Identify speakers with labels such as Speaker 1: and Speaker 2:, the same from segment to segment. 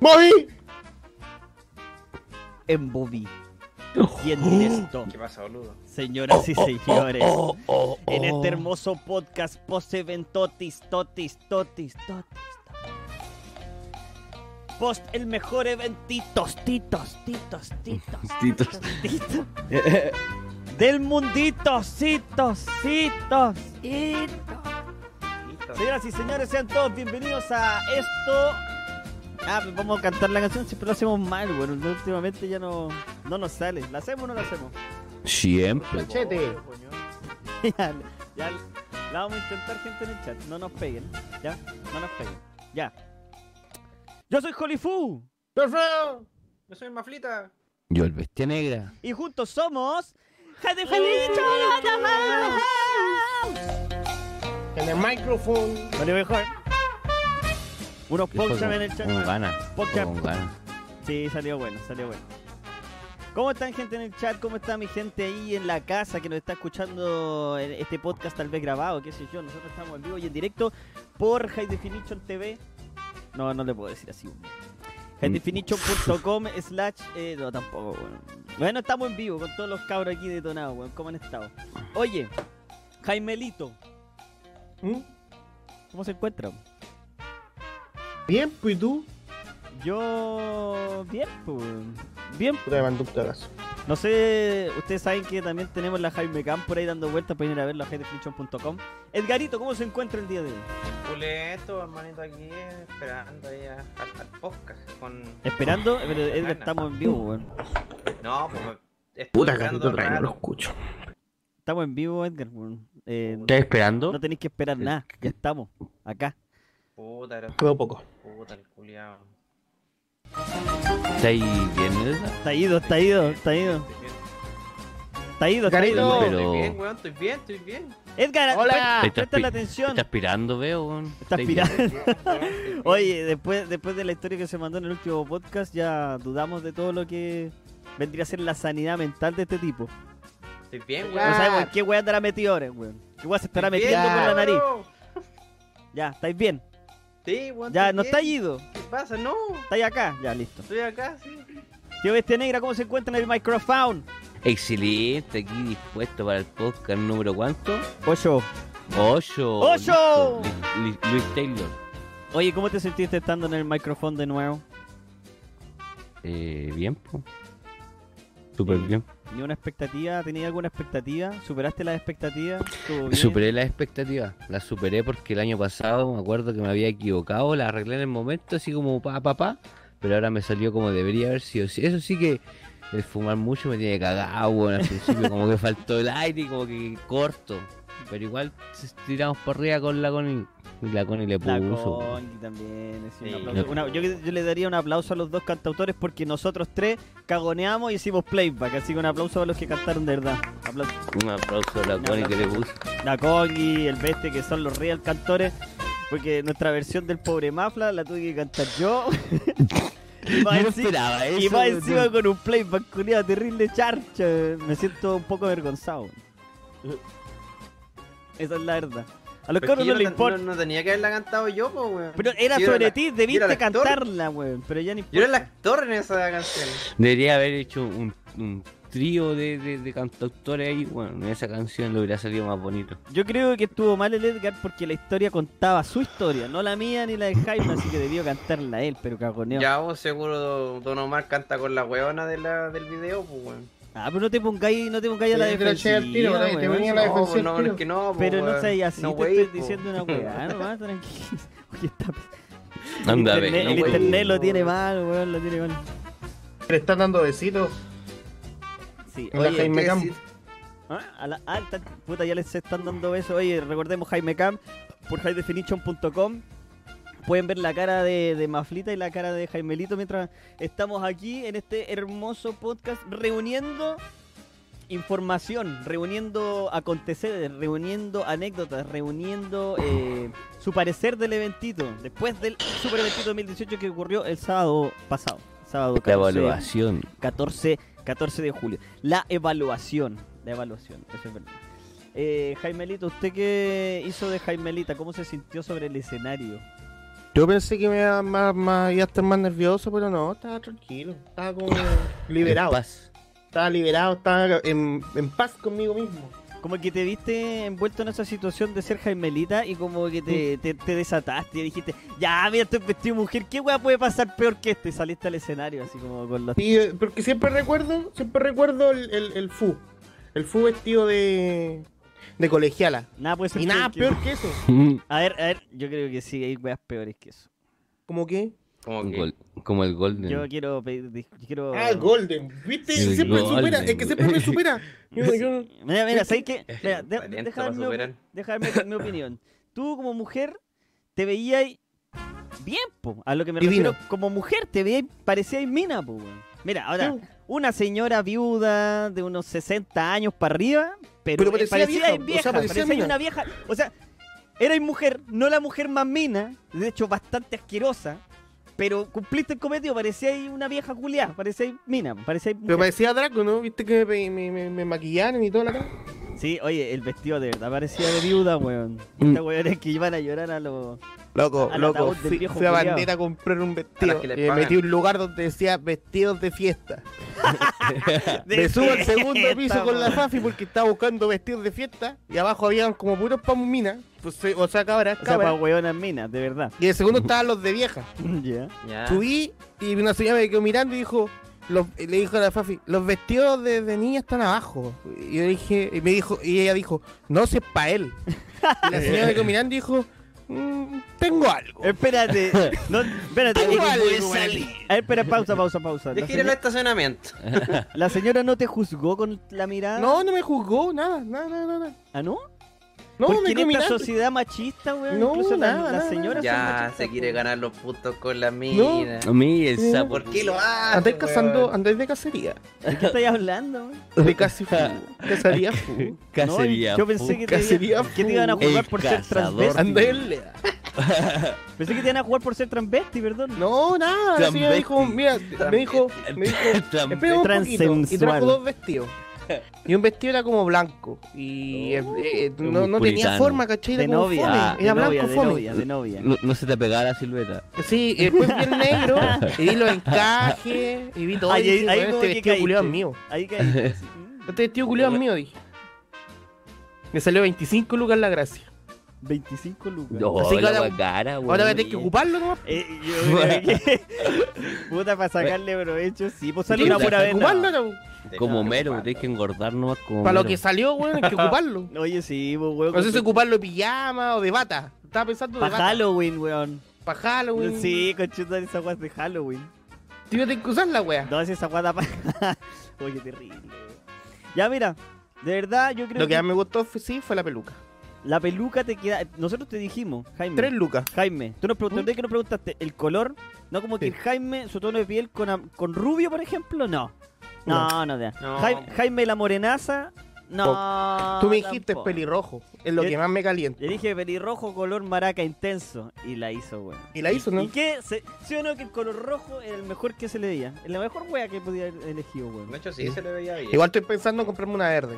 Speaker 1: ¡Moji!
Speaker 2: en Bobby. Y en directo,
Speaker 3: ¿Qué pasa, boludo?
Speaker 2: señoras y señores,
Speaker 1: Oh, oh, oh.
Speaker 2: en este hermoso podcast post-eventotis, totis, totis, totis, totis. Post el mejor eventitos, titos, titos, titos,
Speaker 4: Titos.
Speaker 2: titos. Del mundito, citos, citos, citos.
Speaker 3: Listo.
Speaker 2: Señoras y señores, sean todos bienvenidos a esto. Ah, pues vamos a cantar la canción, siempre lo hacemos mal, bueno, últimamente ya no, no nos sale. ¿La hacemos o no la hacemos? Oh,
Speaker 4: Siempre.
Speaker 1: Chete.
Speaker 2: ya, ya la vamos a intentar, gente en el chat. No nos peguen, ya, no nos peguen. Ya. Yo soy Jolifu
Speaker 3: ¡Perfecto! ¡No soy maflita!
Speaker 4: Yo el bestia negra.
Speaker 2: y juntos somos. ¡Jade
Speaker 1: En el micrófono.
Speaker 2: Lo mejor. Unos ponchame en el chat.
Speaker 4: Con gana.
Speaker 2: Ponchame.
Speaker 4: Con gana.
Speaker 2: Sí, salió bueno, salió bueno. ¿Cómo están gente en el chat? ¿Cómo está mi gente ahí en la casa que nos está escuchando en este podcast tal vez grabado, qué sé yo? Nosotros estamos en vivo y en directo por High Definition TV. No, no le puedo decir así. HighDefinition.com slash... eh, no, tampoco, weón. Bueno, estamos en vivo con todos los cabros aquí detonados, weón. ¿Cómo han estado? Oye, Jaimelito,
Speaker 1: ¿Mm?
Speaker 2: ¿cómo se encuentra?
Speaker 1: Bien, pues ¿y tú.
Speaker 2: Yo... Bien, pues. Bien,
Speaker 1: Puta, me mandó un cagazo.
Speaker 2: No sé, ustedes saben que también tenemos la Jaime Cam por ahí dando vueltas para ir a verlo a jaidefinition.com. Edgarito, ¿cómo se encuentra el día de hoy?
Speaker 3: Puleto, hermanito, aquí eh, esperando ahí a- al, al podcast con...
Speaker 2: Esperando, pero Edgar,
Speaker 3: ganas.
Speaker 2: estamos en vivo, weón.
Speaker 3: No, pues... estoy
Speaker 4: Puta
Speaker 3: esperando
Speaker 4: carrito trae, no lo
Speaker 3: raro.
Speaker 4: escucho.
Speaker 2: Estamos en vivo, Edgar, weón. Eh,
Speaker 4: ¿Estás esperando?
Speaker 2: no tenéis que esperar nada, ya estamos, acá.
Speaker 3: Puta, era...
Speaker 1: Quedó poco.
Speaker 3: Puta, el culiao.
Speaker 4: ¿Estás bien, verdad?
Speaker 2: Está ido, está ido, está ido,
Speaker 3: Estoy bien,
Speaker 2: está ido. Está
Speaker 1: Edgarito.
Speaker 2: ido.
Speaker 4: Pero-
Speaker 3: Estoy bien, weón, estoy bien, estoy bien.
Speaker 2: Edgar,
Speaker 1: Hola.
Speaker 2: pre-
Speaker 4: Está
Speaker 2: presta la
Speaker 4: espi-
Speaker 2: atención.
Speaker 4: Estás aspirando, veo, weón.
Speaker 2: Está
Speaker 4: bien.
Speaker 2: aspirando.
Speaker 3: Estoy bien.
Speaker 2: Oye, después, después de la historia que se mandó en el último podcast, ya dudamos de todo lo que vendría a ser la sanidad mental de este tipo.
Speaker 3: Estoy bien,
Speaker 2: No
Speaker 3: weón.
Speaker 2: sabemos en qué weá estará metido ahora, weón. ¿Qué weá se estará
Speaker 3: Estoy
Speaker 2: metiendo
Speaker 3: bien,
Speaker 2: por la nariz?
Speaker 3: weón.
Speaker 2: Ya, estáis bien.
Speaker 3: Sí, weón,
Speaker 2: Ya,
Speaker 3: estoy
Speaker 2: no
Speaker 3: bien.
Speaker 2: estáis ido.
Speaker 3: ¿Qué pasa? No,
Speaker 2: Estáis acá. Ya, listo.
Speaker 3: estoy acá, sí.
Speaker 2: Tío Bestia Negra, ¿cómo se encuentra en el microphone?
Speaker 4: Excelente, aquí dispuesto para el podcast número cuánto?
Speaker 2: Ocho.
Speaker 4: Ocho.
Speaker 2: ¡Ocho!
Speaker 4: Listo. Lu- Lu- Luis Taylor.
Speaker 2: Oye, ¿cómo te sentiste estando en el micrófono de nuevo?
Speaker 4: Eh, bien, po. Súper
Speaker 2: Sí.
Speaker 4: bien.
Speaker 2: ¿Ni una expectativa? ¿Tenías alguna expectativa? ¿Superaste las expectativas? ¿Estuvo bien?
Speaker 4: Superé las expectativas, las superé porque el año pasado me acuerdo que me había equivocado, la arreglé en el momento así como pa pa pa, pero ahora me salió como debería haber sido. Sí, Eso sí que el fumar mucho me tiene cagado, bueno, al principio como que faltó el aire y como que corto, pero igual s- tiramos por arriba con la Connie y la Connie le
Speaker 2: La
Speaker 4: puso.
Speaker 2: Congi también. es un
Speaker 3: Sí.
Speaker 2: aplauso. Una- yo, yo le daría un aplauso a los dos cantautores porque nosotros tres cagoneamos y hicimos playback. Así que un aplauso a los que cantaron de verdad. Aplauso.
Speaker 4: Un aplauso a la
Speaker 2: Un
Speaker 4: Connie que le
Speaker 2: aplauso.
Speaker 4: puso.
Speaker 2: la Congi, el Beste, que son los real cantores. Porque nuestra versión del pobre Mafla la tuve que cantar yo. y más,
Speaker 4: Yo no
Speaker 2: enci-
Speaker 4: esperaba eso.
Speaker 2: y más
Speaker 4: weón.
Speaker 2: encima con un playback culiado terrible charcha. Me siento un poco avergonzado. Esa es la verdad. A los
Speaker 3: Pero es
Speaker 2: coros
Speaker 3: que
Speaker 2: no
Speaker 3: yo
Speaker 2: le
Speaker 3: ta-
Speaker 2: importa.
Speaker 3: No, no tenía que haberla cantado yo, po, weón.
Speaker 2: Pero era
Speaker 3: Yo
Speaker 2: sobre
Speaker 3: la-
Speaker 2: ti,
Speaker 3: yo era
Speaker 2: debiste
Speaker 3: el actor.
Speaker 2: cantarla, weón. Pero ya ni
Speaker 3: Yo era el actor en esa canción.
Speaker 4: Debería haber hecho un, un trío de, de, de cantautores ahí, bueno, en esa canción le hubiera salido más bonito.
Speaker 2: Yo creo que estuvo mal el Edgar porque la historia contaba su historia, no la mía ni la de Jaime, así que debió cantarla él, pero cagoneó.
Speaker 3: Ya vos seguro Don Omar canta con la huevona de la, del video, pues weón.
Speaker 2: Ah, pero no te pongáis, no te pongáis a la
Speaker 1: Sí, te la eché
Speaker 2: defensiva.
Speaker 1: al tiro, te- te
Speaker 2: weón.
Speaker 1: venía la-
Speaker 3: No,
Speaker 1: defensiva,
Speaker 3: pues, no,
Speaker 1: tío.
Speaker 3: es que no, pues,
Speaker 2: Pero no
Speaker 3: weón.
Speaker 2: seas así, te
Speaker 3: weón,
Speaker 2: estoy
Speaker 3: pues.
Speaker 2: diciendo una weá, nomás, tranquilo. Oye, está...
Speaker 4: Anda,
Speaker 2: internet,
Speaker 4: ve,
Speaker 2: el
Speaker 4: no,
Speaker 3: weón.
Speaker 2: internet lo tiene mal, weón, lo tiene mal.
Speaker 1: Le están dando besitos.
Speaker 2: Sí,
Speaker 1: Hola,
Speaker 2: oye,
Speaker 1: Jaime
Speaker 3: ¿qué
Speaker 1: Cam.
Speaker 3: decir?
Speaker 2: Ah, a la alta, puta, ya les están dando besos. Oye, recordemos Jaime Cam por highdefinition.com. Pueden ver la cara de, de Maflita y la cara de Jaimelito mientras estamos aquí en este hermoso podcast reuniendo información, reuniendo aconteceres, reuniendo anécdotas, reuniendo eh, su parecer del eventito, después del super eventito 2018 que ocurrió el sábado pasado. Sábado
Speaker 4: La
Speaker 2: 14 de-
Speaker 4: evaluación.
Speaker 2: 14, 14 de julio. La evaluación. La evaluación, eso es verdad. Eh, Jaimelita, ¿usted qué hizo de Jaimelita? ¿Cómo se sintió sobre el escenario?
Speaker 1: Yo pensé que me iba, más, más- iba a estar más nervioso, pero no, estaba tranquilo. Estaba como liberado.
Speaker 4: En paz.
Speaker 1: Estaba liberado, estaba en, en paz conmigo mismo.
Speaker 2: Como que te viste envuelto en esa situación de ser Jaimelita y como que te, te, te desataste y dijiste, ya, mira, estoy vestido de mujer, ¿qué weá puede pasar peor que este? Y Saliste al escenario así como con los...
Speaker 1: Sí, eh, porque siempre recuerdo, siempre recuerdo el, el, el Fu. El Fu vestido de, de colegiala.
Speaker 2: Nada puede ser este.
Speaker 1: Y nada peor que eso.
Speaker 2: A ver, a ver, yo creo que sí, hay weas peores que eso.
Speaker 1: ¿Cómo que?
Speaker 3: Como
Speaker 4: Un
Speaker 3: que.
Speaker 4: gol- como el Golden.
Speaker 2: Yo quiero pedir... dis- yo quiero...
Speaker 1: Ah, Golden. ¿Viste?
Speaker 4: Sí,
Speaker 1: siempre me supera.
Speaker 4: Golden,
Speaker 1: Es que
Speaker 4: güey.
Speaker 1: siempre me supera. Yo- yo-
Speaker 2: Mira, mira, ¿sabes qué? Mira, de-
Speaker 3: Valiente,
Speaker 2: deja
Speaker 3: va a
Speaker 2: darme op-
Speaker 3: superar.
Speaker 2: deja darme mi, opinión. Tú como mujer te veías bien, po. A lo que me
Speaker 1: Divino.
Speaker 2: refiero, como mujer te veías, parecías mina, po. weón. Mira, ahora,
Speaker 1: yo-
Speaker 2: una señora viuda de unos 60 años para arriba, pero,
Speaker 1: Pero
Speaker 2: eh,
Speaker 1: parecía vieja, o sea, parecía
Speaker 2: parecía
Speaker 1: mina.
Speaker 2: una vieja. O sea, erais mujer, no la mujer más mina, de hecho bastante asquerosa, pero cumpliste el cometido, parecíais una vieja culiada, parecíais mina, parecías
Speaker 1: Pero parecía Draco, ¿no? ¿Viste que me, me, me- me maquillaron y toda la cara?
Speaker 2: Sí, oye, el vestido de verdad parecía de viuda, weón.
Speaker 4: Mm.
Speaker 2: Estas weones que iban a llorar a los.
Speaker 1: Loco,
Speaker 2: Al
Speaker 1: loco.
Speaker 2: ataúd del
Speaker 1: Fui,
Speaker 2: viejo
Speaker 1: fui a
Speaker 2: culiao.
Speaker 1: bandera a comprar un
Speaker 3: A
Speaker 1: vestido.
Speaker 3: las que les
Speaker 1: Y me metí a
Speaker 3: pagan.
Speaker 1: un lugar donde decía vestidos de fiesta. Me subo al segundo piso con la Fafi porque estaba buscando vestidos de fiesta. Y abajo habían como puros pamuminas. Pues, eh, o sea, cabras,
Speaker 2: O sea, para
Speaker 1: cabras.
Speaker 2: weonas minas, de verdad.
Speaker 1: Y en el segundo estaban los de viejas.
Speaker 2: Ya.
Speaker 3: Ya.
Speaker 1: Subí y una señora me quedó mirando y dijo, los- y le dijo a la Fafi, los vestidos de, de niña están abajo. Y yo dije, y me dijo, y ella dijo, no sé para él. Y la señora me quedó mirando y dijo, "Mm, tengo algo.
Speaker 2: Espérate. No, espérate. eh,
Speaker 1: Tengo algo.
Speaker 2: A ver, espera, pausa, pausa, pausa. La,
Speaker 3: Dejé ir al
Speaker 2: señora,
Speaker 3: estacionamiento.
Speaker 2: la señora no te juzgó con la mirada.
Speaker 1: No, no me juzgó, nada, nada, nada, nada.
Speaker 2: ¿Ah, no?
Speaker 1: No,
Speaker 2: Porque
Speaker 1: me
Speaker 2: en
Speaker 1: quedó
Speaker 2: esta
Speaker 1: mirando.
Speaker 2: sociedad machista, weón.
Speaker 1: No,
Speaker 2: incluso la-
Speaker 1: nada,
Speaker 2: las
Speaker 1: nada,
Speaker 2: señoras son
Speaker 3: Ya,
Speaker 2: machistas,
Speaker 3: se quiere
Speaker 2: weón.
Speaker 3: ganar los puntos con la mina.
Speaker 4: A mí el
Speaker 2: Eh,
Speaker 1: No.
Speaker 4: sapo.
Speaker 3: ¿Por qué lo hace?
Speaker 1: Andáis
Speaker 3: weón?
Speaker 1: cazando, andáis de cacería.
Speaker 2: ¿De qué estáis hablando, weón?
Speaker 1: De casi fu, cacería fu.
Speaker 4: Cacería.
Speaker 2: No, yo pensé que te,
Speaker 1: cacería,
Speaker 2: iban- que te iban a
Speaker 1: fu.
Speaker 2: jugar
Speaker 4: El
Speaker 2: por ser
Speaker 4: cazador.
Speaker 1: Andáis
Speaker 2: transvesti.
Speaker 1: en lea.
Speaker 2: Pensé que te iban a jugar por ser transvesti, perdón.
Speaker 1: No, nada. la señora dijo,
Speaker 4: Transvesti.
Speaker 1: mira, me dijo, me dijo, Espera un poquito, y
Speaker 2: Transensual.
Speaker 1: trajo dos vestidos. Em, Y un vestido era como blanco. Y eh, eh,
Speaker 4: Un
Speaker 1: no, no tenía
Speaker 4: puritano.
Speaker 1: forma, ¿cachai? Era
Speaker 2: De
Speaker 1: como fome,
Speaker 2: novia, Ah, de
Speaker 1: Era blanco
Speaker 2: novia, de
Speaker 1: fome.
Speaker 2: novia, de novia.
Speaker 4: No, no se te pegaba la silueta.
Speaker 1: Sí, y después vi el negro, y vi los encajes, y vi todo.
Speaker 2: Ahí-
Speaker 1: y dije,
Speaker 2: ahí
Speaker 1: "Bueno,
Speaker 2: como
Speaker 1: este
Speaker 2: que
Speaker 1: vestido culiado es
Speaker 2: caíste.
Speaker 1: mío.
Speaker 2: Ahí caí.
Speaker 1: Este vestido culiado es mío, dije. Me salió 25 lucas la gracia.
Speaker 2: Ah, 25 lucas.
Speaker 4: No,
Speaker 1: Así que
Speaker 4: la
Speaker 1: ahora-
Speaker 4: guacara, weón.
Speaker 1: Ahora voy a tener que ocuparlo nomás.
Speaker 2: Eh, yo creo que- Puta, para sacarle provecho, sí. Pues sale
Speaker 1: Sí,
Speaker 2: una
Speaker 1: hay
Speaker 2: pura
Speaker 1: que
Speaker 2: vez.
Speaker 1: ocuparlo,
Speaker 2: no.
Speaker 1: no.
Speaker 4: Como
Speaker 3: Tenía
Speaker 4: mero,
Speaker 3: ocupar.
Speaker 4: tenés que engordar nomás como.
Speaker 1: Para lo
Speaker 4: mero.
Speaker 1: que salió, weón, hay que ocuparlo.
Speaker 2: Oye, sí, pues, weón.
Speaker 1: No sé si ocuparlo de pijama o de bata. Estaba pensando de
Speaker 2: Para
Speaker 1: bata.
Speaker 2: Halloween, weón.
Speaker 1: Para Halloween.
Speaker 2: Sí, conchita esa guas de Halloween.
Speaker 1: Tú ibas a tener que usar la wea.
Speaker 2: No, si esa guada. pa- Oye, terrible, weón. Ya, mira. De verdad, yo creo
Speaker 1: Lo que
Speaker 2: que,
Speaker 1: más me gustó, fue- sí, fue la peluca.
Speaker 2: la peluca te queda. Nosotros te dijimos, Jaime.
Speaker 1: Tres lucas.
Speaker 2: Jaime, tú nos preguntaste que nos preguntaste el color, no como que
Speaker 1: ¿Mm? Sí.
Speaker 2: el Jaime, su tono de piel con, am- con rubio, por ejemplo, no. No, no, no.
Speaker 3: No.
Speaker 2: Jaime, Jaime la morenaza, no.
Speaker 1: Tú me dijiste
Speaker 2: tampoco.
Speaker 1: pelirrojo, es lo
Speaker 2: Yo-
Speaker 1: que más me calienta.
Speaker 2: Le dije pelirrojo, color maraca intenso. Y la hizo, weón.
Speaker 1: Y la hizo,
Speaker 2: ¿Y
Speaker 1: ¿no?
Speaker 2: qué? Se- ¿Sí o no que el color rojo era el mejor que se le veía? La mejor wea que podía haber elegido,
Speaker 3: De
Speaker 2: weón.
Speaker 3: hecho, sí,
Speaker 1: Sí.
Speaker 3: se le veía bien.
Speaker 1: Igual estoy pensando en comprarme una verde.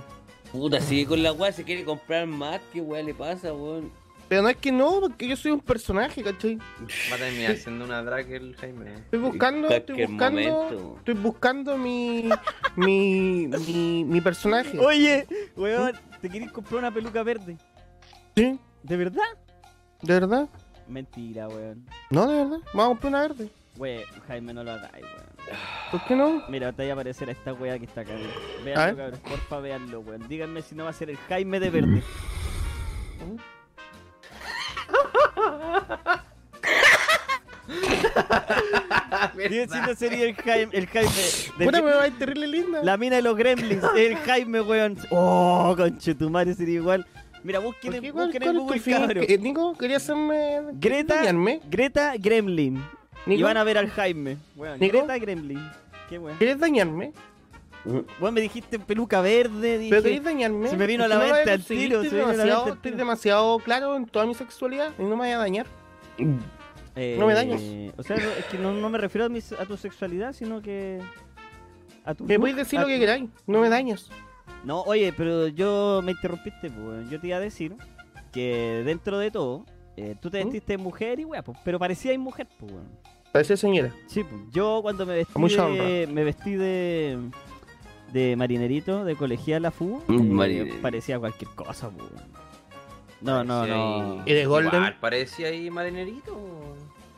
Speaker 4: Puta, sigue con la weá, se quiere comprar más. ¿Qué weá le pasa, weón?
Speaker 1: Pero no es que no, porque yo soy un personaje, ¿cachai?
Speaker 3: Va a terminar siendo una drag el Jaime.
Speaker 1: Estoy buscando, estoy
Speaker 4: Cualquier
Speaker 1: buscando,
Speaker 4: momento.
Speaker 1: estoy buscando mi, mi, mi, mi personaje.
Speaker 2: Oye, weón,
Speaker 1: ¿Mm?
Speaker 2: ¿te querés comprar una peluca verde?
Speaker 1: ¿Sí?
Speaker 2: ¿De verdad?
Speaker 1: ¿De verdad?
Speaker 2: Mentira, weón.
Speaker 1: No, de verdad. Vamos a comprar una verde.
Speaker 2: Weón, Jaime, no lo hagáis, weón.
Speaker 1: ¿Por qué no?
Speaker 2: Mira, te va a aparecer a esta weá que está acá. mira.
Speaker 1: A ver.
Speaker 2: Veanlo, cabros, porfa, veanlo, weón. Díganme si no va a ser el Jaime de verde. Díganme si no sería el Jaime. El Jaime del-
Speaker 1: Puta, me va a ir terrible linda.
Speaker 2: la mina de los gremlins. El Jaime, weón. Oh, conchetumare sería igual. Mira, busquen
Speaker 1: ¿Por qué?
Speaker 2: en,
Speaker 1: ¿Cuál-
Speaker 2: busquen en
Speaker 1: cuál es tu
Speaker 2: Google,
Speaker 1: fin?
Speaker 2: cabros.
Speaker 1: Eh, Nico, quería hacerme...
Speaker 2: Greta-
Speaker 1: engañarme.
Speaker 2: Greta Gremlin. Y
Speaker 1: Nico,
Speaker 2: van a ver al Jaime. Weón,
Speaker 1: ¿Nico?
Speaker 2: Greta Gremlin. Qué weón.
Speaker 1: ¿Querés dañarme?
Speaker 2: Weón, me dijiste peluca verde. Dije...
Speaker 1: ¿Pero queréis dañarme?
Speaker 2: se me vino a la
Speaker 1: Es que no
Speaker 2: mente
Speaker 1: lo
Speaker 2: al tiro,
Speaker 1: conseguiste,
Speaker 2: se me vino a la
Speaker 1: demasiado-
Speaker 2: mente al
Speaker 1: Estoy
Speaker 2: tiro.
Speaker 1: demasiado claro en toda mi sexualidad y no me voy a dañar.
Speaker 2: Eh,
Speaker 1: No me dañes.
Speaker 2: O sea, no- es que no, no me refiero a, mi, a tu sexualidad, sino que. A tu
Speaker 1: Me
Speaker 2: look,
Speaker 1: podéis decir
Speaker 2: a
Speaker 1: lo que
Speaker 2: tu-
Speaker 1: queráis, no me dañes.
Speaker 2: No, oye, pero yo me interrumpiste, pues. weón. Yo te iba a decir que dentro de todo, Eh, tú te
Speaker 1: ¿Mm?
Speaker 2: vestiste de mujer y weá, pues, pero parecías mujer, pues, weón.
Speaker 1: Parece señora.
Speaker 2: Sí, pues, yo cuando me vestí
Speaker 1: Mucha
Speaker 2: de, me vestí de, de marinerito, de colegiala fu,
Speaker 4: Mm,
Speaker 2: eh,
Speaker 4: marinerito.
Speaker 2: parecía cualquier cosa, pues. No, no,
Speaker 3: Parecía
Speaker 2: no.
Speaker 1: ¿Y de Golden?
Speaker 3: Igual, parecía ahí marinerito.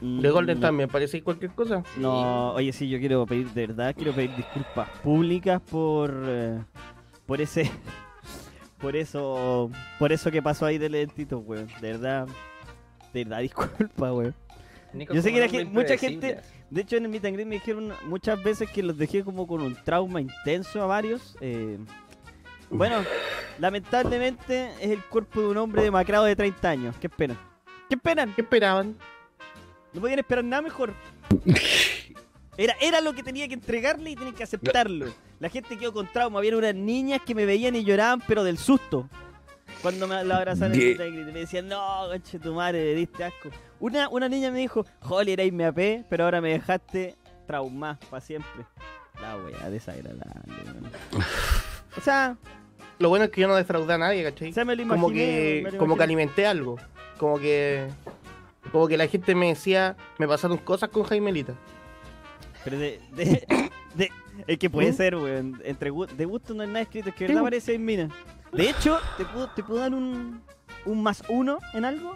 Speaker 1: De Golden
Speaker 2: Mm, no.
Speaker 1: también, parece cualquier cosa.
Speaker 2: No, oye, sí, yo quiero pedir, de verdad, quiero pedir disculpas públicas por. eh, por ese. Por eso. Por eso que pasó ahí de lentito, weón. De verdad. De verdad, disculpa, weón.
Speaker 3: Nico,
Speaker 2: Yo sé
Speaker 3: como
Speaker 2: que la
Speaker 3: hombre
Speaker 2: gen- mucha
Speaker 3: impredecible.
Speaker 2: gente- De hecho, en el meet and greet me dijeron muchas veces que los dejé como con un trauma intenso a varios. eh, bueno, lamentablemente es el cuerpo de un hombre demacrado de 30 años. Qué pena. Qué pena.
Speaker 1: ¿Qué esperaban?
Speaker 2: No podían esperar nada mejor. Era, era lo que tenía que entregarle y tenía que aceptarlo. La gente quedó con trauma. Había unas niñas que me veían y lloraban, pero del susto. Cuando me la abrazaron en
Speaker 4: ¿Qué?
Speaker 2: el meet and greet. me decían, no, coche tu madre, diste asco. Una, una niña me dijo, Jolly, erais me apé, pero ahora me dejaste traumá para siempre. La wea, desagradable. weón. O sea,
Speaker 1: Lo bueno es que yo no defraudé a nadie, ¿cachai?
Speaker 2: o sea, me lo imaginé.
Speaker 1: como que,
Speaker 2: me lo
Speaker 1: como que
Speaker 2: imaginé.
Speaker 1: alimenté algo. Como que. Como que la gente me decía, me pasaron cosas con Jaimelita.
Speaker 2: Pero de, de, de- es que puede
Speaker 1: ¿Mm?
Speaker 2: ser, weón. Entre gu- de gusto no hay nada escrito, es que de
Speaker 1: Sí,
Speaker 2: verdad
Speaker 1: bo.
Speaker 2: parece en mina. De hecho, te puedo, te puedo dar un, un más uno en algo.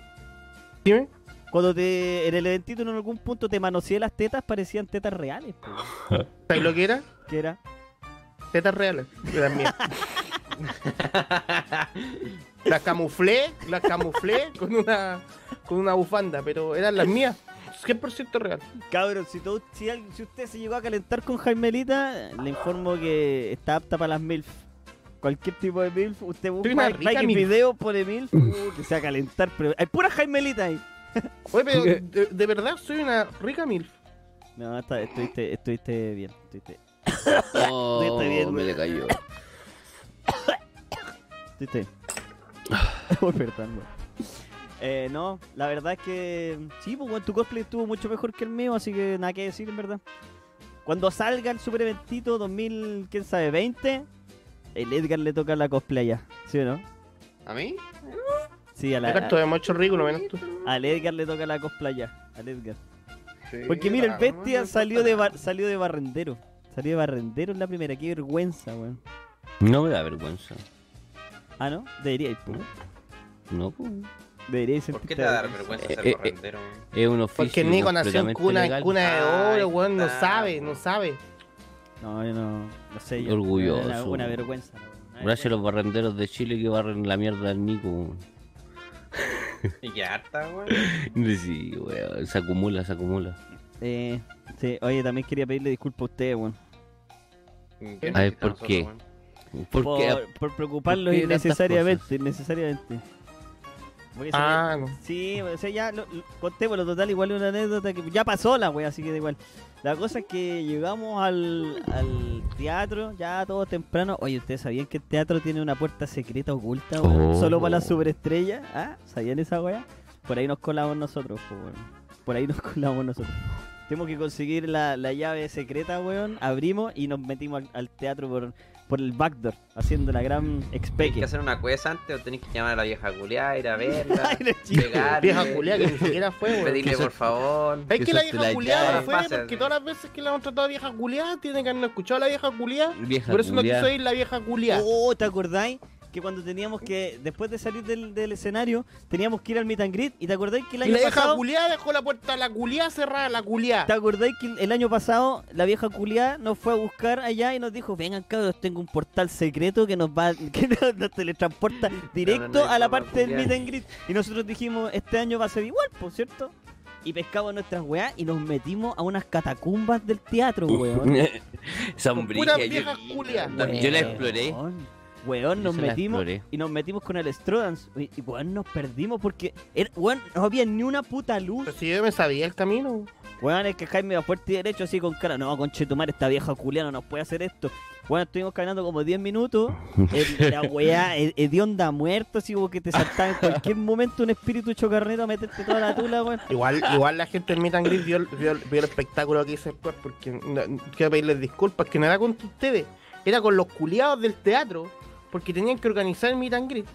Speaker 1: Dime.
Speaker 2: Cuando te, en el eventito en algún punto te manoseé las tetas, parecían tetas reales, po, weón.
Speaker 1: ¿Sabes lo que era?
Speaker 2: que era.
Speaker 1: Tetas reales. Eran mías. las camuflé, las camuflé con una, con una bufanda, pero eran las mías. 100% real.
Speaker 2: Cabrón, si, todo- si, alguien- si usted se llegó a calentar con Jaimelita, le informo que está apta para las MILF. Cualquier tipo de MILF, usted busca
Speaker 1: una
Speaker 2: like-
Speaker 1: rica
Speaker 2: like en
Speaker 1: MILF.
Speaker 2: video, pone MILF, uh, que se va a calentar. Pero hay pura Jaimelita ahí.
Speaker 1: Oye, pero de, de verdad soy una rica milf.
Speaker 2: No, está, estuviste, estuviste bien. Estuviste,
Speaker 4: Oh,
Speaker 2: Estoy bien,
Speaker 4: me
Speaker 2: güey.
Speaker 4: le cayó.
Speaker 2: estuviste bien. Uy, perdón, güey. Eh, no, la verdad es que sí, pues, weón, tu cosplay estuvo mucho mejor que el mío, así que nada que decir, en verdad. Cuando salga el super eventito 2000, quién sabe, 20, el Edgar le toca la cosplaya, ¿sí o no?
Speaker 4: ¿A mí?
Speaker 2: Sí, a la,
Speaker 1: Acá todos hemos hecho ridículo, menos tú.
Speaker 2: al Edgar le toca la cosplaya, al Edgar. Porque mira, el bestia salió de, bar- salió de barrendero, salió de barrendero en la primera, qué vergüenza, weón.
Speaker 4: No me da vergüenza.
Speaker 2: Ah, ¿no? Debería ir, pues.
Speaker 4: No, pues.
Speaker 2: Debería ir
Speaker 3: ¿Por qué te va a dar vergüenza
Speaker 4: Eh,
Speaker 3: ser
Speaker 4: eh, eh.
Speaker 3: barrendero?
Speaker 4: Es un oficio.
Speaker 1: Porque Nico nació en
Speaker 4: completamente
Speaker 1: cuna,
Speaker 4: legal.
Speaker 1: cuna de
Speaker 3: Ah, Ahí
Speaker 1: oro, weón. No
Speaker 3: está,
Speaker 1: sabe,
Speaker 3: po.
Speaker 1: no sabe.
Speaker 2: No, yo no, no sé. Yo,
Speaker 4: Orgulloso.
Speaker 2: Una, una vergüenza. no, una
Speaker 4: Gracias a
Speaker 2: vergüenza.
Speaker 4: los barrenderos de Chile que barren la mierda al Nico.
Speaker 3: Y que harta, weón.
Speaker 4: Sí, weón. Se acumula, se acumula.
Speaker 2: Eh, sí, oye, también quería pedirle disculpas a ustedes, weón.
Speaker 3: Que
Speaker 4: A ver, ¿por
Speaker 3: nosotros,
Speaker 4: qué?
Speaker 3: weón.
Speaker 4: ¿Por qué?
Speaker 2: Por, por preocuparlos
Speaker 4: ¿Por qué tantas
Speaker 2: innecesariamente, innecesariamente. Porque se
Speaker 1: Ah, no.
Speaker 2: me- Sí, o sea, ya lo, lo- contémoslo total, igual es una anécdota que ya pasó la wea, así que da igual. La cosa es que llegamos al, al teatro, ya todo temprano. Oye, ¿ustedes sabían que el teatro tiene una puerta secreta oculta, weón?
Speaker 4: Oh.
Speaker 2: Solo para las superestrellas, ¿ah? ¿Sabían esa wea? Por ahí nos colamos nosotros, pues, weón. Por ahí nos colamos nosotros. Tenemos que conseguir la, la llave secreta, weón. Abrimos y nos metimos al, al teatro por, por el backdoor, haciendo la gran
Speaker 3: ¿Tenéis que
Speaker 2: expeque.
Speaker 3: hacer una cuesta antes o tenéis que llamar a la vieja culiá, ir a verla?
Speaker 2: Ay, no, chico.
Speaker 3: pegarle,
Speaker 1: Vieja culiada que ni siquiera fue, weón.
Speaker 3: Pedirle por favor.
Speaker 1: Es que la
Speaker 4: Eso te la
Speaker 1: vieja culiada
Speaker 4: llave.
Speaker 1: no fue
Speaker 3: Pasa,
Speaker 1: porque
Speaker 3: sí.
Speaker 1: todas las veces que la hemos tratado de vieja culiada tienen que haber escuchado a la vieja culiada.
Speaker 4: Vieja
Speaker 1: Por eso no
Speaker 4: culiá.
Speaker 1: quiso ir la vieja
Speaker 3: Uh,
Speaker 1: culiada.
Speaker 2: Oh, ¿te acordáis? Que cuando teníamos que, después de salir del, del escenario, teníamos que ir al meet and greet. ¿Y te acordáis que el
Speaker 1: y
Speaker 2: año
Speaker 1: la vieja
Speaker 2: pasado...
Speaker 1: culiada dejó la puerta a la culiada cerrada, la culiada.
Speaker 2: ¿Te acordáis que el año pasado la vieja culiá nos fue a buscar allá y nos dijo, vengan cabros, tengo un portal secreto que nos va, que nos, nos teletransporta directo
Speaker 3: no,
Speaker 2: a la
Speaker 3: no, no,
Speaker 2: parte del
Speaker 3: culiá.
Speaker 2: meet and greet. Y nosotros dijimos, este año va a ser igual, por cierto. Y pescamos nuestras weas y nos metimos a unas catacumbas del teatro, weón.
Speaker 4: Esa
Speaker 1: Con
Speaker 4: hombrilla,
Speaker 1: puras
Speaker 4: yo-
Speaker 1: viejas culias.
Speaker 4: Yo la exploré.
Speaker 2: Weón, Weón,
Speaker 4: Yo
Speaker 2: nos
Speaker 4: se la
Speaker 2: metimos
Speaker 4: exploré.
Speaker 2: y nos metimos con el Strodans. Y, y, weón, nos perdimos porque, era- weón, no había ni una puta luz.
Speaker 1: Pero si yo me sabía el camino.
Speaker 2: Weón, es que Jaime va fuerte y derecho así con cara. No, conchetumar, esta vieja culia no nos puede hacer esto. Bueno, estuvimos caminando como 10 minutos. el- la weá he- hedionda muerta, así como que te saltaba en cualquier momento un espíritu chocarnero a meterte toda la tula, weón.
Speaker 1: Igual, igual la gente en Meet and Greet vio, el- vio el- vio el espectáculo que hice después porque no- quiero pedirles disculpas, que no era contra ustedes, era con los culiados del teatro, porque tenían que organizar el Meet and Greet.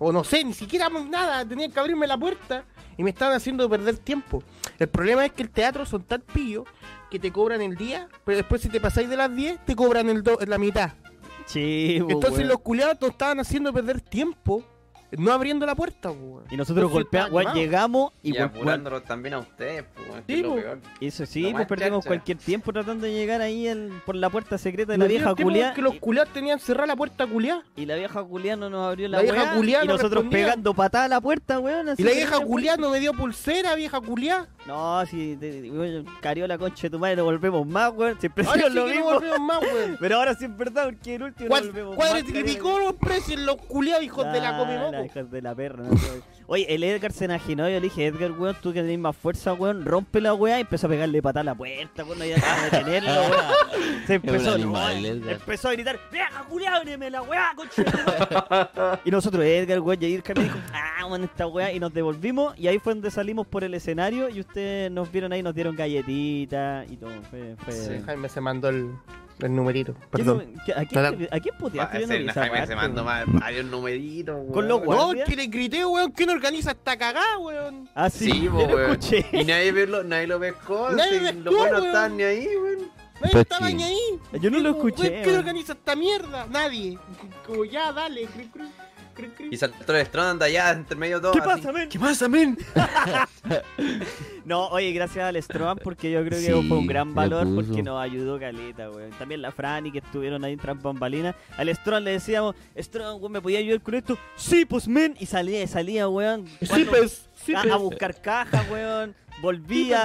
Speaker 1: o no sé, ni siquiera nada, tenían que abrirme la puerta y me estaban haciendo perder tiempo. El problema es que el teatro son tan pillos que te cobran el día, pero después si te pasáis de las 10, te cobran el do- la mitad.
Speaker 2: Sí, po,
Speaker 1: Entonces
Speaker 2: weón.
Speaker 1: los culiados nos estaban haciendo perder tiempo no abriendo la puerta, po, weón.
Speaker 2: Y nosotros
Speaker 1: Entonces
Speaker 2: golpeamos,
Speaker 1: estaban
Speaker 2: weón,
Speaker 1: quemados.
Speaker 2: llegamos y,
Speaker 3: Y
Speaker 2: weón, weón,
Speaker 3: apurándolos también a ustedes, pues, weón, que
Speaker 1: Sí,
Speaker 3: es lo
Speaker 1: po.
Speaker 3: peor.
Speaker 2: eso
Speaker 3: Lo
Speaker 2: sí,
Speaker 3: más
Speaker 2: pues perdimos
Speaker 3: chacha.
Speaker 2: cualquier tiempo tratando de llegar ahí al- por la puerta secreta de la
Speaker 1: Nos dieron
Speaker 2: vieja
Speaker 1: tiempo
Speaker 2: culia.
Speaker 1: porque los culiados tenían cerrada la puerta culiada.
Speaker 2: Y la vieja culia no nos abrió la,
Speaker 1: La vieja
Speaker 2: weá,
Speaker 1: culiá
Speaker 2: Y
Speaker 1: no
Speaker 2: nosotros
Speaker 1: respondía.
Speaker 2: pegando patada a la puerta, weón. así
Speaker 1: Y la
Speaker 2: que
Speaker 1: vieja
Speaker 2: no,
Speaker 1: culiá no me dio pulsera, vieja culiá.
Speaker 2: weón. No, si te, weón, carió la concha de tu madre, no volvemos más, weón. Siempre
Speaker 1: Ahora
Speaker 2: hicieron
Speaker 1: sí
Speaker 2: lo
Speaker 1: que no
Speaker 2: mismo.
Speaker 1: volvemos más, weón.
Speaker 2: Pero ahora sí es verdad, porque el último no volvemos
Speaker 1: Cuad-
Speaker 2: más,
Speaker 1: Cuadriplicó
Speaker 2: carió
Speaker 1: los precios los culiados,
Speaker 2: la-
Speaker 1: hijos de la pues.
Speaker 2: Ah, la
Speaker 1: comimoco.
Speaker 2: hijos de la perra. no, weón. Oye, el Edgar se enajenó. Yo le dije, Edgar, weón, tú que tenés más fuerza, weón, rompe la weá. Y empezó a pegarle patada a la puerta, weón, no había nada de detenerlo, weón. Se
Speaker 4: Es un
Speaker 2: empezó,
Speaker 4: animal,
Speaker 2: no,
Speaker 4: Edgar.
Speaker 2: empezó a gritar, vieja culiá, ábreme la weá, concha de tu madre". Y nosotros, Edgar, weón, y Edgar me dijo, ah, weón, esta weá. Y nos devolvimos. Y ahí fue donde salimos por el escenario. Y ustedes nos vieron ahí, nos dieron galletitas y todo. Fue, fue...
Speaker 3: Sí,
Speaker 1: Jaime se mandó el, el numerito,
Speaker 2: ¿Qué
Speaker 1: perdón.
Speaker 2: tú- qué- ¿A quién,
Speaker 1: No,
Speaker 2: te- ¿A quién puteaste?
Speaker 3: Va,
Speaker 2: Yo no
Speaker 3: ese
Speaker 2: vi esa
Speaker 3: Jaime Ah, se
Speaker 2: parte,
Speaker 3: mandó
Speaker 2: weón.
Speaker 3: más- varios numeritos, weón.
Speaker 2: Con los
Speaker 1: No,
Speaker 2: guardias.
Speaker 1: es que le grité, weón, ¿quién organiza esta cagada, weón?
Speaker 2: Ah, sí,
Speaker 3: Sí, po,
Speaker 2: yo lo
Speaker 3: weón.
Speaker 2: escuché.
Speaker 3: Y nadie, ve lo, nadie lo pescó.
Speaker 1: Nadie
Speaker 3: sí,
Speaker 1: pescó,
Speaker 3: los buenos
Speaker 1: weón.
Speaker 3: estaban ni ahí, weón.
Speaker 1: Nadie
Speaker 4: Pues
Speaker 1: estaba
Speaker 4: sí.
Speaker 1: ni ahí.
Speaker 2: Yo no lo
Speaker 1: Weón,
Speaker 2: escuché.
Speaker 1: ¿Quién
Speaker 2: weón.
Speaker 1: organiza esta mierda? Nadie. Como ya, dale. cri, cri, cri, cri.
Speaker 3: Y saltó el estrón de allá entre medio de todo.
Speaker 2: ¿Qué
Speaker 3: así.
Speaker 2: pasa, men?
Speaker 3: ¿Qué pasa, men?
Speaker 2: No, oye, gracias al Stroman porque yo creo que
Speaker 4: Sí,
Speaker 2: fue un gran
Speaker 4: lo
Speaker 2: valor
Speaker 4: puso.
Speaker 2: porque nos ayudó Caleta, weón. También la Franny que estuvieron ahí tras bambalinas. Al Stroman le decíamos, Stroman, weón, ¿me podía ayudar con esto? Sí, pues, men. Y salía, salía, weón.
Speaker 1: Sí,
Speaker 2: Cuando-
Speaker 1: pues, sí,
Speaker 2: a,
Speaker 1: pues.
Speaker 2: a buscar cajas, weón. Volvía,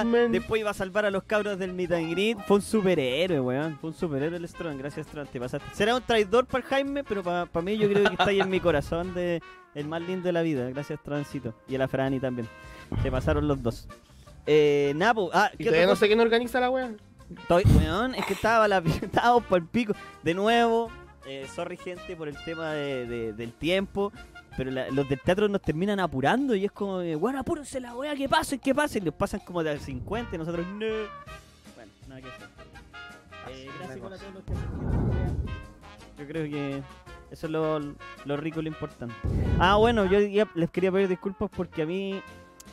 Speaker 1: Sí, pues, men.
Speaker 2: después iba a salvar a los cabros del meet and greet. Fue un superhéroe, weón. Fue un superhéroe el Strong. Gracias, Strong. Te pasaste. Será un traidor para el Jaime, pero para mí yo creo que está ahí en mi corazón de el más lindo de la vida. Gracias, Troncito. Y a la Franny también. Se pasaron los dos. Eh, Napo, ah,
Speaker 1: Y
Speaker 2: ¿qué
Speaker 1: todavía
Speaker 2: otra
Speaker 1: no sé quién organiza la weón.
Speaker 2: Estoy- weón, es que estaba la estábamos por el pico. De nuevo, eh, sorry gente por el tema de- de- del tiempo. Pero la- los del teatro nos terminan apurando y es como, eh, bueno, apúrense la weá, que pasen, que pasen. Y nos pasan como de a 50 y nosotros, no. Bueno, nada que hacer. Eh, gracias igual a todos los que asistieron. Yo creo que eso es lo, lo rico y lo importante. Ah, bueno, yo ya les quería pedir disculpas porque a mí,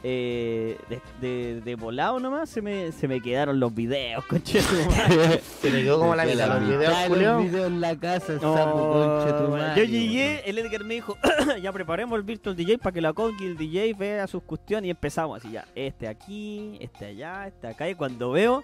Speaker 2: eh, de, de- de volado nomás, se me, se me quedaron los videos, coche.
Speaker 1: Se le quedó como la
Speaker 4: Te
Speaker 1: mitad
Speaker 4: la
Speaker 1: los
Speaker 4: mitad
Speaker 1: videos,
Speaker 4: de
Speaker 1: culiao.
Speaker 4: los videos en la casa,
Speaker 2: No,
Speaker 4: sapo, concha tu
Speaker 2: bueno,
Speaker 4: madre,
Speaker 2: yo llegué, el Edgar me dijo, ya preparemos el Virtual DJ para que la Conky y el DJ vea sus cuestiones y empezamos así ya, este aquí, este allá, este acá, y cuando veo,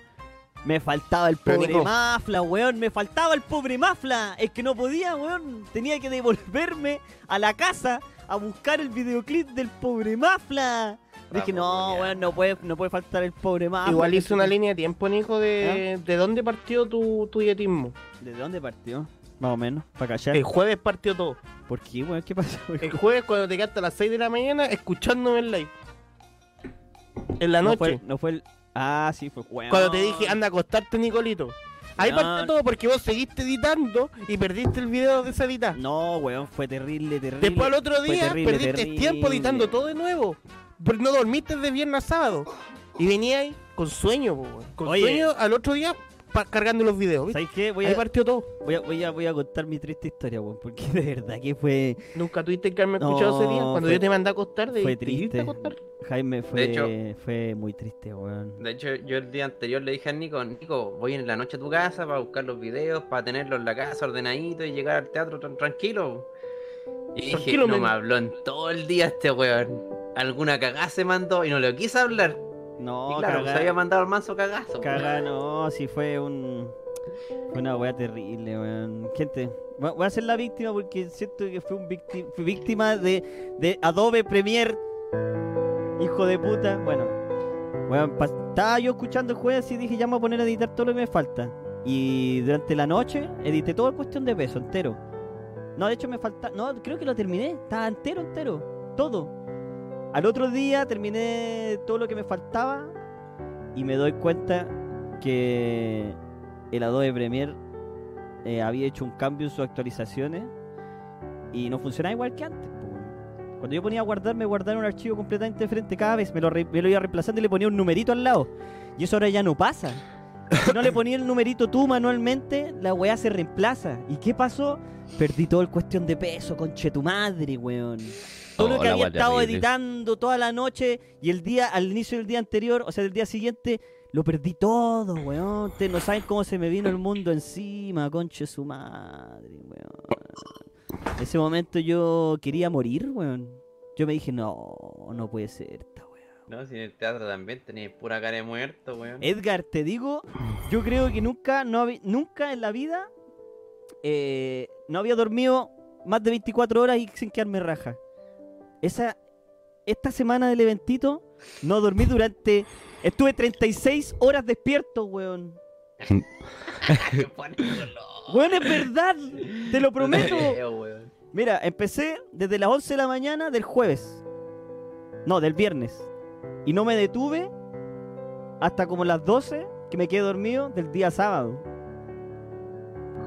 Speaker 2: me faltaba el
Speaker 1: Pero,
Speaker 2: pobre
Speaker 1: Nico.
Speaker 2: Mafla, weón, me faltaba el pobre Mafla, es que no podía, weón, tenía que devolverme a la casa a buscar el videoclip del pobre Mafla. Dije,
Speaker 3: Vamos,
Speaker 2: no,
Speaker 3: Julián.
Speaker 2: weón, no puede, no puede faltar el pobre Mafla.
Speaker 1: Igual hice una
Speaker 2: ¿De
Speaker 1: línea de tiempo, Nico, de, de dónde partió tu, tu dietismo.
Speaker 2: dónde partió? Más o menos, para callar.
Speaker 1: El jueves partió todo.
Speaker 2: ¿Por qué, weón? ¿Qué pasó?
Speaker 1: El jueves cuando te quedaste a las 6 de la mañana escuchándome en live. En la
Speaker 2: No fue,
Speaker 1: noche.
Speaker 2: no fue el. Ah, sí, fue weón.
Speaker 1: Cuando te dije, anda a acostarte, Nicolito. Ahí
Speaker 2: No.
Speaker 1: partió todo porque vos seguiste editando y perdiste el video de esa edita.
Speaker 2: No, weón, fue terrible, terrible.
Speaker 1: Después al otro
Speaker 2: Fue
Speaker 1: día
Speaker 2: terrible,
Speaker 1: perdiste
Speaker 2: terrible.
Speaker 1: tiempo editando todo de nuevo. Porque no dormiste de viernes a sábado. Y venía ahí con sueño, po, weón. con
Speaker 2: Oye.
Speaker 1: sueño al otro día pa- cargando los videos. ¿viste?
Speaker 2: ¿Sabes qué? Voy
Speaker 1: Ahí
Speaker 2: a,
Speaker 1: partió todo.
Speaker 2: voy, a, voy, a, voy a contar mi triste historia, weón, porque de verdad que fue.
Speaker 1: Nunca tuviste que haberme escuchado ese día
Speaker 2: No,
Speaker 1: cuando
Speaker 2: fue-
Speaker 1: yo te mandé a acostar. De,
Speaker 2: fue
Speaker 1: ¿te hiciste
Speaker 2: triste.
Speaker 1: acostar?
Speaker 2: Jaime fue,
Speaker 3: De
Speaker 2: fue muy triste, weón.
Speaker 3: De hecho, yo el día anterior le dije a Nico, Nico, voy en la noche a tu casa para buscar los videos, para tenerlos en la casa ordenadito y llegar al teatro tan tranquilo. Y dije,
Speaker 1: Tranquilo,
Speaker 3: no
Speaker 1: men.
Speaker 3: me habló en todo el día este weón. Alguna cagada se mandó y no le quise hablar.
Speaker 2: No,
Speaker 3: y claro,
Speaker 2: cagá-
Speaker 3: se había mandado el manso cagazo. weón.
Speaker 2: cagá, no, sí fue un. fue una weá terrible, weón. Gente. va- Voy a ser la víctima porque siento que fue un víctima, fui víctima de, de Adobe Premiere. Hijo de puta. Bueno, Weón, pa- estaba yo escuchando el jueves y dije, ya me voy a poner a editar todo lo que me falta. Y durante la noche edité todo el cuestión de peso, entero. No, de hecho me falta... No, creo que lo terminé. Estaba entero, entero. Todo. Al otro día terminé todo lo que me faltaba y me doy cuenta que el Adobe Premiere eh, había hecho un cambio en sus actualizaciones y no funcionaba igual que antes. po, weón. Cuando yo ponía a guardar, me guardaba en un archivo completamente diferente cada vez. Me lo, re- me lo iba reemplazando y le ponía un numerito al lado. Y eso ahora ya no pasa. Si no le ponía el numerito tú manualmente, la weá se reemplaza. ¿Y qué pasó? Perdí todo el cuestión de peso, conche tu madre, weón. Solo
Speaker 4: Oh,
Speaker 2: que
Speaker 4: la
Speaker 2: había
Speaker 4: guata
Speaker 2: estado
Speaker 4: horrible.
Speaker 2: editando toda la noche y el día, al inicio del día anterior, o sea, del día siguiente, lo perdí todo, weón. Ustedes no saben cómo se me vino el mundo encima, conche su madre, weón. En ese momento yo quería morir, weón. Yo me dije, no, no puede ser esta, weón.
Speaker 3: No, si en el teatro también tenéis pura cara de muerto, weón.
Speaker 2: Edgar, te digo, yo creo que nunca, no habí- nunca en la vida eh, no había dormido más de 24 horas y sin quedarme raja. Esa, esta semana del eventito no dormí durante... Estuve 36 horas despierto, weón.
Speaker 3: Te pone color.
Speaker 2: Weón, es verdad, te lo prometo.
Speaker 3: No te creo, weón.
Speaker 2: Mira, empecé desde las 11 de la mañana del jueves. No, del viernes. Y no me detuve hasta como las 12 que me quedé dormido del día sábado.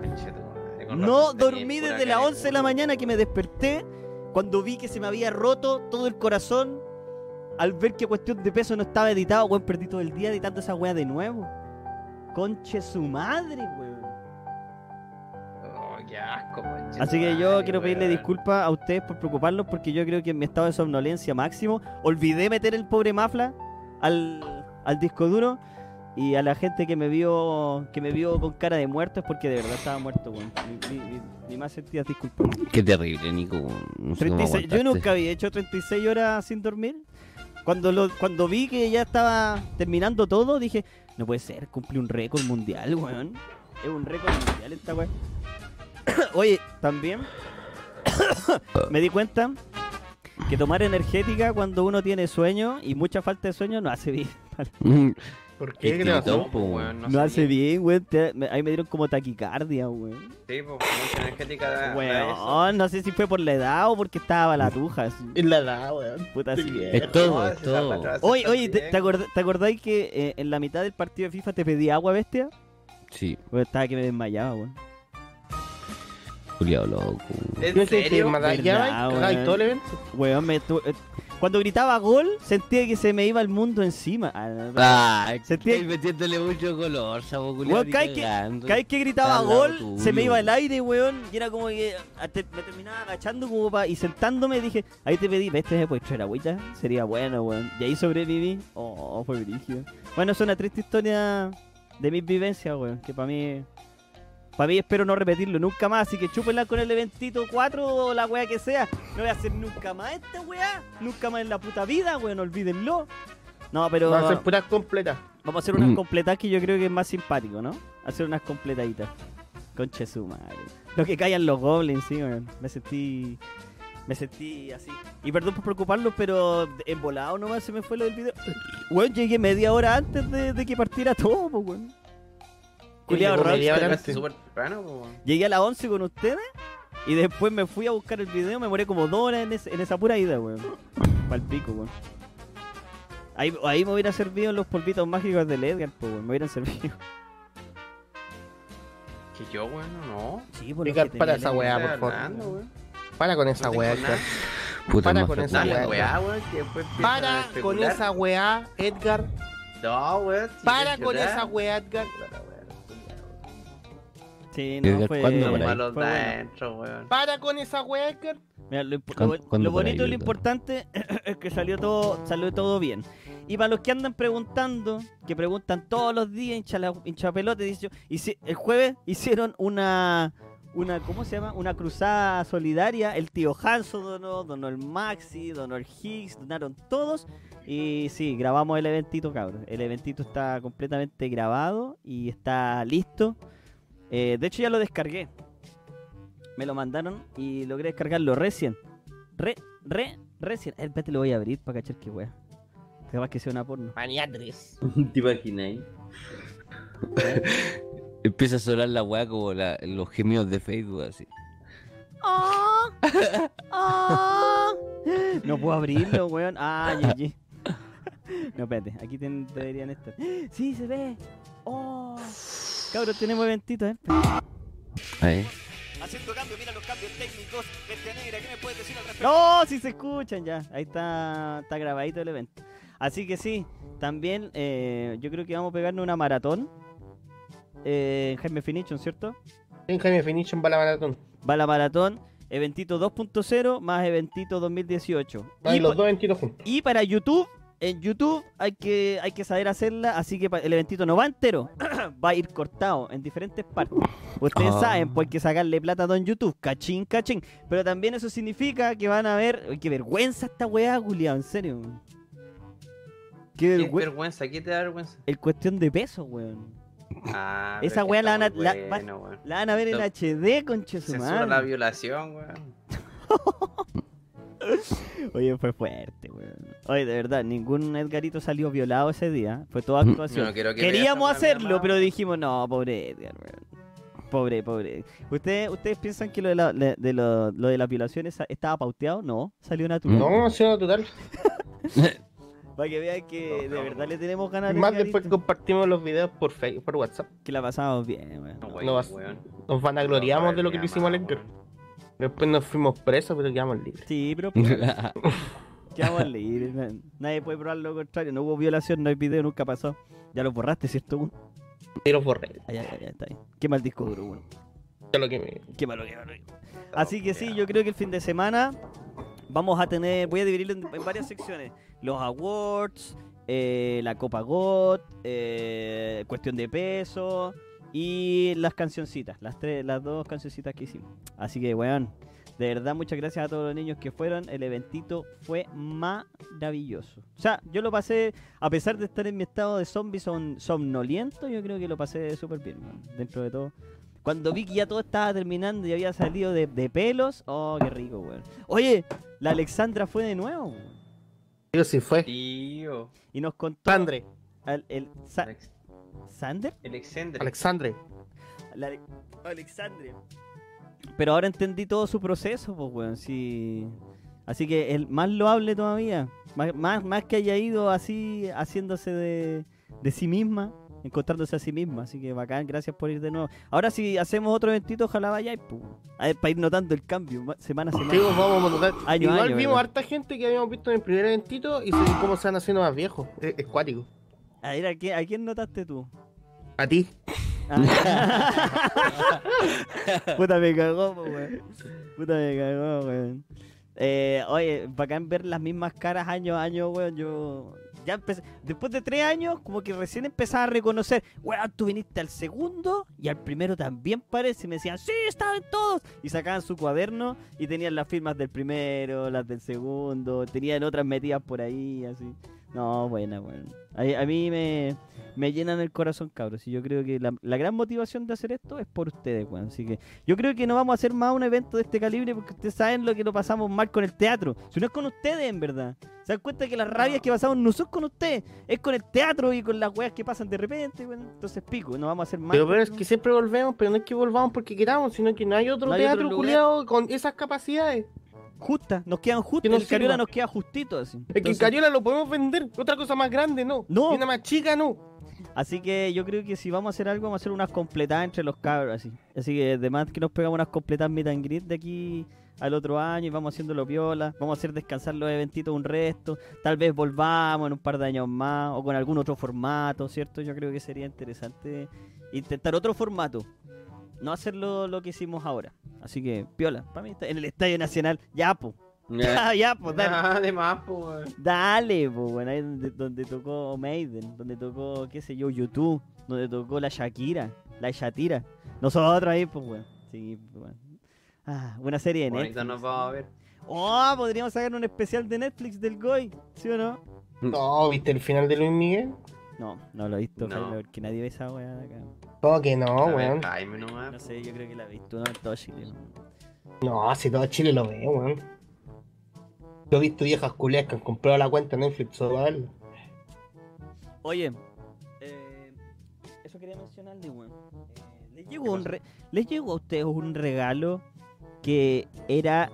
Speaker 3: Conchetumare, con
Speaker 2: No
Speaker 3: razón tenías
Speaker 2: dormí
Speaker 3: pura
Speaker 2: desde
Speaker 3: cara
Speaker 2: las 11 de la mañana que me desperté cuando vi que se me había roto todo el corazón al ver que cuestión de peso no estaba editado, weón, perdí todo el día editando esa weá de nuevo. Conche su madre, weón.
Speaker 3: Oh, qué asco, conchetumare,
Speaker 2: Así que yo quiero pedirle
Speaker 3: weón.
Speaker 2: disculpas a ustedes por preocuparlos porque yo creo que en mi estado de somnolencia máximo olvidé meter el pobre Mafla al, al disco duro y a la gente que me vio que me vio con cara de muerto es porque de verdad estaba muerto, weón. Mi, mi- mi- mi más sentidas disculpas.
Speaker 4: Qué terrible, Nico. Pues No sé cómo
Speaker 2: 36, yo
Speaker 4: aguantaste.
Speaker 2: nunca había hecho 36 horas sin dormir. Cuando, lo, cuando vi que ya estaba terminando todo, dije, no puede ser, cumplí un récord mundial, weón. Es un récord mundial esta weón. Oye, también me di cuenta que tomar energética cuando uno tiene sueño y mucha falta de sueño no hace bien.
Speaker 4: Mm,
Speaker 1: ¿Por
Speaker 4: qué? ¿Qué le pasó?
Speaker 3: No, pues, weón,
Speaker 2: No,
Speaker 3: sabía.
Speaker 2: hace bien, weón. Te- me- Ahí me dieron como taquicardia, weón.
Speaker 3: Sí, pues, mucha energética
Speaker 2: Ah,
Speaker 3: da- da eso.
Speaker 2: Weón, no sé si fue por la edad o porque estaba la tuja. así.
Speaker 1: En la edad, weón.
Speaker 2: Puta, eh.
Speaker 1: Te
Speaker 2: así.
Speaker 1: quiero.
Speaker 4: Es todo,
Speaker 3: No,
Speaker 4: es
Speaker 3: si esas
Speaker 4: todo.
Speaker 3: patradas
Speaker 2: Oye,
Speaker 3: están
Speaker 2: oye, ¿te,
Speaker 3: bien.
Speaker 2: te acordá- te acordáis que eh, en la mitad del partido de FIFA te pedí agua, bestia?
Speaker 4: Sí,
Speaker 2: Bueno, estaba que me desmayaba, weón.
Speaker 4: culiao loco.
Speaker 1: Yo
Speaker 3: ¿En
Speaker 1: sé que
Speaker 3: serio?
Speaker 1: matallaba y
Speaker 2: Verdad,
Speaker 1: cagaba
Speaker 2: weón.
Speaker 1: y todo el evento.
Speaker 2: Weón, me tu- eh, cuando gritaba gol, sentía que se me iba el mundo encima. Ah, no, no.
Speaker 4: Ah,
Speaker 2: Sentí-
Speaker 4: estoy metiéndole mucho color, sabo culiao.
Speaker 2: Weón,
Speaker 4: ni
Speaker 2: cada vez que-
Speaker 4: cagando.
Speaker 2: Cada vez que gritaba
Speaker 4: Al lado
Speaker 2: gol,
Speaker 4: tuyo,
Speaker 2: se me iba el
Speaker 4: weón.
Speaker 2: aire, weón. Y era como que ah, te- me terminaba agachando como pa- y sentándome. Dije, ahí te pedí, bestia, ¿me puedes traer agüita? Sería bueno, weón. Y ahí sobreviví. Oh, fue brígido. Bueno, es una triste historia de mis vivencias, weón. Que para mí. Para mí espero no repetirlo nunca más. Así que chúpenla con el eventito 4 o la weá que sea. No voy a hacer nunca más esta weá. Nunca más en la puta vida, weón. Olvídenlo. No, pero.
Speaker 1: Va a ser puras completas.
Speaker 2: Vamos a hacer unas
Speaker 4: Mm.
Speaker 2: completas que yo creo que es más simpático, ¿no? Hacer unas completaditas. Conche su madre. Lo que callan los goblins, sí, weón. Me sentí. Me sentí así. Y perdón por preocuparlos, pero en volado nomás se me fue lo del video. Weón, llegué media hora antes de, de que partiera todo, pues, weón. Culeado
Speaker 1: llegó
Speaker 2: rockstar.
Speaker 1: media hora
Speaker 3: Llegaste
Speaker 1: antes.
Speaker 3: súper temprano, pues, weón.
Speaker 2: Llegué a las 11 con ustedes y después me fui a buscar el video. Me moré como dos horas en, ese- en esa pura ida, weón. Pal pico, weón. Ahí, ahí me hubieran servido los polvitos mágicos del Edgar, pues, weón. Me hubieran servido.
Speaker 3: Que yo, weón, no, no.
Speaker 2: Sí, por
Speaker 1: Edgar, para esa
Speaker 3: ¿Qué
Speaker 1: weá,
Speaker 3: estás
Speaker 1: por
Speaker 3: hablando,
Speaker 1: favor.
Speaker 3: weón?
Speaker 1: Para con esa
Speaker 3: No
Speaker 1: weá,
Speaker 3: tengo
Speaker 1: Edgar.
Speaker 3: nada.
Speaker 4: Puta
Speaker 1: Para
Speaker 4: más
Speaker 1: con esa
Speaker 4: facultad.
Speaker 3: Dale,
Speaker 1: weón.
Speaker 3: weá, weón, que después empiezan a
Speaker 1: Para con
Speaker 3: especular.
Speaker 1: esa weá, Edgar.
Speaker 3: No, weón. si
Speaker 1: Para
Speaker 3: quieres
Speaker 1: con
Speaker 3: llorar.
Speaker 1: esa weá, Edgar.
Speaker 3: Puta la weá.
Speaker 2: Sí, no,
Speaker 4: Edgar,
Speaker 2: fue...
Speaker 4: ¿cuándo
Speaker 2: fue
Speaker 4: por ahí?
Speaker 3: Malos
Speaker 2: bueno.
Speaker 3: dentro, weón.
Speaker 1: Para con esa weá, Edgar.
Speaker 2: Mira, lo, impo-
Speaker 4: ¿Cuán-
Speaker 2: lo- lo
Speaker 4: cuándo por ahí,
Speaker 2: bonito y lo
Speaker 4: Luto?
Speaker 2: importante es que salió todo, salió todo bien. Y para los que andan preguntando, que preguntan todos los días, hincha, la- hincha pelota, dice, hice- el jueves hicieron una, una, ¿cómo se llama? Una cruzada solidaria. El tío Hanso donó, donó el Maxi, donó el Higgs, donaron todos. Y sí, grabamos el eventito, cabrón. El eventito está completamente grabado y está listo. Eh, de hecho, ya lo descargué. Me lo mandaron y logré descargarlo recién. Re, re, recién. El pete lo voy a abrir para cachar que wea. Capaz que sea una porno.
Speaker 1: Maniatres.
Speaker 3: ¿Te imagináis?
Speaker 4: Empieza a sonar la weá como la- los gemidos de Facebook, así.
Speaker 2: No puedo abrirlo, weón. Ah, GG. No, espérate, aquí ten- deberían estar. Sí, se ve. Oh. Cabros, tenemos eventito, eh.
Speaker 4: Ahí.
Speaker 5: Haciendo cambio, mira los cambios técnicos. Bestia negra, ¿qué me puedes decir al respecto?
Speaker 2: No, si se escuchan ya. Ahí está, está grabadito el evento. Así que sí, también eh, yo creo que vamos a pegarnos una maratón. Eh, en Jaime Finichon, ¿cierto?
Speaker 1: En Jaime Finition para la maratón.
Speaker 2: va la maratón. Eventito 2.0 más Eventito 2018.
Speaker 1: Ahí
Speaker 2: Y
Speaker 1: los
Speaker 2: pa-
Speaker 1: dos ventilos juntos.
Speaker 2: y para YouTube, en YouTube hay que, hay que saber hacerla, así que pa- el eventito no va entero, va a ir cortado en diferentes partes. Ustedes
Speaker 4: Ah.
Speaker 2: saben, pues hay que sacarle plata a Don YouTube, cachín, cachín. Pero también eso significa que van a ver. ¡Ay, qué vergüenza esta weá, culiao! En serio. Qué
Speaker 3: Qué
Speaker 2: vergüenza.
Speaker 3: vergüenza, ¿qué te da vergüenza?
Speaker 2: El cuestión de peso, weón.
Speaker 3: Ah,
Speaker 2: Esa
Speaker 3: pero
Speaker 2: weá
Speaker 3: es que
Speaker 2: la
Speaker 3: está
Speaker 2: van a-
Speaker 3: muy
Speaker 2: la-
Speaker 3: bueno, weón.
Speaker 2: La van a ver en
Speaker 3: No.
Speaker 2: HD, conche su
Speaker 3: Censura la
Speaker 2: madre.
Speaker 3: violación, weón.
Speaker 2: Oye, fue fuerte, weón. Oye, de verdad, ningún Edgarito salió violado ese día. Fue toda
Speaker 1: Mm.
Speaker 2: actuación.
Speaker 3: Yo no quiero que vea
Speaker 2: Queríamos
Speaker 3: esa weá, mi
Speaker 2: hacerlo,
Speaker 3: mamá.
Speaker 2: pero dijimos, no, pobre Edgar, weón. Pobre, pobre. ¿Ustedes, ¿Ustedes piensan que lo de la, la- de lo, lo de la violación esa- estaba pauteado? No, salió natural.
Speaker 1: No, sí, total.
Speaker 2: Para que vean que
Speaker 3: No,
Speaker 2: de
Speaker 3: no,
Speaker 2: verdad
Speaker 3: no.
Speaker 2: le tenemos ganas al
Speaker 1: Más
Speaker 2: Edgarito.
Speaker 1: después que compartimos los videos por Facebook, por WhatsApp.
Speaker 2: Que la pasamos bien, weón.
Speaker 3: No,
Speaker 1: No vas- Nos vanagloriamos de lo que le hicimos al Edgar.
Speaker 3: lector.
Speaker 1: Después nos fuimos presos, pero quedamos libres.
Speaker 2: Sí, pero pues, quedamos libres, weón. Nadie puede probar lo contrario. No hubo violación, no hay video, nunca pasó. Ya lo borraste, ¿cierto? weón?
Speaker 1: Y los borré.
Speaker 2: Ay, ay, ay, ay, está bien. Qué mal disco duro, weón.
Speaker 1: Yo lo que me...
Speaker 2: Qué malo, qué malo. Así que sí, yo creo que el fin de semana vamos a tener, voy a dividirlo en, en varias secciones. Los awards, eh, la Copa GOT, eh, cuestión de peso y las cancioncitas, las tres, las dos cancioncitas que hicimos. Así que, weón, de verdad muchas gracias a todos los niños que fueron. El eventito fue maravilloso. O sea, yo lo pasé, a pesar de estar en mi estado de zombie son, somnoliento, yo creo que lo pasé súper bien, weón, dentro de todo. Cuando vi que ya todo estaba terminando y había salido de, de pelos, oh, qué rico, weón. Oye, la Alexandra fue de nuevo weón,
Speaker 1: Digo, si fue.
Speaker 3: Tío.
Speaker 2: y nos contó.
Speaker 1: Sandre,
Speaker 2: al- el, Sa-
Speaker 3: Alex-
Speaker 2: ¿Sander?
Speaker 3: Alexandre.
Speaker 1: Alexandre.
Speaker 2: La Ale- Alexandria. Pero ahora entendí todo su proceso, pues, weón. Sí. Así que el más loable todavía. Más, más, más que haya ido así, haciéndose de, de sí misma, encontrándose a sí misma. Así que bacán, gracias por ir de nuevo. Ahora si hacemos otro eventito, ojalá vayáis, pues. A ver, para ir notando el cambio, ma- semana a semana.
Speaker 1: Digo, pues, vamos a notar.
Speaker 2: Año,
Speaker 1: Igual
Speaker 2: año,
Speaker 1: vimos
Speaker 2: ¿verdad?
Speaker 1: harta gente que habíamos visto en el primer eventito y se, cómo se van haciendo más viejos. Es, es cuático.
Speaker 2: A ver, ¿a quién, a quién notaste tú?
Speaker 1: A ti.
Speaker 2: Ah. Puta me cagó, po, weón. Puta me cagó, weón. Eh, oye, bacán ver las mismas caras año a año, weón. Yo ya empecé. Después de tres años, como que recién empezaba a reconocer, weón, tú viniste al segundo y al primero también parece. Y me decían, sí, estaban todos. Y sacaban su cuaderno y tenían las firmas del primero, las del segundo, tenían otras metidas por ahí, así. No, buena, weón. A, a mí me, me llenan el corazón, cabros. Y yo creo que la, la gran motivación de hacer esto es por ustedes, weón. Así que yo creo que no vamos a hacer más un evento de este calibre porque ustedes saben lo que lo pasamos mal con el teatro. Si no es con ustedes, en verdad. Se dan cuenta que las rabias que pasamos no son con ustedes, es con el teatro y con las weas que pasan de repente, weón. Entonces, pico, no vamos a hacer más.
Speaker 1: Pero, pero es que siempre volvemos, pero no es que volvamos porque queramos, sino que no hay otro
Speaker 2: No hay otro
Speaker 1: teatro
Speaker 2: lugar.
Speaker 1: culiado con esas capacidades.
Speaker 2: Justa, nos quedan
Speaker 1: Que
Speaker 2: justos.
Speaker 1: nos
Speaker 2: el Cariola
Speaker 1: sirva.
Speaker 2: nos queda justito, así.
Speaker 1: Es que en
Speaker 2: Entonces-
Speaker 1: Cariola lo podemos vender. Otra cosa más grande, no.
Speaker 2: No.
Speaker 1: Y una más chica, no.
Speaker 2: Así que yo creo que si vamos a hacer algo, vamos a hacer unas completadas entre los cabros, así. Así que además que nos pegamos unas completadas meet and greet de aquí al otro año y vamos haciéndolo piola. Vamos a hacer descansar los eventitos un resto. Tal vez volvamos en un par de años más o con algún otro formato, ¿cierto? Yo creo que sería interesante intentar otro formato. No hacerlo lo que hicimos ahora. Así que, piola, para mí está en el Estadio Nacional. Ya, po. Ya, ya, po, dale.
Speaker 3: Ah, de más, po, weón.
Speaker 2: Dale, pues bueno, ahí donde, donde tocó Maiden, donde tocó, qué sé yo, YouTube, donde tocó la Shakira, la Shatira. Nosotros ahí, pues bueno. Sí, pues, bueno. Ah, una serie de
Speaker 3: Bonito
Speaker 2: Netflix.
Speaker 3: nos vamos a ver.
Speaker 2: Oh, podríamos sacar un especial de Netflix del Goy, ¿sí o no?
Speaker 1: No, ¿viste el final de Luis Miguel?
Speaker 2: No, no lo he visto,
Speaker 3: No.
Speaker 2: Jaime, porque nadie ve esa weá de acá.
Speaker 1: ¿Cómo que no,
Speaker 3: A ver,
Speaker 1: weón?
Speaker 3: Jaime nomás.
Speaker 2: No sé, yo creo que la he visto, no, en todo Chile.
Speaker 1: No, si todo Chile lo ve, weón. Yo he visto viejas culias que han comprado la cuenta en Netflix solo para verlo.
Speaker 2: Oye, eh, eso quería mencionarle, weón. Eh, ¿les, llegó
Speaker 3: ¿Qué
Speaker 2: un
Speaker 3: pasó?
Speaker 2: re- ¿Les llegó a ustedes un regalo que era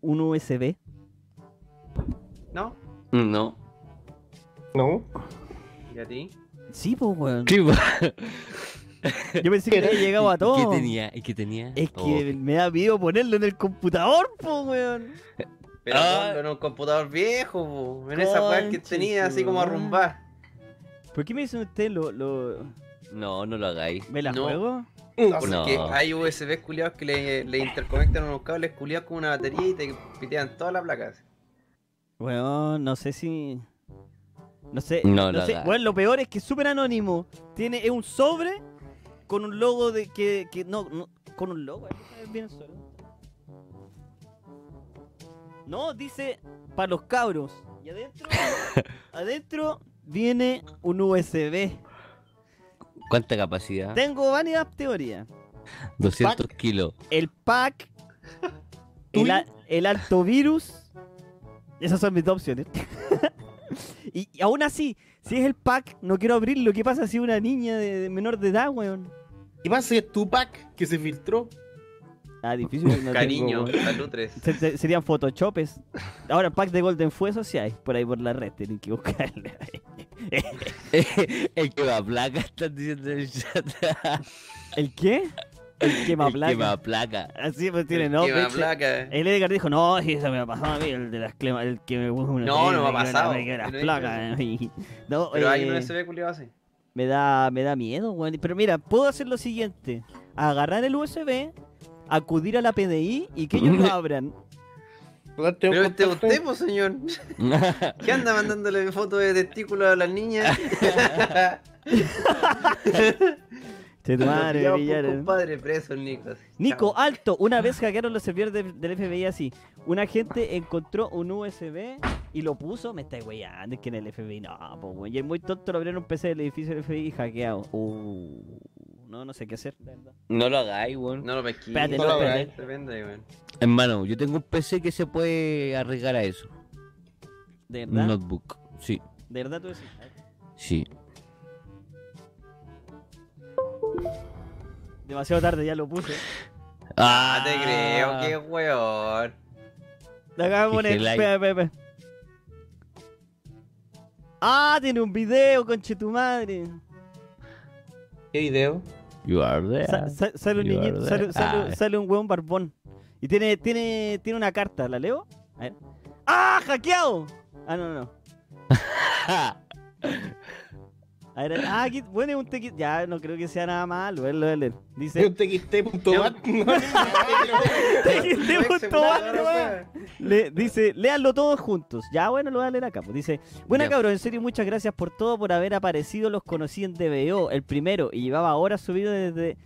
Speaker 2: un USB?
Speaker 3: No.
Speaker 4: No.
Speaker 1: ¿No?
Speaker 3: ¿Y a ti?
Speaker 2: Sí, pues, weón.
Speaker 4: ¿Qué,
Speaker 2: Yo pensé que le había llegado a todos.
Speaker 4: tenía? ¿Y qué tenía? Oh,
Speaker 2: Es que me da miedo ponerlo en el computador, pues, weón.
Speaker 3: Pero
Speaker 4: Ah.
Speaker 3: ponlo en un computador viejo, po. En esa weá que
Speaker 2: Conche
Speaker 3: tenía,
Speaker 2: su
Speaker 3: así como
Speaker 2: madre.
Speaker 3: arrumbada.
Speaker 2: ¿Por qué me dicen ustedes lo, lo-
Speaker 4: No, no lo hagáis.
Speaker 2: ¿Me la
Speaker 3: No.
Speaker 2: juego?
Speaker 3: Porque
Speaker 4: No.
Speaker 3: hay USB culiados que le, le interconectan unos cables culiados con una batería y te pitean todas las placas.
Speaker 2: Bueno, no sé si. No sé.
Speaker 4: No,
Speaker 2: No,
Speaker 4: no,
Speaker 2: sé.
Speaker 4: no.
Speaker 2: Bueno, lo peor es que es súper anónimo. Tiene es un sobre con un logo de que. que no, no, con un logo. es bien solo. No, dice para los cabros. Y adentro. adentro viene un USB.
Speaker 4: ¿Cuánta capacidad?
Speaker 2: Tengo varias teorías.
Speaker 4: 200 kilos.
Speaker 2: El pack. El, a- el alto virus. Esas son mis dos opciones. y, y aún así, si es el pack, no quiero abrirlo. ¿Qué pasa si es una niña de, de menor de edad, weón?
Speaker 1: ¿Qué pasa si es Tupac que se filtró?
Speaker 2: Ah, difícil. no tengo,
Speaker 3: Cariño,
Speaker 2: weón.
Speaker 3: salud 3.
Speaker 2: Se- se- serían photoshopes. Ahora, pack de Golden Fue, eso sí hay. Por ahí por la red, tienen que buscarle.
Speaker 4: el que va placa, están diciendo en el chat.
Speaker 2: ¿El qué? El quema
Speaker 4: El que va
Speaker 2: placa.
Speaker 4: placa.
Speaker 2: Así pues tiene, ¿no? eh,
Speaker 3: Que va
Speaker 2: Peche.
Speaker 3: placa.
Speaker 2: El Edgar dijo, no, sí, eso me ha pasado a mí, el de las clemas, el que me puso una
Speaker 3: No, no me
Speaker 2: crema
Speaker 3: ha
Speaker 2: y
Speaker 3: pasado,
Speaker 2: Me quedó
Speaker 3: yo
Speaker 2: las
Speaker 3: no he
Speaker 2: placas. eh. No,
Speaker 3: Pero hay
Speaker 2: eh,
Speaker 3: un USB culiado así.
Speaker 2: me da, me da miedo, weón. Pero mira, puedo hacer lo siguiente. Agarrar el USB, acudir a la PDI y que ellos lo abran.
Speaker 3: Pero este es usted, po, señor. ¿Qué anda mandándole fotos de testículos a las niñas?
Speaker 2: Che, tu madre,
Speaker 3: Pillado por
Speaker 2: Villar, eh.
Speaker 3: pues, compadre preso, el Nico. así.
Speaker 2: Nico, ah, alto. Una vez hackearon los servidores de- del FBI así. Un agente encontró un USB y lo puso. Me estáis weyando, es que en el FBI no, po, weón. Y el muy tonto lo abrieron un PC del edificio del FBI y hackeado. Uh, no, no sé qué hacer, la verdad.
Speaker 4: No lo hagáis, weón.
Speaker 3: No lo pesquí.
Speaker 2: Espérate,
Speaker 1: no,
Speaker 2: espérate.
Speaker 3: Depende, weón.
Speaker 4: Hermano, yo tengo un PC que se puede arriesgar a eso.
Speaker 2: ¿De
Speaker 4: Un
Speaker 2: verdad?
Speaker 4: notebook. Sí,
Speaker 2: ¿De verdad tú decís?
Speaker 4: sí.
Speaker 2: Demasiado tarde, ya lo puse.
Speaker 3: Ah, te creo, qué weón.
Speaker 2: La acabo de poner.
Speaker 4: Dije like.
Speaker 2: Espera, espera, espera. Ah, tiene un video, conche tu madre.
Speaker 3: ¿Qué video?
Speaker 4: You are there.
Speaker 2: Sa- sa- sale un
Speaker 4: You are
Speaker 2: niñito, sale,
Speaker 4: there.
Speaker 2: sale-
Speaker 4: Ah.
Speaker 2: sale un hueón barbón. Y tiene, tiene, tiene una carta, ¿la leo? A ver. ¡Ah! ¡Hackeado! Ah, no, no, no. A ver, ah, aquí, bueno, es un tequito. Ya, no creo que sea nada malo, lo voy a leer.
Speaker 1: Es
Speaker 2: Dice,
Speaker 1: un txt.bat.
Speaker 2: txt.bat, weón. Le, dice, léanlo todos juntos. Ya, bueno, lo voy a leer acá. pues. Dice, buena
Speaker 4: Ya.
Speaker 2: cabros, en serio, muchas gracias por todo, por haber aparecido. Los conocí en DBO, el primero, y llevaba horas subido desde...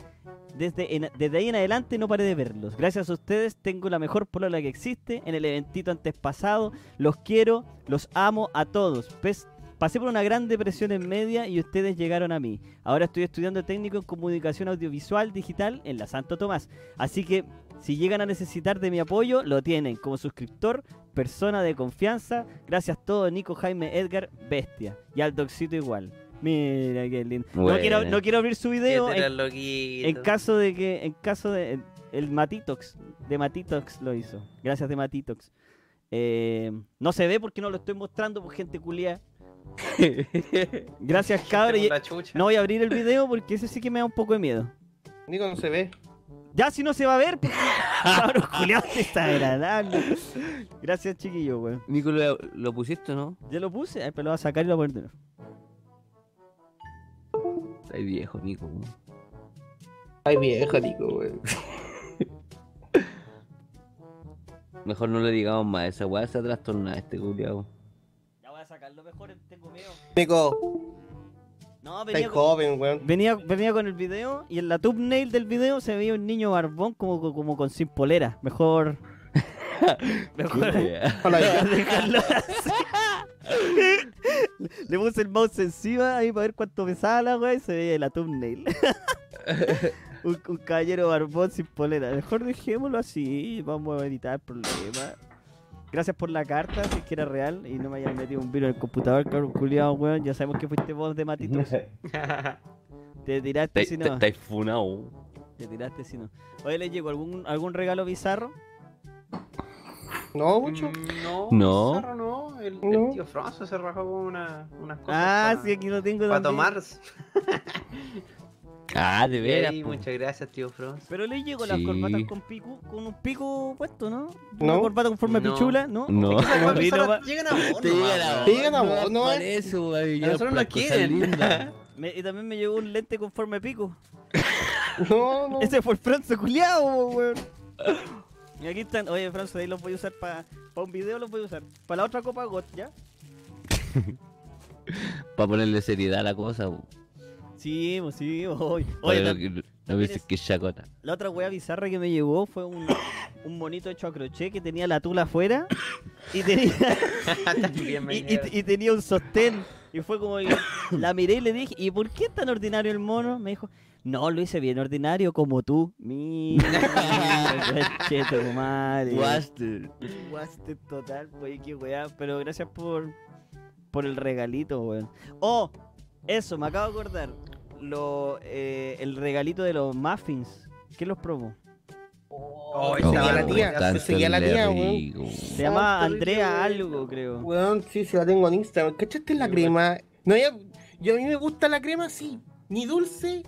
Speaker 2: Desde, en- desde ahí en adelante no paré de verlos. Gracias a ustedes tengo la mejor polola que existe en el eventito antes pasado. Los quiero, los amo a todos. Pes- pasé por una gran depresión en media y ustedes llegaron a mí. Ahora estoy estudiando técnico en comunicación audiovisual digital en la Santo Tomás. Así que si llegan a necesitar de mi apoyo, lo tienen como suscriptor, persona de confianza. Gracias a todo, Nico, Jaime, Edgar, bestia. Y al Doxito igual. Mira qué lindo. No,
Speaker 4: Buena.
Speaker 2: quiero, no quiero abrir su video. en- en
Speaker 3: En
Speaker 2: caso de que, en caso de, el, el Matitox, de Matitox lo hizo. Gracias de Matitox. Eh, no se ve porque no lo estoy mostrando por gente culia. Gracias, cabrón.
Speaker 3: Este la chucha.
Speaker 2: No voy a abrir el video porque ese sí que me da un poco de miedo.
Speaker 1: Nico no se ve.
Speaker 2: Ya si no se va a ver, porque cabros culiados desagradable. Gracias, chiquillo, weón.
Speaker 4: Nico, ¿lo, lo pusiste o no?
Speaker 2: Ya lo puse, ay, pero lo voy a sacar y lo voy a poner de nuevo.
Speaker 4: Estás viejo, Nico. weón.
Speaker 1: Ay, viejo, Nico, weón.
Speaker 4: Mejor no le digamos más. Esa weá se trastornada este culiao.
Speaker 2: Ya voy a sacarlo mejor, eh, tengo miedo.
Speaker 1: Nico,
Speaker 2: No,
Speaker 1: estás
Speaker 2: venía con,
Speaker 1: joven, weón.
Speaker 2: venía, venía con el video y en la thumbnail del video se veía un niño barbón como, como con sin polera. Mejor. mejor
Speaker 4: Culiao.
Speaker 1: Hola,
Speaker 2: dejarlo así. Le puse el mouse encima ahí para ver cuánto pesaba la weá y se veía la thumbnail. un, un caballero barbón sin polera. Mejor dejémoslo así, vamos a evitar el problema. Gracias por la carta, si es que era real y no me hayan metido un virus en el computador, cabrón culiado, weón. Ya sabemos que fuiste vos de Matito. Te tiraste
Speaker 4: Estáis
Speaker 2: si no.
Speaker 4: estáis funao.
Speaker 2: Te tiraste si no. Oye, ¿les llegó algún, algún regalo bizarro?
Speaker 1: No, mucho.
Speaker 3: No,
Speaker 4: No.
Speaker 3: Pizarro no. El, el
Speaker 1: No.
Speaker 3: tío Franço se rajó con una, unas cosas.
Speaker 2: Ah,
Speaker 3: pa-
Speaker 2: sí, aquí lo tengo
Speaker 3: Para
Speaker 2: también.
Speaker 3: tomar.
Speaker 4: Ah, de veras.
Speaker 3: Ey,
Speaker 4: po.
Speaker 3: muchas gracias, tío Franço.
Speaker 2: Pero le llegó las
Speaker 4: Sí.
Speaker 2: corbatas con pico, con un pico puesto, ¿no? Una
Speaker 1: No.
Speaker 2: corbata con forma de
Speaker 3: No.
Speaker 2: pichula, ¿no?
Speaker 4: No.
Speaker 3: Esas
Speaker 2: No,
Speaker 3: personas
Speaker 2: no va-
Speaker 3: llegan a vos,
Speaker 4: Te
Speaker 3: nomás,
Speaker 4: llega la
Speaker 3: weón.
Speaker 1: Te llega la voz, ¿no?
Speaker 4: Para eso, güey, ya
Speaker 3: Nosotros no
Speaker 4: las cosas
Speaker 3: quieren.
Speaker 4: lindas.
Speaker 2: Me- y también me llegó un lente con forma de pico.
Speaker 1: No, no.
Speaker 2: Ese fue el Franzo culiado, weón. Y aquí están. Oye, Franzo, ahí los voy a usar para un video, los voy a usar. Para la otra copa GOT, ¿ya?
Speaker 4: Para ponerle seriedad a la cosa. po.
Speaker 2: Sí, pues sí, oye.
Speaker 4: Para
Speaker 2: Oye, la,
Speaker 4: lo que- no pienses que es chacota.
Speaker 2: la otra wea bizarra que me llegó fue un, un monito hecho a crochet que tenía la tula afuera y tenía,
Speaker 3: También me
Speaker 2: y, y-
Speaker 3: llegaron.
Speaker 2: y tenía un sostén. Y fue como que la miré y le dije, ¿y por qué es tan ordinario el mono? Me dijo, no, lo hice bien ordinario como tú. Mira, cheto, madre.
Speaker 4: Buster.
Speaker 2: Guaste total, wey, qué weá. Pero gracias por, por el regalito, weón. Oh, eso, me acabo de acordar. Lo, eh, el regalito de los muffins. ¿Quién los probó?
Speaker 3: Oh,
Speaker 1: Seguía
Speaker 3: esa
Speaker 1: la
Speaker 3: barba,
Speaker 1: tía,
Speaker 4: tanto
Speaker 1: seguía la tía,
Speaker 4: rico.
Speaker 2: Se llamaba
Speaker 1: Santo
Speaker 2: Andrea
Speaker 1: Dios.
Speaker 2: algo, creo.
Speaker 1: Weón, sí, se la tengo en Instagram. ¿Cachaste la
Speaker 2: Sí,
Speaker 1: crema? No, ya- yo a mí me gusta la crema así. Ni dulce,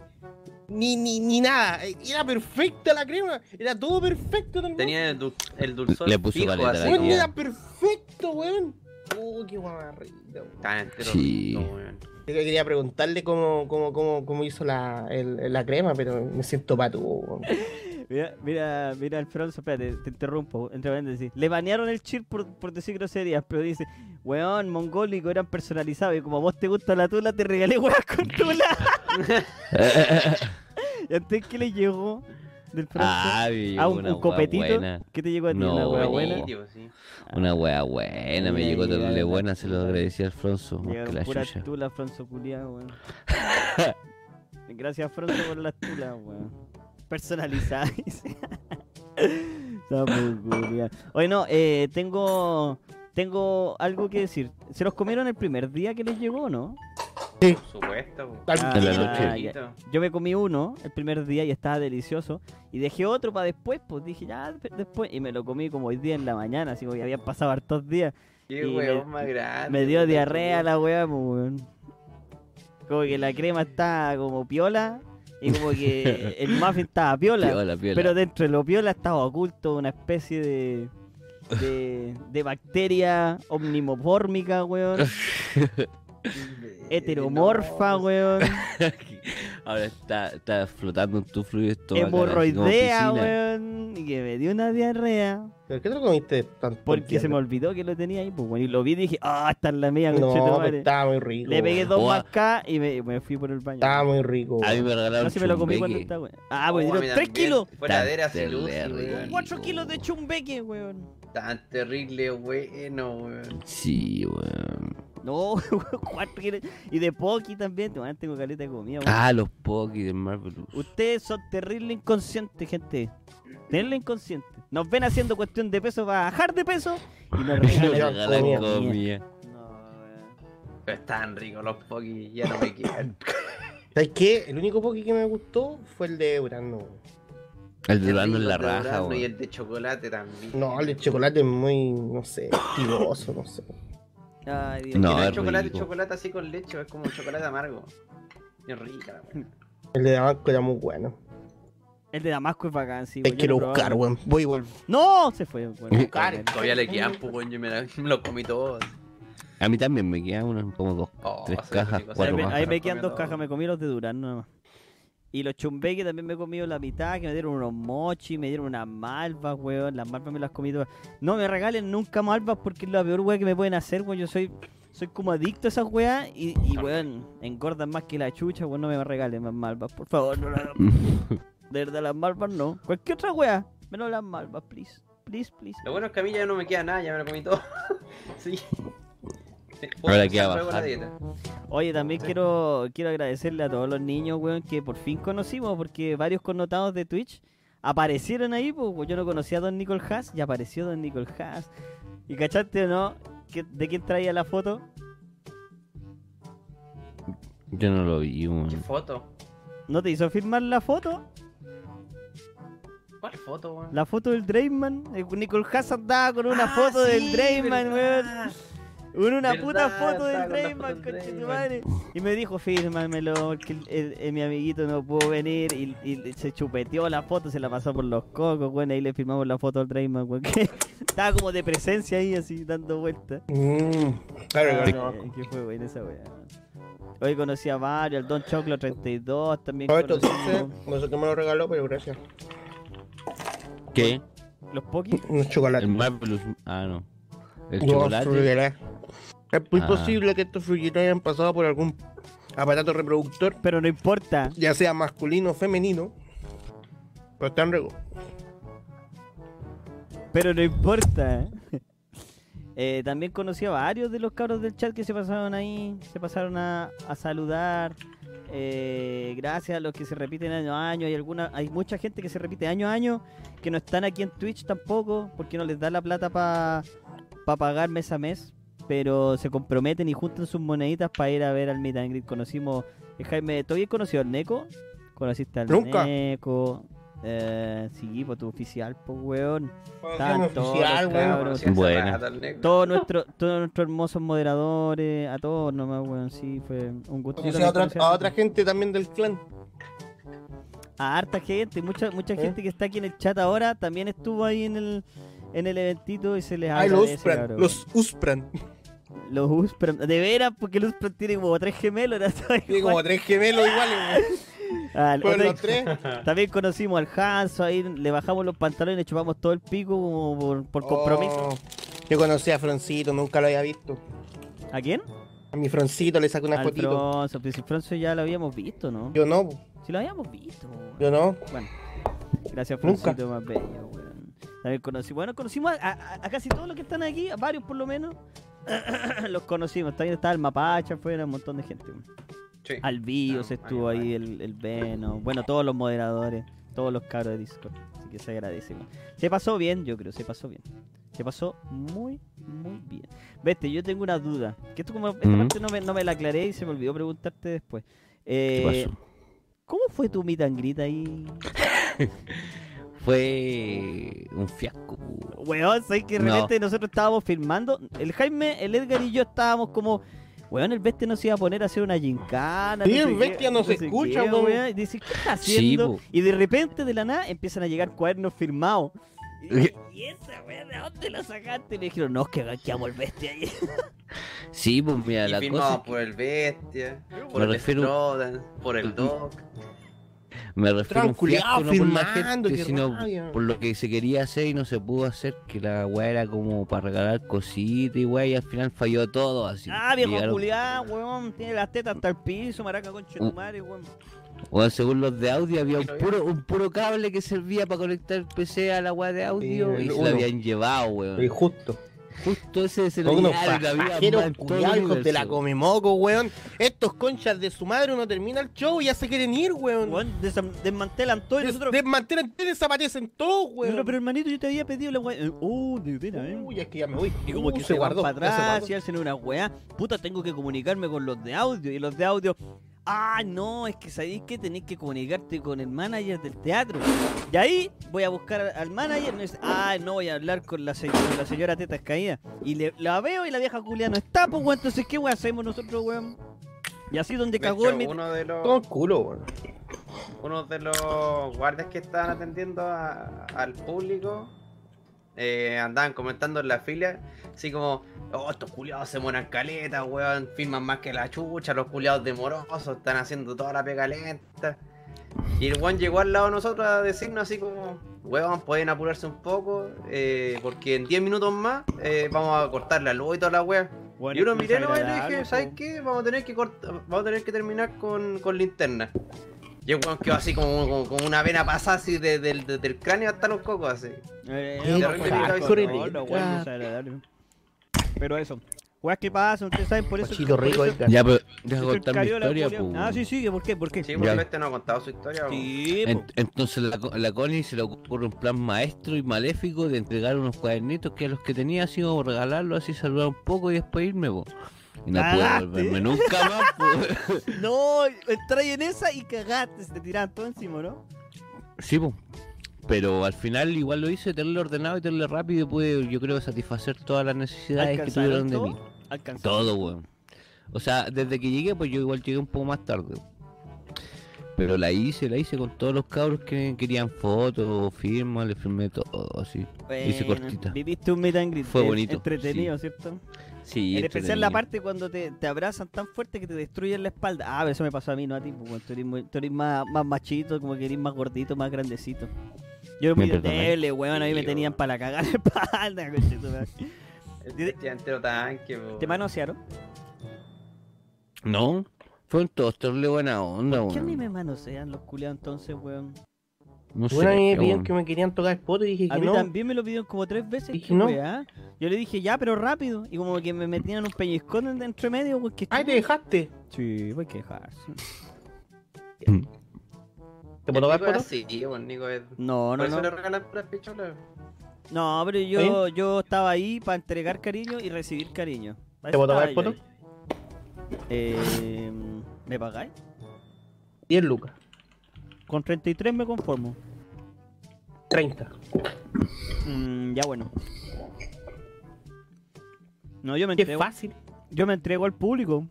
Speaker 1: ni, ni, ni nada. Era perfecta la crema. Era todo perfecto también.
Speaker 3: Tenía el, dul el dulzor
Speaker 4: Le puso
Speaker 3: fijo,
Speaker 4: paleta a la
Speaker 3: así
Speaker 1: Weón,
Speaker 3: como-
Speaker 1: era perfecto, weón. Oh, qué guamarrita, weón.
Speaker 3: Estaba entero
Speaker 4: Sí.
Speaker 3: roto, weón.
Speaker 1: Yo quería preguntarle cómo, cómo, cómo, cómo hizo la, el- la crema, pero me siento pato. weón.
Speaker 2: Mira, mira, mira, Alfonso, espérate, te interrumpo. Entre paréntesis. Le banearon el chip por, por decir groserías, pero dice, weón, mongólico, eran personalizados. Y como a vos te gusta la tula, te regalé weas con tula. ¿Y antes que le llegó del Franzo?
Speaker 4: Ah, me llegó
Speaker 2: Ah, un,
Speaker 4: una
Speaker 2: un
Speaker 4: hueá
Speaker 2: copetito.
Speaker 4: buena.
Speaker 2: ¿Qué te llegó a ti?
Speaker 4: No,
Speaker 2: una hueá
Speaker 4: ni-
Speaker 2: buena.
Speaker 3: Tío, sí.
Speaker 4: Una wea buena, me
Speaker 2: Mira,
Speaker 4: llegó
Speaker 2: llega
Speaker 4: terrible
Speaker 2: la
Speaker 4: buena, se lo
Speaker 2: tula.
Speaker 4: agradecí a Alfonso. más que
Speaker 2: Llegaron
Speaker 4: la
Speaker 2: puras
Speaker 4: chucha.
Speaker 2: tulas, Franzo culiao, weón. Gracias, Franzo, por las tulas, weón. Personalizadas. dice. Sapo culiao. Oye, no, eh, tengo, tengo algo que decir. ¿Se los comieron el primer día que les llegó o no?
Speaker 3: Por supuesto. po.
Speaker 1: Al
Speaker 2: Ah,
Speaker 4: En
Speaker 1: tiro,
Speaker 4: la noche.
Speaker 2: ya. Yo me comí uno el primer día y estaba delicioso. Y dejé otro para después, pues dije, ya, pe- después. Y me lo comí como hoy día en la mañana, así como que habían pasado hartos días. Y
Speaker 3: Qué
Speaker 2: me-
Speaker 3: huevón más grande.
Speaker 2: Me dio
Speaker 3: puta,
Speaker 2: diarrea
Speaker 3: chulo.
Speaker 2: la weá, pues, weón. Como que la crema estaba como piola y como que el muffin estaba piola.
Speaker 4: Piola, piola.
Speaker 2: Pero dentro de lo piola estaba oculto una especie de. De, de bacteria omnimopórmica, weón. Heteromorfa, weón.
Speaker 4: Ahora está, está flotando en tu fluido estomacal, así como
Speaker 2: Hemorroidea,
Speaker 4: piscina.
Speaker 2: weón. Y que me dio una diarrea.
Speaker 1: ¿Pero qué te lo comiste tan
Speaker 2: Porque se me
Speaker 1: porqueado?
Speaker 2: olvidó que lo tenía ahí, pues, weón. Y lo vi y dije, ah, está en la mía,
Speaker 1: No,
Speaker 2: conchetumare".
Speaker 1: pero estaba muy rico.
Speaker 2: Le pegué
Speaker 1: weón.
Speaker 2: dos
Speaker 4: Oh,
Speaker 2: más acá y me, me fui por el baño.
Speaker 1: Estaba muy rico.
Speaker 4: A mí
Speaker 1: weón.
Speaker 4: me regalaron
Speaker 2: No, si Ah, me lo comí cuando
Speaker 4: chumbeque.
Speaker 2: estaba, weón. Ah,
Speaker 3: Oh,
Speaker 2: pues
Speaker 3: a mí
Speaker 2: dieron 3
Speaker 3: también.
Speaker 2: kilos.
Speaker 3: Fue ladera
Speaker 4: Tan
Speaker 3: así, Lucy,
Speaker 4: terrible.
Speaker 2: 4
Speaker 3: weón.
Speaker 4: Cuatro
Speaker 2: kilos
Speaker 4: kilos
Speaker 2: de
Speaker 4: de
Speaker 2: chumbeque, weón.
Speaker 3: Tan terrible, bueno, weón.
Speaker 4: Sí, weón.
Speaker 2: No, 4 kilos. Y de Pocky también. Weón, tengo caleta de comida, weón.
Speaker 4: Ah, los Poki de Marvel.
Speaker 2: Ustedes son terrible inconscientes, gente. Terrible inconscientes. Nos ven haciendo cuestión de peso para bajar de peso y nos regalan
Speaker 4: Regalan
Speaker 1: comida.
Speaker 4: comida.
Speaker 2: No, weón.
Speaker 3: Pero estaban ricos los pokis, ya no me quedan.
Speaker 1: ¿Sabes qué? El único poke que me gustó fue el de Urano. weón.
Speaker 4: El durano en la
Speaker 3: El de
Speaker 4: raja,
Speaker 3: durazno Y
Speaker 4: weón.
Speaker 3: el de chocolate también.
Speaker 1: No, el de chocolate es muy, no sé, tiboso, no sé.
Speaker 2: Ay, Dios.
Speaker 3: Que
Speaker 4: No,
Speaker 3: No,
Speaker 4: es
Speaker 3: es chocolate,
Speaker 4: rico.
Speaker 3: chocolate así con leche, es como chocolate amargo. Es rica la weón.
Speaker 1: El de Damasco era muy bueno.
Speaker 2: El de Damasco es bacán, sí,
Speaker 1: Te
Speaker 2: weón, yo
Speaker 1: quiero
Speaker 2: lo he probado.
Speaker 1: buscar, weón. Voy a volver.
Speaker 2: No, se fue, weón.
Speaker 1: Buscar.
Speaker 3: Todavía le quedan, pues, weón, yo me, la- me los comí todos.
Speaker 4: A mí también me quedan unos como dos.
Speaker 3: Oh,
Speaker 4: Tres
Speaker 3: o sea,
Speaker 4: cajas,
Speaker 3: chicos,
Speaker 4: cuatro
Speaker 2: ahí, me,
Speaker 4: más.
Speaker 2: ahí me
Speaker 3: Los
Speaker 2: quedan
Speaker 3: comí
Speaker 2: dos
Speaker 3: todos.
Speaker 2: cajas, me comí los de Durán nada más. Y los chumbeques también me he comido la mitad, que me dieron unos mochi, me dieron unas malvas, weón. Las malvas me las comí todas. No me regalen nunca malvas porque es la peor weá que me pueden hacer, weón. Yo soy soy como adicto a esas weas y, y weón, engordan más que la chucha, weón. No me regalen más malvas, por favor. No, las- de verdad, las malvas no. Cualquier otra wea, menos las malvas, please. Please, please.
Speaker 3: Lo bueno es que a mí ya no me queda nada, ya me lo comí todo. sí.
Speaker 4: Ahora
Speaker 3: Puedo
Speaker 4: queda
Speaker 3: empezar luego la
Speaker 4: bajar.
Speaker 3: dieta.
Speaker 2: Oye, también
Speaker 3: Sí.
Speaker 2: quiero, quiero agradecerle a todos los niños, weón, que por fin conocimos, porque varios connotados de Twitch aparecieron ahí, pues weón. yo no conocía a Don Nicole Haas y apareció Don Nicole Haas. ¿Y cachaste o no? ¿Qué- ¿De quién traía la foto?
Speaker 4: Yo no lo vi,
Speaker 3: ¿Qué
Speaker 4: weón.
Speaker 3: foto?
Speaker 2: ¿No te hizo firmar la foto?
Speaker 3: ¿Cuál foto, weón?
Speaker 2: La foto del Drayman. El Nicole Eh, Haas andaba con una
Speaker 3: Ah,
Speaker 2: foto del
Speaker 3: sí,
Speaker 2: Drayman,
Speaker 3: verdad.
Speaker 2: weón. Con una
Speaker 3: ¿Verdad?
Speaker 2: puta foto del
Speaker 3: Estaba con la
Speaker 2: Drayman,
Speaker 3: foto del
Speaker 2: conche tu
Speaker 3: Drayman.
Speaker 2: madre. Y me dijo, fírmamelo, porque el- el- el- mi amiguito no pudo venir. Y, y se chupeteó la foto, se la pasó por los cocos, weón. Ahí le firmamos la foto al Drayman, weón. que Estaba como de presencia ahí, así, dando vueltas.
Speaker 1: Mm,
Speaker 2: Ah,
Speaker 1: claro, claro.
Speaker 2: eh, qué fue, weón, esa weá. Hoy conocí a Mario, al Don Choclo 32, también
Speaker 1: Roberto,
Speaker 2: conocí
Speaker 1: dulce, no sé qué me lo regaló, pero gracias.
Speaker 4: ¿Qué?
Speaker 2: los Poki.
Speaker 1: Un chocolate.
Speaker 4: El Marvelous. Ah, no. El
Speaker 1: No,
Speaker 4: chocolate.
Speaker 1: fruguerá. Es muy
Speaker 4: Ah.
Speaker 1: posible que estos frugueros hayan pasado por algún aparato reproductor,
Speaker 2: Pero no importa,
Speaker 1: ya sea masculino o femenino. Pero están ricos.
Speaker 2: Pero no importa. Eh, también conocí a varios de los cabros del chat que se pasaron ahí, se pasaron a, a saludar. Eh, gracias a los que se repiten año a año. Hay, alguna, hay mucha gente que se repite año a año que no están aquí en Twitch tampoco porque no les da la plata para pagar mes a mes. Pero se comprometen y juntan sus moneditas para ir a ver al Meet and Greet. Conocimos, eh, Jaime, ¿todavía conoció al Neco? ¿Conociste al
Speaker 1: Nunca.
Speaker 2: Neco? Eh, sí, pues tu oficial, pues weón. Estaban todos
Speaker 1: Oficial,
Speaker 2: los
Speaker 1: weón.
Speaker 2: cabros.
Speaker 3: Conocí hace
Speaker 4: Buena.
Speaker 3: rato al negro.
Speaker 2: Todos nuestros todos nuestros hermosos moderadores, a todos nomás, weón, sí, fue un gusto.
Speaker 1: Conocí
Speaker 2: Yo también
Speaker 1: a otra,
Speaker 2: conocí
Speaker 1: a otra gente también del clan.
Speaker 2: a harta gente, mucha mucha
Speaker 1: ¿Eh?
Speaker 2: gente que está aquí en el chat ahora también estuvo ahí en el en el eventito y se les
Speaker 1: Ay, los
Speaker 2: agradece,
Speaker 1: Uspran.
Speaker 2: cabrón.
Speaker 1: Los Uspran.
Speaker 2: Los Uspran. De veras, porque los Uspran tiene como tres gemelos, era todo
Speaker 1: Tiene
Speaker 2: igual.
Speaker 1: como tres gemelos iguales, weón.
Speaker 2: Ah, el
Speaker 1: eh, Pero
Speaker 2: otro-
Speaker 1: los tres.
Speaker 2: También conocimos al Hanso, ahí le bajamos los pantalones, le chupamos todo el pico como por, por
Speaker 1: Oh,
Speaker 2: compromiso.
Speaker 1: yo conocí a Froncito, nunca lo había visto.
Speaker 2: ¿A quién?
Speaker 1: A mi Froncito le saco Oh. una
Speaker 2: al
Speaker 1: fotito.
Speaker 2: Fronso, pero si Fronso ya lo habíamos visto, ¿no?
Speaker 1: Yo no,
Speaker 2: Si lo habíamos visto. weón.
Speaker 1: yo no.
Speaker 2: Bueno, gracias
Speaker 1: Nunca.
Speaker 2: Francito más bello, weón. También conocí, bueno, conocimos a, a- a casi todos los que están aquí, a varios por lo menos. los conocimos, también estaba el Mapacha, fuera un montón de gente. weón.
Speaker 3: Sí.
Speaker 2: Al Bios
Speaker 3: Ah,
Speaker 2: estuvo
Speaker 3: varios,
Speaker 2: ahí, el, el Venom, bueno, todos los moderadores, todos los cabros de Discord. Así que se agradece. weón. Se pasó bien, yo creo, se pasó bien. Se pasó muy, muy bien. Vete, yo tengo una duda. Que esto como esta
Speaker 4: Ujú.
Speaker 2: parte no me, no me la aclaré y se me olvidó preguntarte después. Eh,
Speaker 4: pasó?
Speaker 2: ¿Cómo fue tu meet and greet ahí?
Speaker 4: Fue un fiasco. pú.
Speaker 2: Weón, ¿sabes que de
Speaker 4: No.
Speaker 2: repente nosotros estábamos filmando? El Jaime, el Edgar y yo estábamos como. Weón, el bestia no se iba a poner a hacer una gincana.
Speaker 1: Sí,
Speaker 2: no sé
Speaker 1: el bestia
Speaker 2: qué,
Speaker 1: no se
Speaker 2: sé
Speaker 1: escucha,
Speaker 2: qué,
Speaker 1: weón.
Speaker 2: Y dice, ¿qué está
Speaker 4: Sí,
Speaker 2: haciendo?
Speaker 4: po.
Speaker 2: y de repente, de la nada, empiezan a llegar cuadernos firmados. Y, y esa weón, ¿de dónde la sacaste? Y me dijeron, no, es que ganqueamos el bestia ahí.
Speaker 4: Sí, pues mira,
Speaker 3: Y
Speaker 4: la
Speaker 3: firmado
Speaker 4: cosa. es que
Speaker 3: por el Bestia, por
Speaker 4: Me
Speaker 3: el
Speaker 4: refiero-
Speaker 3: Strodan, por el Doc.
Speaker 4: Me refiero a un fiasco
Speaker 1: Tranculeado,
Speaker 4: no por la
Speaker 1: firmando,
Speaker 4: gente,
Speaker 1: qué
Speaker 4: sino
Speaker 1: rabia.
Speaker 4: por lo que se quería hacer y no se pudo hacer. Que la weá era como para regalar cositas y weá, y al final falló todo. Así.
Speaker 2: ah, viejo
Speaker 4: Llegaron-
Speaker 2: Julián, weón, tiene las tetas hasta el piso, maraca con chetumare, weón.
Speaker 4: Bueno, según los de audio había un
Speaker 3: Pero ya.
Speaker 4: puro, un puro cable que servía para conectar el PC a la weá de audio
Speaker 1: Sí,
Speaker 4: y
Speaker 1: el
Speaker 4: se
Speaker 1: uno.
Speaker 4: lo habían llevado, weón.
Speaker 1: justo.
Speaker 4: Justo ese se lo
Speaker 1: Son unos
Speaker 4: llevaron, lo habían armado
Speaker 1: pajeros
Speaker 4: en todo el
Speaker 1: culiados, hijos de la
Speaker 4: universo.
Speaker 1: comemoco, weón. Estos conchas de su madre, uno termina el show y ya se quieren ir, weón.
Speaker 2: Weón, desam- desmantelan todo y
Speaker 1: Des-
Speaker 2: nosotros.
Speaker 1: Desmantelan, desaparecen todos, weón.
Speaker 2: No, pero hermanito, yo te había pedido la weón. Oh, de veras, eh.
Speaker 1: Uy, es que ya me voy.
Speaker 2: Y como
Speaker 1: Uh,
Speaker 2: que
Speaker 1: se
Speaker 2: se guardó,
Speaker 1: guardó,
Speaker 2: para
Speaker 1: ya se
Speaker 2: atrás
Speaker 1: guardó.
Speaker 2: y hacen una weá. Puta, tengo que comunicarme con los de audio. Y los de audio, ah, no, es que sabéis que tenéis que comunicarte con el manager del teatro. Y ahí voy a buscar al- al manager. Me dice, ah, no voy a hablar con la, se- con la señora Tetas Caída. Y le- la veo y la vieja Julia no está, pues weón. Entonces, ¿qué weá hacemos nosotros, weón? Y así donde
Speaker 3: De
Speaker 2: cagó el
Speaker 3: hecho,
Speaker 2: mit-
Speaker 3: uno de los
Speaker 1: Todo el culo, weón.
Speaker 3: uno de los guardias que estaban atendiendo a- al público eh, andaban comentando en la fila, así como, oh, estos culiados se mueran caleta, weón, firman más que la chucha, los culiados demorosos, están haciendo toda la pega lenta. Y el weón llegó al lado de nosotros a decirnos así como, weón, pueden apurarse un poco, eh, porque en 10 minutos más eh, vamos a cortar la luz y toda la weá.
Speaker 2: Bueno,
Speaker 3: Yo lo
Speaker 2: es
Speaker 3: miré nomás y le
Speaker 2: desagradable,
Speaker 3: dije,
Speaker 2: po.
Speaker 3: ¿sabes qué? Vamos a tener que corta- vamos a tener que terminar con, con linterna. Y el weón quedó así como, como, como una vena pasada así de- del- desde el cráneo hasta los cocos así.
Speaker 2: Eh,
Speaker 1: Qué
Speaker 2: no, pues,
Speaker 3: paja,
Speaker 2: no,
Speaker 1: corre
Speaker 2: no, no,
Speaker 1: rica.
Speaker 2: bueno, desagradable. Pero eso. Weas que pasan, ustedes saben, por eso.
Speaker 1: Pochito
Speaker 2: por
Speaker 1: rico,
Speaker 2: eso-
Speaker 1: Edgar.
Speaker 4: Ya, pero deja
Speaker 2: eso el
Speaker 4: contar mi
Speaker 2: Cariola,
Speaker 4: historia,
Speaker 2: Julián-
Speaker 4: pues.
Speaker 2: Ah, sí, sí, ¿por qué? ¿Por qué?
Speaker 3: Sí, porque
Speaker 4: Ya.
Speaker 3: este no ha contado su historia. weón.
Speaker 2: Sí, po.
Speaker 4: En- entonces la, co- la Connie se le ocurre un plan maestro y maléfico de entregar unos cuadernitos que a los que tenía así como regalarlo, así saludar un poco y después irme, po. Y no
Speaker 2: Cagaste.
Speaker 4: pude volverme nunca más, po.
Speaker 2: No, trae en esa y cagaste, se te tiran todo encima, ¿no?
Speaker 4: Sí, po. Pero al final igual lo hice, tenerlo ordenado y tenerlo rápido y pude, yo creo, satisfacer todas las necesidades que
Speaker 2: ¿Alcanzaron
Speaker 4: tuvieron de
Speaker 2: todo?
Speaker 4: mí.
Speaker 2: Alcanzó.
Speaker 4: Todo, weón. O sea, desde que llegué, pues yo igual llegué un poco más tarde. Pero la hice, la hice con todos los cabros que querían fotos, firmas, le firmé todo, así. hice
Speaker 2: Bueno,
Speaker 4: cortita.
Speaker 2: Viviste un meet and greet.
Speaker 4: Fue
Speaker 2: Es
Speaker 4: bonito,
Speaker 2: Entretenido, ¿cierto?
Speaker 4: Sí, este
Speaker 2: en especial la
Speaker 4: entretenido.
Speaker 2: parte cuando te, te abrazan tan fuerte que te destruyen la espalda. Ah, pero eso me pasó a mí, no a ti. pues, weón. tú eres, muy- tú eres más, más machito, como que eres más gordito, más grandecito. Yo era
Speaker 4: Me
Speaker 2: muy
Speaker 4: perdonáis.
Speaker 2: endeble, weón. A mí me
Speaker 3: Sí,
Speaker 2: tenían
Speaker 3: weón.
Speaker 2: para la cagada la espalda, conchetumare.
Speaker 3: Este es entero tanque, po.
Speaker 2: ¿Te manosearon?
Speaker 4: No, fueron todos torle buena onda,
Speaker 2: ¿Por qué a mí
Speaker 4: weón.
Speaker 2: me manosean los culiados entonces, weón?
Speaker 4: No sé,
Speaker 1: Bueno, a mí me
Speaker 4: weón.
Speaker 1: pidieron que me querían tocar el poto y dije
Speaker 2: A
Speaker 1: que
Speaker 2: mí
Speaker 1: no.
Speaker 2: también me lo pidieron como tres veces.
Speaker 1: Dije,
Speaker 2: qué
Speaker 1: no.
Speaker 2: weá. Yo le dije ya, pero rápido. Y como que me metían un pellizcón en- entre medio, weón. que-
Speaker 1: Ay, te dejaste.
Speaker 2: Sí, pues, voy a quejarse.
Speaker 1: ¿Te puedo tocar
Speaker 3: Nico
Speaker 1: el poto?
Speaker 3: es así, po, el Nico es-
Speaker 2: No,
Speaker 3: Por
Speaker 2: no,
Speaker 3: eso
Speaker 2: no.
Speaker 3: le regalan puras picholas.
Speaker 2: No, pero yo, yo estaba ahí para entregar cariño y recibir cariño. Para
Speaker 1: ¿Te
Speaker 2: eso
Speaker 1: puedo tocar
Speaker 2: estaba
Speaker 1: el
Speaker 2: yo ahí. Eh, ¿Me pagáis?
Speaker 1: 10 lucas.
Speaker 2: Con 33 me conformo.
Speaker 1: 30.
Speaker 2: Mm, ya bueno. No, yo me
Speaker 1: Qué
Speaker 2: entrego.
Speaker 1: fácil,
Speaker 2: Yo me entrego al público.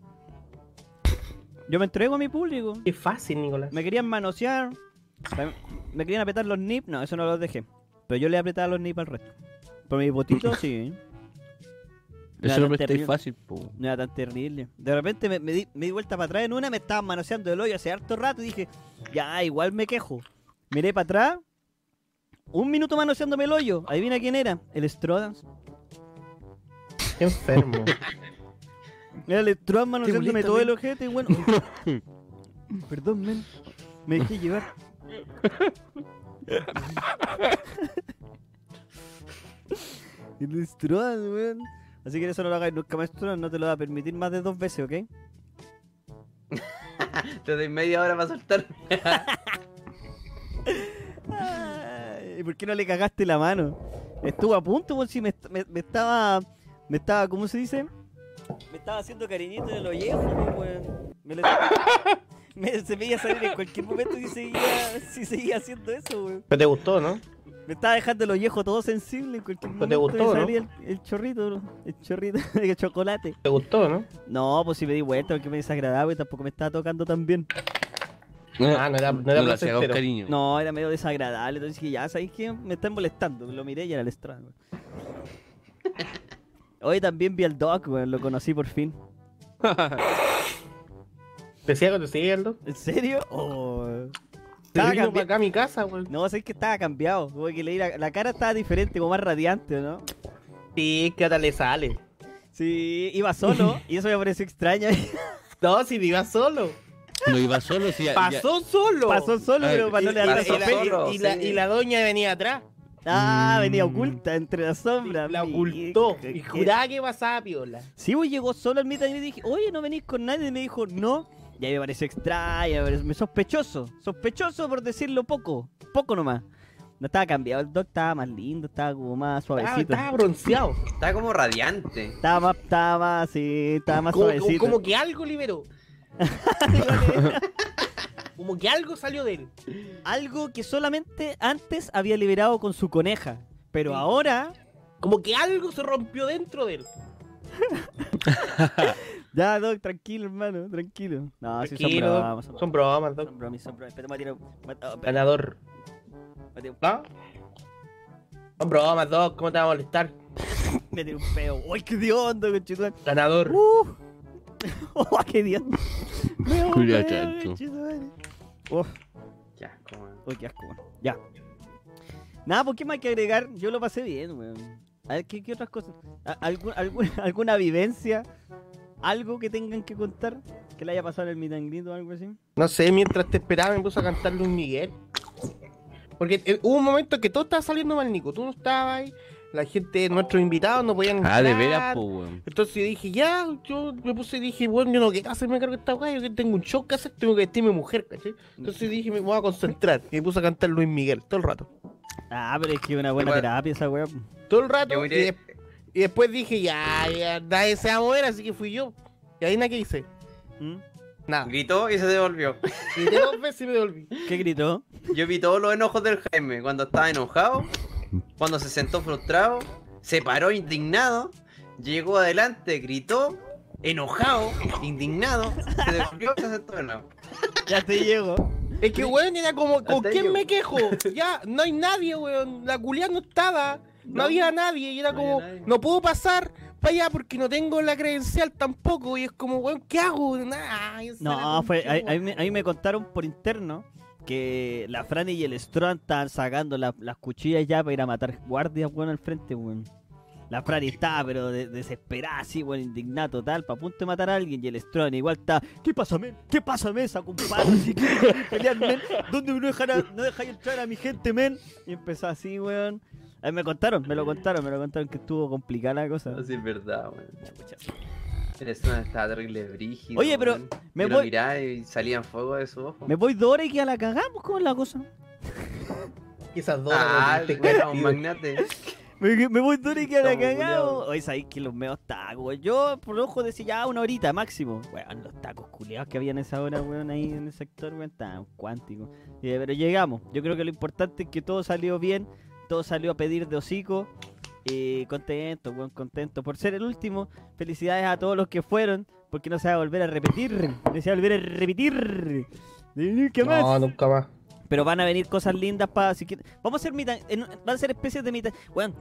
Speaker 2: Yo me entrego a mi público.
Speaker 1: qué fácil, Nicolás.
Speaker 2: Me querían manosear. tam- Me querían apretar los nips. No, eso no los dejé. Pero yo le apretaba los nips al resto. Pero mis botitos sí.
Speaker 4: Eso lo
Speaker 2: Claramente
Speaker 4: prestáis
Speaker 2: río.
Speaker 4: fácil, po.
Speaker 2: No era tan terrible. De repente me, me di, me di vuelta para atrás en una, me estaban manoseando el hoyo hace harto rato y dije, ya, igual me quejo. Miré para atrás, un minuto manoseándome el hoyo. Adivina quién era, el Strodans.
Speaker 1: Qué enfermo.
Speaker 2: Era el Strodans manoseándome
Speaker 1: bonito,
Speaker 2: todo
Speaker 1: men.
Speaker 2: el ojete y bueno. Perdón, men. Me dejé llevar. el Strodans, weón. Así que eso no lo hagáis nunca más, Strodans. No te lo va a permitir más de dos veces, ¿ok?
Speaker 3: Te doy media hora para soltar.
Speaker 2: Ay, ¿Y por qué no le cagaste la mano? Estuvo a punto, por si me, est- me- me estaba. Me estaba, ¿cómo se dice? Me estaba haciendo cariñito en el ollejo, po, weón. Me, lo- me- se me iba a salir en cualquier momento si seguía, si seguía haciendo eso, weón.
Speaker 1: Pero te gustó, ¿no?
Speaker 2: Me estaba dejando el ollejo todo sensible en
Speaker 1: Pero
Speaker 2: cualquier momento.
Speaker 1: te
Speaker 2: me
Speaker 1: gustó, ¿no?
Speaker 2: salía el, el chorrito, bro. El chorrito de chocolate.
Speaker 1: Te gustó, ¿no?
Speaker 2: No, pues si me di vuelta porque me desagradaba y tampoco me estaba tocando tan bien.
Speaker 1: Ah, no era, no era
Speaker 4: lo
Speaker 1: placer,
Speaker 4: hacía con
Speaker 1: pero-
Speaker 4: cariño.
Speaker 2: No, era medio desagradable. Entonces dije, ya, ¿sabéis qué? Me están molestando. Lo miré y era el Strand, weón. Hoy también vi al Doc, weón. Lo conocí por fin.
Speaker 1: Decía que te seguía, Aldo.
Speaker 2: ¿En serio? Oh.
Speaker 1: Te
Speaker 2: Estaba
Speaker 1: vino para
Speaker 2: cambi-
Speaker 1: acá a mi casa, güey.
Speaker 2: No, sabéis que estaba cambiado. Como que le la, la cara estaba diferente, como más radiante, ¿no?
Speaker 1: Sí, ¿qué tal le sale?
Speaker 2: Sí, iba solo. y eso me pareció extraño.
Speaker 1: No, si iba solo.
Speaker 4: No iba solo, si ya- ya-
Speaker 1: Pasó solo.
Speaker 2: Pasó solo,
Speaker 4: Ay,
Speaker 2: pero para no
Speaker 1: y,
Speaker 2: le dar
Speaker 1: la,
Speaker 2: la
Speaker 3: pasó
Speaker 1: y, la,
Speaker 2: sospecha.
Speaker 3: solo,
Speaker 1: y la-
Speaker 3: sí.
Speaker 1: y la doña venía atrás.
Speaker 2: Ah, venía
Speaker 4: Mm.
Speaker 2: oculta entre las sombras.
Speaker 1: La
Speaker 2: mi-
Speaker 1: ocultó.
Speaker 2: qué-
Speaker 1: Y
Speaker 2: qué-
Speaker 1: juraba que pasaba piola.
Speaker 2: Sí, pues llegó solo al mitad y le dije, oye, ¿no venís con nadie? Y me dijo, no. Y ahí me pareció extraño, me pareció sospechoso. Sospechoso por decirlo poco, poco nomás. No estaba cambiado, el doc estaba más lindo, estaba como más
Speaker 1: Estaba,
Speaker 2: suavecito.
Speaker 1: estaba bronceado.
Speaker 3: Está como radiante.
Speaker 2: Estaba más, estaba más, sí, estaba más
Speaker 1: Como, como-
Speaker 2: suavecito.
Speaker 1: como que algo liberó. como que algo salió de él.
Speaker 2: Algo que solamente antes había liberado con su coneja. Pero ahora
Speaker 1: Como que algo se rompió dentro de él.
Speaker 2: Ya, Doc, tranquilo, hermano, tranquilo. No, Ah, sí, son
Speaker 1: Tranquilo,
Speaker 2: bromas, son
Speaker 1: Son bromas,
Speaker 2: bromas,
Speaker 1: Doc.
Speaker 2: son bromas, son bromas. Espérate, me tiro, me, oh, espérate,
Speaker 1: Ganador.
Speaker 2: me tiro-
Speaker 4: ¿Ah?
Speaker 1: ¿No? Son bromas, Doc. ¿Cómo te va a molestar?
Speaker 2: me tiro un peo. ¡Uy, qué diondo, conchetumare!
Speaker 1: Ganador.
Speaker 2: ¡Uh! ¡Oh, qué dios! Me voy,
Speaker 4: Culia
Speaker 2: me voy,
Speaker 4: chancho.
Speaker 2: conchetumare. Uf,
Speaker 3: Ya, como.
Speaker 2: uy, Oh, qué asco, weón. Ya. Nada, ¿por qué más que agregar? Yo lo pasé bien, weón. A ver, ¿qué, qué otras cosas? ¿A- algún- algún- ¿Alguna vivencia? ¿Algo que tengan que contar? ¿Que le haya pasado en el mitangrito o algo así?
Speaker 1: No sé, mientras te esperaba me puse a cantar Luis Miguel. Porque eh, hubo un momento que todo estaba saliendo mal, Nico. Tú no estabas ahí, la gente, nuestros invitados no podían
Speaker 4: Ah, de
Speaker 1: entrar.
Speaker 4: veras, po, weón.
Speaker 1: Entonces yo dije, ya, yo me puse y dije, bueno, yo no quiero hacerme cargo de esta weá, yo que tengo un show que hacer, tengo que vestirme mujer, ¿cachai? Entonces dije, me voy a concentrar. Y me puse a cantar Luis Miguel todo el rato.
Speaker 2: Ah, pero es que una buena
Speaker 3: Igual.
Speaker 2: terapia esa weón.
Speaker 1: Todo el rato.
Speaker 3: Yo
Speaker 1: Y,
Speaker 3: miré-
Speaker 1: des- y después dije, ya, ya, nadie se va a mover, así que fui yo. Y ahí nada que hice.
Speaker 2: ¿Mm?
Speaker 1: Nada.
Speaker 3: Gritó y se devolvió.
Speaker 1: Y de dos veces me volví.
Speaker 2: ¿Qué gritó?
Speaker 3: Yo vi todos los enojos del Jaime. Cuando estaba enojado, cuando se sentó frustrado, se paró indignado llegó adelante, gritó, enojado, indignado, se devolvió y se sentó de nuevo.
Speaker 2: Ya te llego.
Speaker 1: Es que, weón, era como, ¿con
Speaker 3: Hasta
Speaker 1: quién
Speaker 3: yo.
Speaker 1: me quejo? Ya, no hay nadie, weón. La culia no estaba, no,
Speaker 3: No.
Speaker 1: había nadie. Y era
Speaker 3: No
Speaker 1: como,
Speaker 3: había nadie.
Speaker 1: no puedo pasar para allá porque no tengo la credencial tampoco. Y es como, weón, ¿qué hago? Nah, esa era
Speaker 2: No,
Speaker 1: la
Speaker 2: fue,
Speaker 1: cuestión,
Speaker 2: ahí, ahí
Speaker 1: weón.
Speaker 2: me, ahí me contaron por interno que la Fran y el Stron estaban sacando la- las cuchillas ya para ir a matar guardias, weón, al frente, weón. La Fran estaba, pero de- desesperada, así, weón, indignada total, para punto de matar a alguien. Y el Stron igual está, ¿qué pasa, men? ¿Qué pasa, men? Sacó un palo, así, ¿qué pelean, men? ¿Dónde no dejan a- no dejáis entrar a mi gente, men? Y empezó así, weón. Ahí me contaron, me lo contaron, me lo contaron que estuvo complicada la cosa.
Speaker 3: No, sí, es verdad, weón. Eres una estaba terrible brígido.
Speaker 2: Oye, pero
Speaker 3: weón.
Speaker 2: me
Speaker 3: Y lo
Speaker 2: voy-
Speaker 3: miraba y salían fuego de su ojo.
Speaker 2: Me voy dos horas y que a la cagamos, ¿cómo es la cosa?
Speaker 6: Esas dos.
Speaker 3: Ah,
Speaker 6: weón, te
Speaker 3: el weón era un
Speaker 6: castigo.
Speaker 3: magnate.
Speaker 2: Me, me voy duro y que la
Speaker 3: Estamos
Speaker 2: cagamos.
Speaker 3: culiados.
Speaker 2: Oye, sabéis que los meos tacos. weón. Yo, por ojo, decía ya una horita máximo. Weón, los tacos culiados que había en esa hora, weón, ahí en el sector, weón, estaban cuánticos. Eh, pero llegamos. Yo creo que lo importante es que todo salió bien. Todo salió a pedir de hocico. Y contento, weón, contento. Por ser el último, felicidades a todos los que fueron. Porque no se va a volver a repetir. No se va a volver a repetir. ¿Qué más?
Speaker 6: No, nunca más.
Speaker 2: Pero van a venir cosas lindas para. Si quiere- Vamos a hacer mitan. Van a ser especies de mitan. Weón,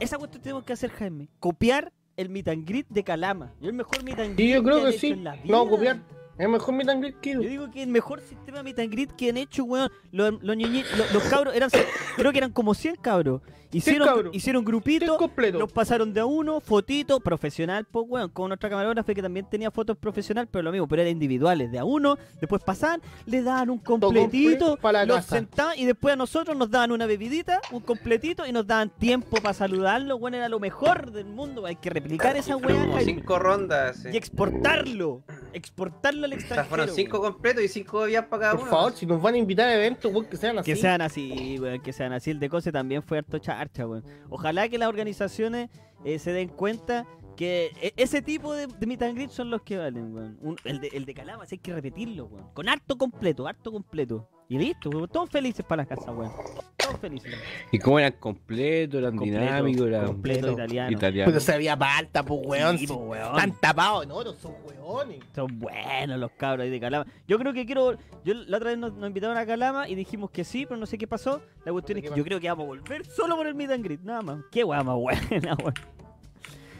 Speaker 2: esa cuestión tenemos que hacer, Jaime. Copiar el mitan grit de Calama. Yo el mejor mitan
Speaker 1: Sí, yo creo que
Speaker 2: han hecho
Speaker 1: sí.
Speaker 2: en la
Speaker 1: No,
Speaker 2: vida.
Speaker 1: copiar. Es mejor mi tan que
Speaker 2: Yo digo que el mejor sistema meet and greet que han hecho, weón. Los, los, niñi- los- los cabros, eran, creo que eran como 100 cabros. Hicieron,
Speaker 1: cabros.
Speaker 2: hicieron grupito,
Speaker 1: completo.
Speaker 2: los pasaron de a uno, fotito, profesional, pues, weón. Con nuestra camarógrafa que también tenía fotos profesional, pero lo mismo, pero eran individuales, de a uno. Después pasaban, le daban un completito,
Speaker 1: pa' la
Speaker 2: los
Speaker 1: casa.
Speaker 2: sentaban y después a nosotros nos daban una bebidita, un completito y nos daban tiempo para saludarlo, weón. Era lo mejor del mundo, hay que replicar esa weá,
Speaker 3: Como
Speaker 2: Jaime,
Speaker 3: cinco rondas. sí.
Speaker 2: Y exportarlo, exportarlo al
Speaker 3: O
Speaker 2: extranjero.
Speaker 3: sea, fueron cinco
Speaker 2: weón.
Speaker 3: completos y cinco días para cada
Speaker 1: Por
Speaker 3: uno.
Speaker 1: favor, si nos van a invitar a eventos, weón, que sean así.
Speaker 2: Que sean así, weón, que sean así. El de Cose también fue harto charcha, weón. Ojalá que las organizaciones eh, se den cuenta que e- ese tipo de, de meet and greet son los que valen, weón. Un- el, de, el de Calama, sí, hay que repetirlo, weón. Con harto completo, harto completo. Y listo, weón. Todos felices para la casa, weón. Todos felices.
Speaker 4: ¿Y cómo eran completo, eran dinámico, eran
Speaker 2: completo italiano.
Speaker 4: italiano?
Speaker 6: Pero se había palta, pues, weón.
Speaker 2: Sí,
Speaker 6: si
Speaker 2: po, weón.
Speaker 6: Están tapados en oro, son weones.
Speaker 2: Son buenos los cabros ahí de Calama. Yo creo que quiero. Yo la otra vez nos, nos invitaron a Calama y dijimos que sí, pero no sé qué pasó. La cuestión es que yo creo que vamos a volver solo por el meet and greet, nada más. Qué guay más buena, weón.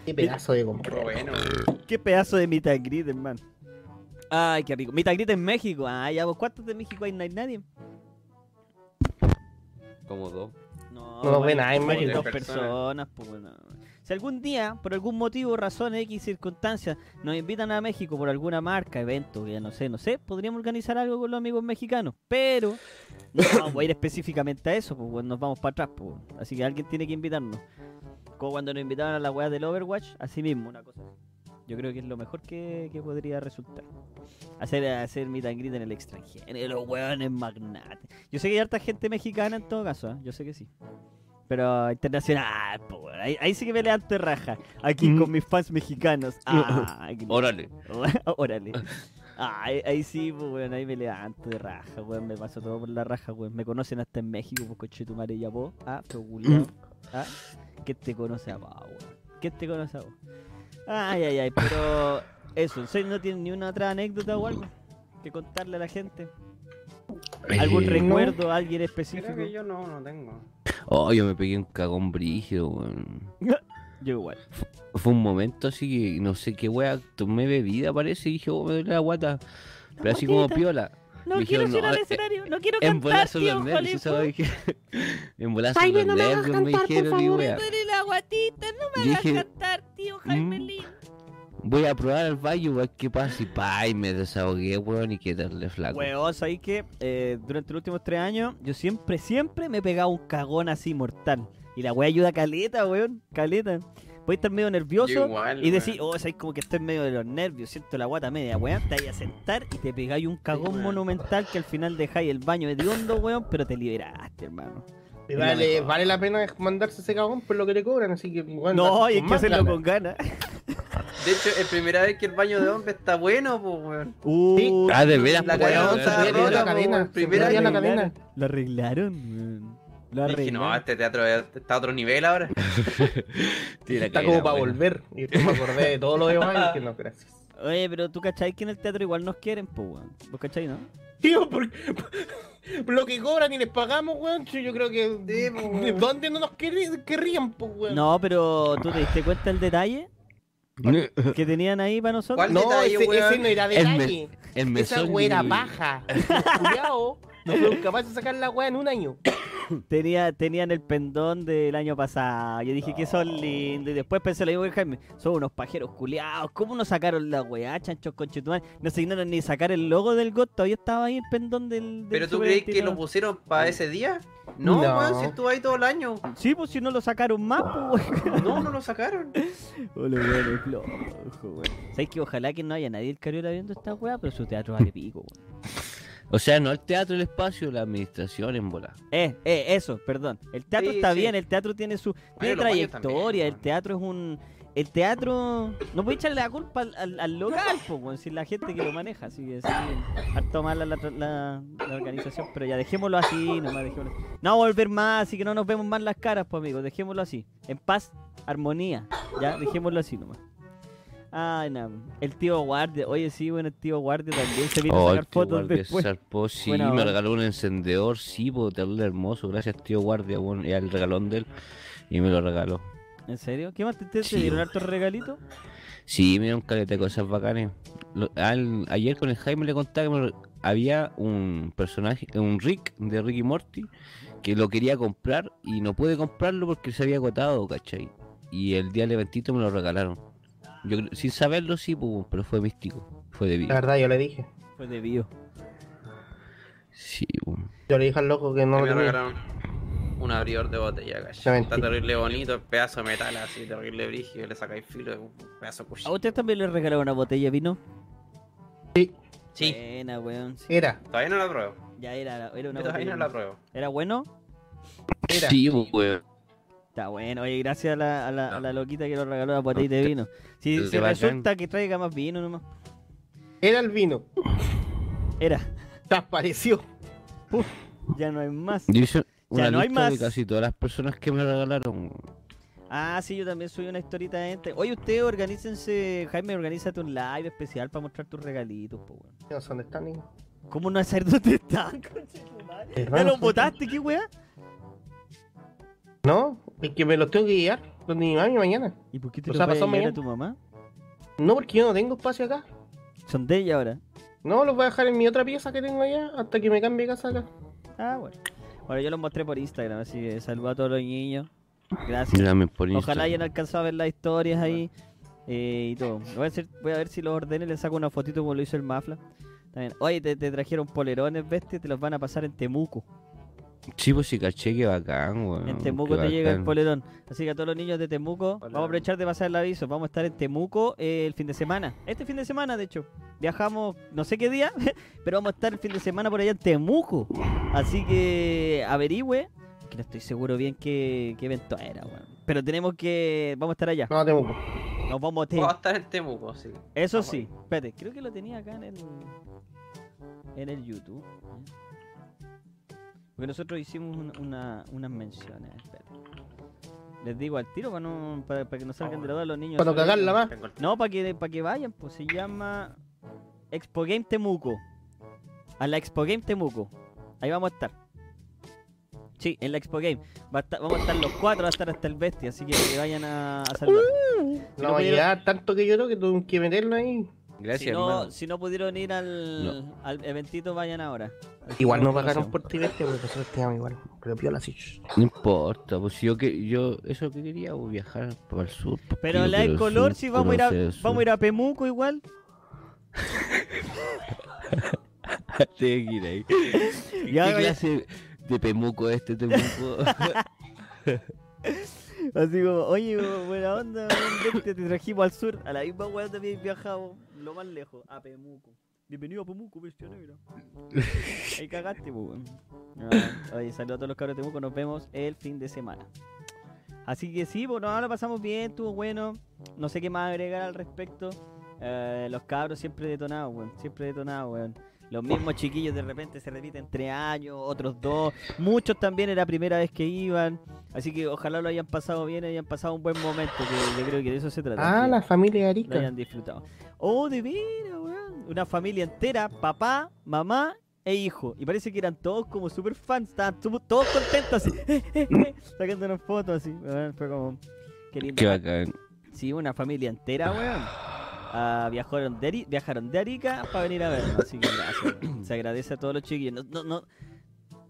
Speaker 6: Qué pedazo de completo.
Speaker 3: Pero bueno,
Speaker 2: Qué pedazo de mitad grit, hermano. Ay, qué rico. Mitad grit en México. Ay, ya, vos, ¿cuántos de México hay? ¿No hay nadie?
Speaker 4: Como dos.
Speaker 2: No,
Speaker 1: No, ve nadie en
Speaker 2: hay
Speaker 1: México.
Speaker 2: Dos personas, pues bueno. Si algún día, por algún motivo, razón, X, circunstancias, nos invitan a México por alguna marca, evento, que ya no sé, no sé, podríamos organizar algo con los amigos mexicanos, pero no vamos a ir específicamente a eso, pues bueno, nos vamos para atrás, pues. Así que alguien tiene que invitarnos. Como cuando nos invitaron a la weá del Overwatch, así mismo, una cosa así. Yo creo que es lo mejor que, que podría resultar. Hacer, hacer meet and greet en el extranjero. en Los hueones magnates. Yo sé que hay harta gente mexicana en todo caso, ¿eh? yo sé que sí. Pero internacional, po, weón. ahí, ahí sí que me levanto de raja. Aquí con mis fans mexicanos. Ah, qué lindo.
Speaker 4: Órale.
Speaker 2: Órale. Ah, ahí, ahí sí, pues, weón, ahí me levanto de raja, weón. Me paso todo por la raja, weón. Me conocen hasta en México, pues, coche tu madre y a vos. Ah, pero
Speaker 4: Mm.
Speaker 2: culiao. Ah, ¿qué te conoce a vos, weón? ¿Qué te conoce a vos? Ay, ay, ay, pero eso, ¿en serio no tienen ni una otra anécdota o algo que contarle a la gente? ¿Algún
Speaker 4: Eh,
Speaker 2: recuerdo, alguien específico?
Speaker 3: creo que
Speaker 2: Yo...
Speaker 3: yo no, no tengo.
Speaker 4: Oh, yo me pegué un cagón brígido, weón.
Speaker 2: igual.
Speaker 4: Fue un momento así que no sé qué wea, tomé bebida parece y dije, oh, me duele la guata. Pero así como
Speaker 2: guatita.
Speaker 4: piola.
Speaker 2: No
Speaker 4: Me
Speaker 2: quiero
Speaker 4: dijeron,
Speaker 2: ser
Speaker 4: no,
Speaker 2: al
Speaker 4: eh,
Speaker 2: escenario, no quiero
Speaker 4: En
Speaker 2: cantar,
Speaker 4: bolas son
Speaker 2: tío,
Speaker 4: los
Speaker 2: Juanico.
Speaker 4: nervios, ¿sabes? Dije, En bolas son
Speaker 7: Jaime,
Speaker 4: los
Speaker 7: no me hagas
Speaker 4: nervios, me
Speaker 7: cantar, por
Speaker 4: dijeron, y
Speaker 7: favor.
Speaker 4: wea.
Speaker 7: duele la guatita, no
Speaker 4: Yo dije,
Speaker 7: cantar, tío
Speaker 4: Jaime Mm.
Speaker 7: lindo.
Speaker 4: voy a probar al baño, weón, qué pasa. Y pa, y me desahogué, weón, y quedarle flaco.
Speaker 2: Weón, sabéis que durante los últimos tres años yo siempre, siempre me he pegado un cagón así mortal. Y la wea ayuda caleta, weón, caleta. Voy a estar medio
Speaker 3: Yo
Speaker 2: nervioso
Speaker 3: igual,
Speaker 2: y
Speaker 3: weón.
Speaker 2: decir, oh, sabéis como que estoy en medio de los nervios, siento la guata media, weón. Te vais a sentar y te pegáis un cagón
Speaker 3: weón.
Speaker 2: monumental que al final dejáis el baño hediondo, weón, pero te liberaste, hermano.
Speaker 1: Y Vale, vale la pena mandarse ese cagón por lo que le cobran, así que bueno.
Speaker 2: No,
Speaker 1: dale
Speaker 2: y hay
Speaker 1: con
Speaker 2: que
Speaker 1: más
Speaker 2: hacerlo
Speaker 1: ganas.
Speaker 2: con ganas.
Speaker 3: De hecho, es primera vez que el baño de hombre está bueno, pues, weón.
Speaker 2: Uh,
Speaker 4: Ah, de veras,
Speaker 3: La
Speaker 4: po,
Speaker 1: Weón,
Speaker 3: cadena
Speaker 4: weón.
Speaker 1: se
Speaker 3: está
Speaker 1: perdió
Speaker 3: rota,
Speaker 1: la
Speaker 3: po,
Speaker 1: cadena,
Speaker 3: weón.
Speaker 1: se
Speaker 3: Primera
Speaker 1: perdió
Speaker 3: vez.
Speaker 1: la
Speaker 2: arreglaron,
Speaker 1: cadena.
Speaker 2: Lo arreglaron, weón. Lo
Speaker 3: Dije, no,
Speaker 2: arreglaron.
Speaker 3: este teatro está a otro nivel ahora.
Speaker 4: Tiene
Speaker 6: Está
Speaker 4: que
Speaker 6: como
Speaker 4: era
Speaker 6: para
Speaker 4: buena.
Speaker 6: volver. Y después me acordé de todo lo demás y dije, no, gracias.
Speaker 2: Oye, pero tú cacháis que en el teatro igual nos quieren, pues, weón. ¿Vos cacháis, no?
Speaker 6: Tío, por, por lo que cobran y les pagamos, weón. Yo yo creo que. ¿Dónde no nos querri- querrían, pues, weón?
Speaker 2: No, pero tú te diste cuenta el detalle que tenían ahí para nosotros.
Speaker 3: ¿Cuál?
Speaker 6: No,
Speaker 3: detalle,
Speaker 6: ese,
Speaker 3: weón.
Speaker 6: ese no era
Speaker 4: Es
Speaker 6: detalle.
Speaker 4: El
Speaker 6: Esa
Speaker 4: mesón
Speaker 6: weá era
Speaker 4: y-
Speaker 6: paja. El culiao no fueron capaces de sacar la weá en un año.
Speaker 2: Tenía, tenían el pendón del año pasado. Yo dije que son lindos. Y después pensé lo mismo que el Jaime. Son unos pajeros culiados. ¿Cómo no sacaron la weá, chanchos conchetumal? No se dignaron ni sacar el logo del GOT. Todavía estaba ahí el pendón del. del
Speaker 3: ¿Pero tú
Speaker 2: Super
Speaker 3: crees que
Speaker 2: 29.
Speaker 3: lo pusieron para ese día? No,
Speaker 6: No.
Speaker 3: weón, si estuvo ahí todo el año.
Speaker 2: Sí, pues si no lo sacaron más, pues, weón.
Speaker 3: No, no lo sacaron.
Speaker 2: Hola, weón, el flojo, weón. ¿Sabes que ojalá que no haya nadie el cariola viendo esta weá? Pero su teatro vale pico, weón.
Speaker 4: O sea, no el teatro, el espacio, la administración en bola.
Speaker 2: Eh, eh, eso, perdón. El teatro
Speaker 3: Sí,
Speaker 2: está
Speaker 3: sí.
Speaker 2: bien, el teatro tiene su tiene
Speaker 3: los baños
Speaker 2: trayectoria,
Speaker 3: también,
Speaker 2: el
Speaker 3: weón.
Speaker 2: teatro es un el teatro no puede echarle la culpa al, al- al local, po, weón, si la gente que lo maneja, así que sí, harto mala la, la- la organización, pero ya dejémoslo así, nomás dejémoslo así. No vamos a volver más, así que no nos vemos más las caras, pues amigos, dejémoslo así. En paz, armonía, ya, dejémoslo así nomás. Ay, nada. El tío Guardia, oye sí, bueno, el tío Guardia también se vino a
Speaker 4: Oh,
Speaker 2: sacar
Speaker 4: el tío
Speaker 2: fotos
Speaker 4: guardia
Speaker 2: después.
Speaker 4: zarpó, sí,
Speaker 2: Buena
Speaker 4: me
Speaker 2: onda.
Speaker 4: regaló un encendedor, sí, po, te hablé hermoso, gracias tío guardia, bueno, era el regalón de él, y me lo regaló.
Speaker 2: ¿En serio? ¿Qué más te, te- te
Speaker 4: Sí,
Speaker 2: dieron
Speaker 4: weón.
Speaker 2: hartos regalitos?
Speaker 4: Sí, me dieron caleta de cosas bacanas. Lo- al- ayer con el Jaime le contaba que me lo- había un personaje, un Rick de Ricky Morty, que lo quería comprar y no pude comprarlo porque se había agotado, ¿cachai? Y el día del eventito me lo regalaron. Yo, creo- sin saberlo, sí, pues, pero fue místico, fue de
Speaker 6: La
Speaker 4: vida.
Speaker 6: verdad, yo le dije.
Speaker 2: Fue de bio.
Speaker 4: Sí, pues.
Speaker 6: Yo le dije al loco que no lo
Speaker 3: me
Speaker 6: tenía.
Speaker 3: regalaron un abridor de botella,
Speaker 6: No,
Speaker 3: cacho.
Speaker 6: mentira.
Speaker 3: Está terrible bonito, el pedazo de metal así, terrible brígido, le sacáis filo, un pedazo de
Speaker 2: ¿A
Speaker 3: cuchillo.
Speaker 2: usted también le regalaron una botella de vino?
Speaker 3: Sí,
Speaker 2: Buena, weón. sí.
Speaker 6: Era,
Speaker 3: todavía no la pruebo.
Speaker 2: Ya era, era una
Speaker 3: todavía
Speaker 2: botella.
Speaker 3: no
Speaker 2: de
Speaker 3: la
Speaker 2: vino.
Speaker 3: pruebo.
Speaker 2: ¿Era bueno?
Speaker 6: era.
Speaker 4: Sí, pues, weón.
Speaker 2: Está bueno. Oye, gracias a la, a la, a la loquita que nos regaló la botella de
Speaker 4: te-
Speaker 2: vino. Si,
Speaker 4: te
Speaker 2: si
Speaker 4: bacán.
Speaker 2: resulta que traiga más vino nomás.
Speaker 6: Era el vino.
Speaker 2: Era.
Speaker 6: Desapareció.
Speaker 2: Ya no hay más.
Speaker 4: Yo hice una
Speaker 2: no hay
Speaker 4: lista de
Speaker 2: más.
Speaker 4: casi todas las personas que me regalaron.
Speaker 2: Ah, sí, yo también soy una historita de gente. Oye, ustedes organícense. Jaime, organízate un live especial para mostrar tus regalitos, po, weón.
Speaker 6: No sé dónde están, niño.
Speaker 2: ¿Cómo no saber dónde están, conche tu madre? ¿Ya los botaste, qué weá?
Speaker 6: No, es que me los tengo que guiar. Donde mi mami mañana.
Speaker 2: ¿Y por qué te
Speaker 6: O
Speaker 2: los
Speaker 6: sea,
Speaker 2: vas
Speaker 6: pasó
Speaker 2: a llevar a
Speaker 6: mañana.
Speaker 2: tu mamá?
Speaker 6: No, porque yo no tengo espacio acá.
Speaker 2: Son de ella ahora.
Speaker 6: No, los voy a dejar en mi otra pieza que tengo allá hasta que me cambie de casa acá.
Speaker 2: Ah, bueno. Bueno, yo los mostré por Instagram, así que saludo a todos los niños. Gracias.
Speaker 4: Dame por
Speaker 2: Ojalá
Speaker 4: Instagram.
Speaker 2: hayan alcanzado a ver las historias ahí eh, y todo. Voy a, hacer- voy a ver si los ordeno y les saco una fotito como lo hizo el Mafla. También. Oye, te, te trajeron polerones, bestia, te los van a pasar en Temuco.
Speaker 4: Sí, pues sí, caché, que bacán, weón.
Speaker 2: en Temuco
Speaker 4: Mm, qué
Speaker 2: te llega el
Speaker 4: bacán.
Speaker 2: polerón. Así que a todos los niños de Temuco, vamos a aprovechar de pasar el aviso. Vamos a estar en Temuco eh, el fin de semana. Este fin de semana, de hecho. Viajamos no sé qué día, pero vamos a estar el fin de semana por allá en Temuco. Así que averigüe, que no estoy seguro bien qué, qué evento era, weón. Pero tenemos que... Vamos a estar allá.
Speaker 6: No, tengo.
Speaker 2: Nos vamos a
Speaker 3: Puedo
Speaker 2: Temuco.
Speaker 3: estar en Temuco, sí.
Speaker 2: Eso
Speaker 3: vamos
Speaker 2: sí. Espérate, creo que lo tenía acá en el... En el YouTube. Porque nosotros hicimos un- una- unas menciones. Espérate. Les digo al tiro para, no, para, para que no salgan de la duda los niños.
Speaker 6: Para no cagarla más.
Speaker 3: Tengo el-
Speaker 2: No, para que, para que vayan, pues se llama Expo Game Temuco. A la Expo Game Temuco. Ahí vamos a estar. Sí, en la Expo Game. Va a estar- vamos a estar los cuatro, va a estar hasta el bestia, así que, que vayan a, a saludar. Si
Speaker 6: No
Speaker 2: no
Speaker 6: va a
Speaker 2: pudieron-
Speaker 6: llegar tanto que yo creo que tuve que meterlo ahí.
Speaker 4: Gracias,
Speaker 2: si, no,
Speaker 4: hermano.
Speaker 2: si no pudieron ir al, al eventito, vayan ahora.
Speaker 6: Igual no
Speaker 2: Como
Speaker 6: pagaron
Speaker 2: conocemos.
Speaker 6: por ti, bestia, porque nosotros te llamamos igual. Pero piola sí.
Speaker 4: No importa, pues si yo que yo eso que quería pues, viajar para el sur.
Speaker 2: Pero
Speaker 4: pues, quiero
Speaker 2: la
Speaker 4: ver
Speaker 2: de
Speaker 4: el
Speaker 2: color,
Speaker 4: sur,
Speaker 2: si vamos a ir a,
Speaker 4: conocer el sur.
Speaker 2: vamos a ir a Pemuco igual.
Speaker 4: Tengo que ir ahí.
Speaker 2: Ya,
Speaker 4: ¿Qué
Speaker 2: ya.
Speaker 4: clase de Temuco es este Temuco?
Speaker 2: Así como, oye, bu- buena onda, weón, vente, te trajimos al sur, a la misma weá donde habíais viajado, lo más lejos, a Pemuco. Bienvenido a Pemuco, bestia negra. Ahí cagaste, pues, weón. No, Ah, oye, saludos a todos los cabros de Temuco, nos vemos el fin de semana. Así que sí, pues nos la pasamos bien, estuvo bueno. No sé qué más agregar al respecto. Eh, los cabros siempre detonados, weón. Siempre detonados, weón. Los mismos chiquillos de repente se repiten tres años, otros dos. Muchos también era la primera vez que iban. Así que ojalá lo hayan pasado bien, hayan pasado un buen momento. Que yo creo que de eso se trata.
Speaker 8: Ah,
Speaker 2: que
Speaker 8: la familia de
Speaker 2: Lo
Speaker 8: Arica.
Speaker 2: hayan disfrutado. Oh, de veras, weón. Una familia entera, papá, mamá e hijo. Y parece que eran todos como super fans. Estaban tu- todos contentos así. eh, eh, eh, sacándonos fotos así. Weón, fue como... Qué lindo.
Speaker 4: Qué bacán.
Speaker 2: Sí, una familia entera, weón. Ah, viajaron, de Ari- viajaron de Arica para venir a vernos. Así que gracias. weón. Se agradece a todos los chiquillos. No, no, no-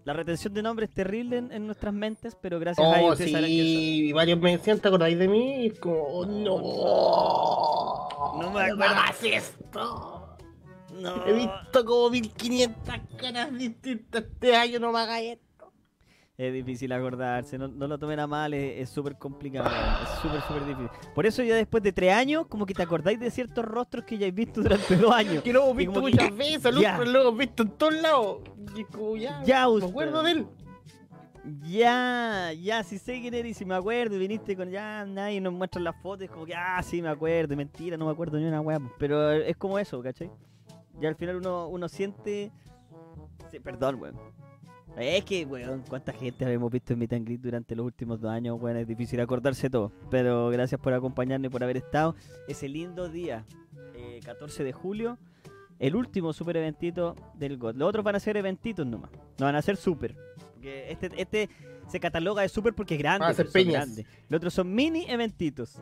Speaker 2: La retención de nombres es terrible en, en nuestras mentes, pero gracias a ellos
Speaker 6: Oh,
Speaker 2: ustedes sabrán quién
Speaker 6: sí, varios me decían, ¿te acordáis de mí? Y es como, oh, no.
Speaker 2: No me acuerdo.
Speaker 6: hagas esto.
Speaker 2: son. No.
Speaker 6: He visto como 1500 caras distintas este año, no me hagas esto.
Speaker 2: Es difícil acordarse, no, no lo tomen a mal, es es súper complicado, weón, es súper, súper difícil. Por eso ya después de tres años, como que te acordáis de ciertos rostros que ya habéis visto durante dos años.
Speaker 6: Que lo hemos
Speaker 2: Y
Speaker 6: visto
Speaker 2: como que-
Speaker 6: muchas veces,
Speaker 2: Ya.
Speaker 6: lo hemos visto en todos lados. Y es como, ya,
Speaker 2: Ya,
Speaker 6: me
Speaker 2: usted.
Speaker 6: acuerdo de él.
Speaker 2: Ya, ya, si sé quién eres y si me acuerdo y viniste con ya, nadie nos muestra las fotos, es como que, ah, sí, me acuerdo, y mentira, no me acuerdo ni una weá, po. pero es como eso, ¿cachai? Y al final uno, uno siente... sí, perdón, weón. Es que, weón, cuánta gente hemos visto en Meet and Greet durante los últimos dos años, weón, es difícil acordarse todo, pero gracias por acompañarnos y por haber estado ese lindo día, eh, 14 de julio, el último super eventito del GOT. Los otros van a ser eventitos nomás, no van a ser super. Porque este, este se cataloga de super porque es grande.
Speaker 6: Van a ser
Speaker 2: pues, son
Speaker 6: peñas.
Speaker 2: grandes. Los otros son mini eventitos.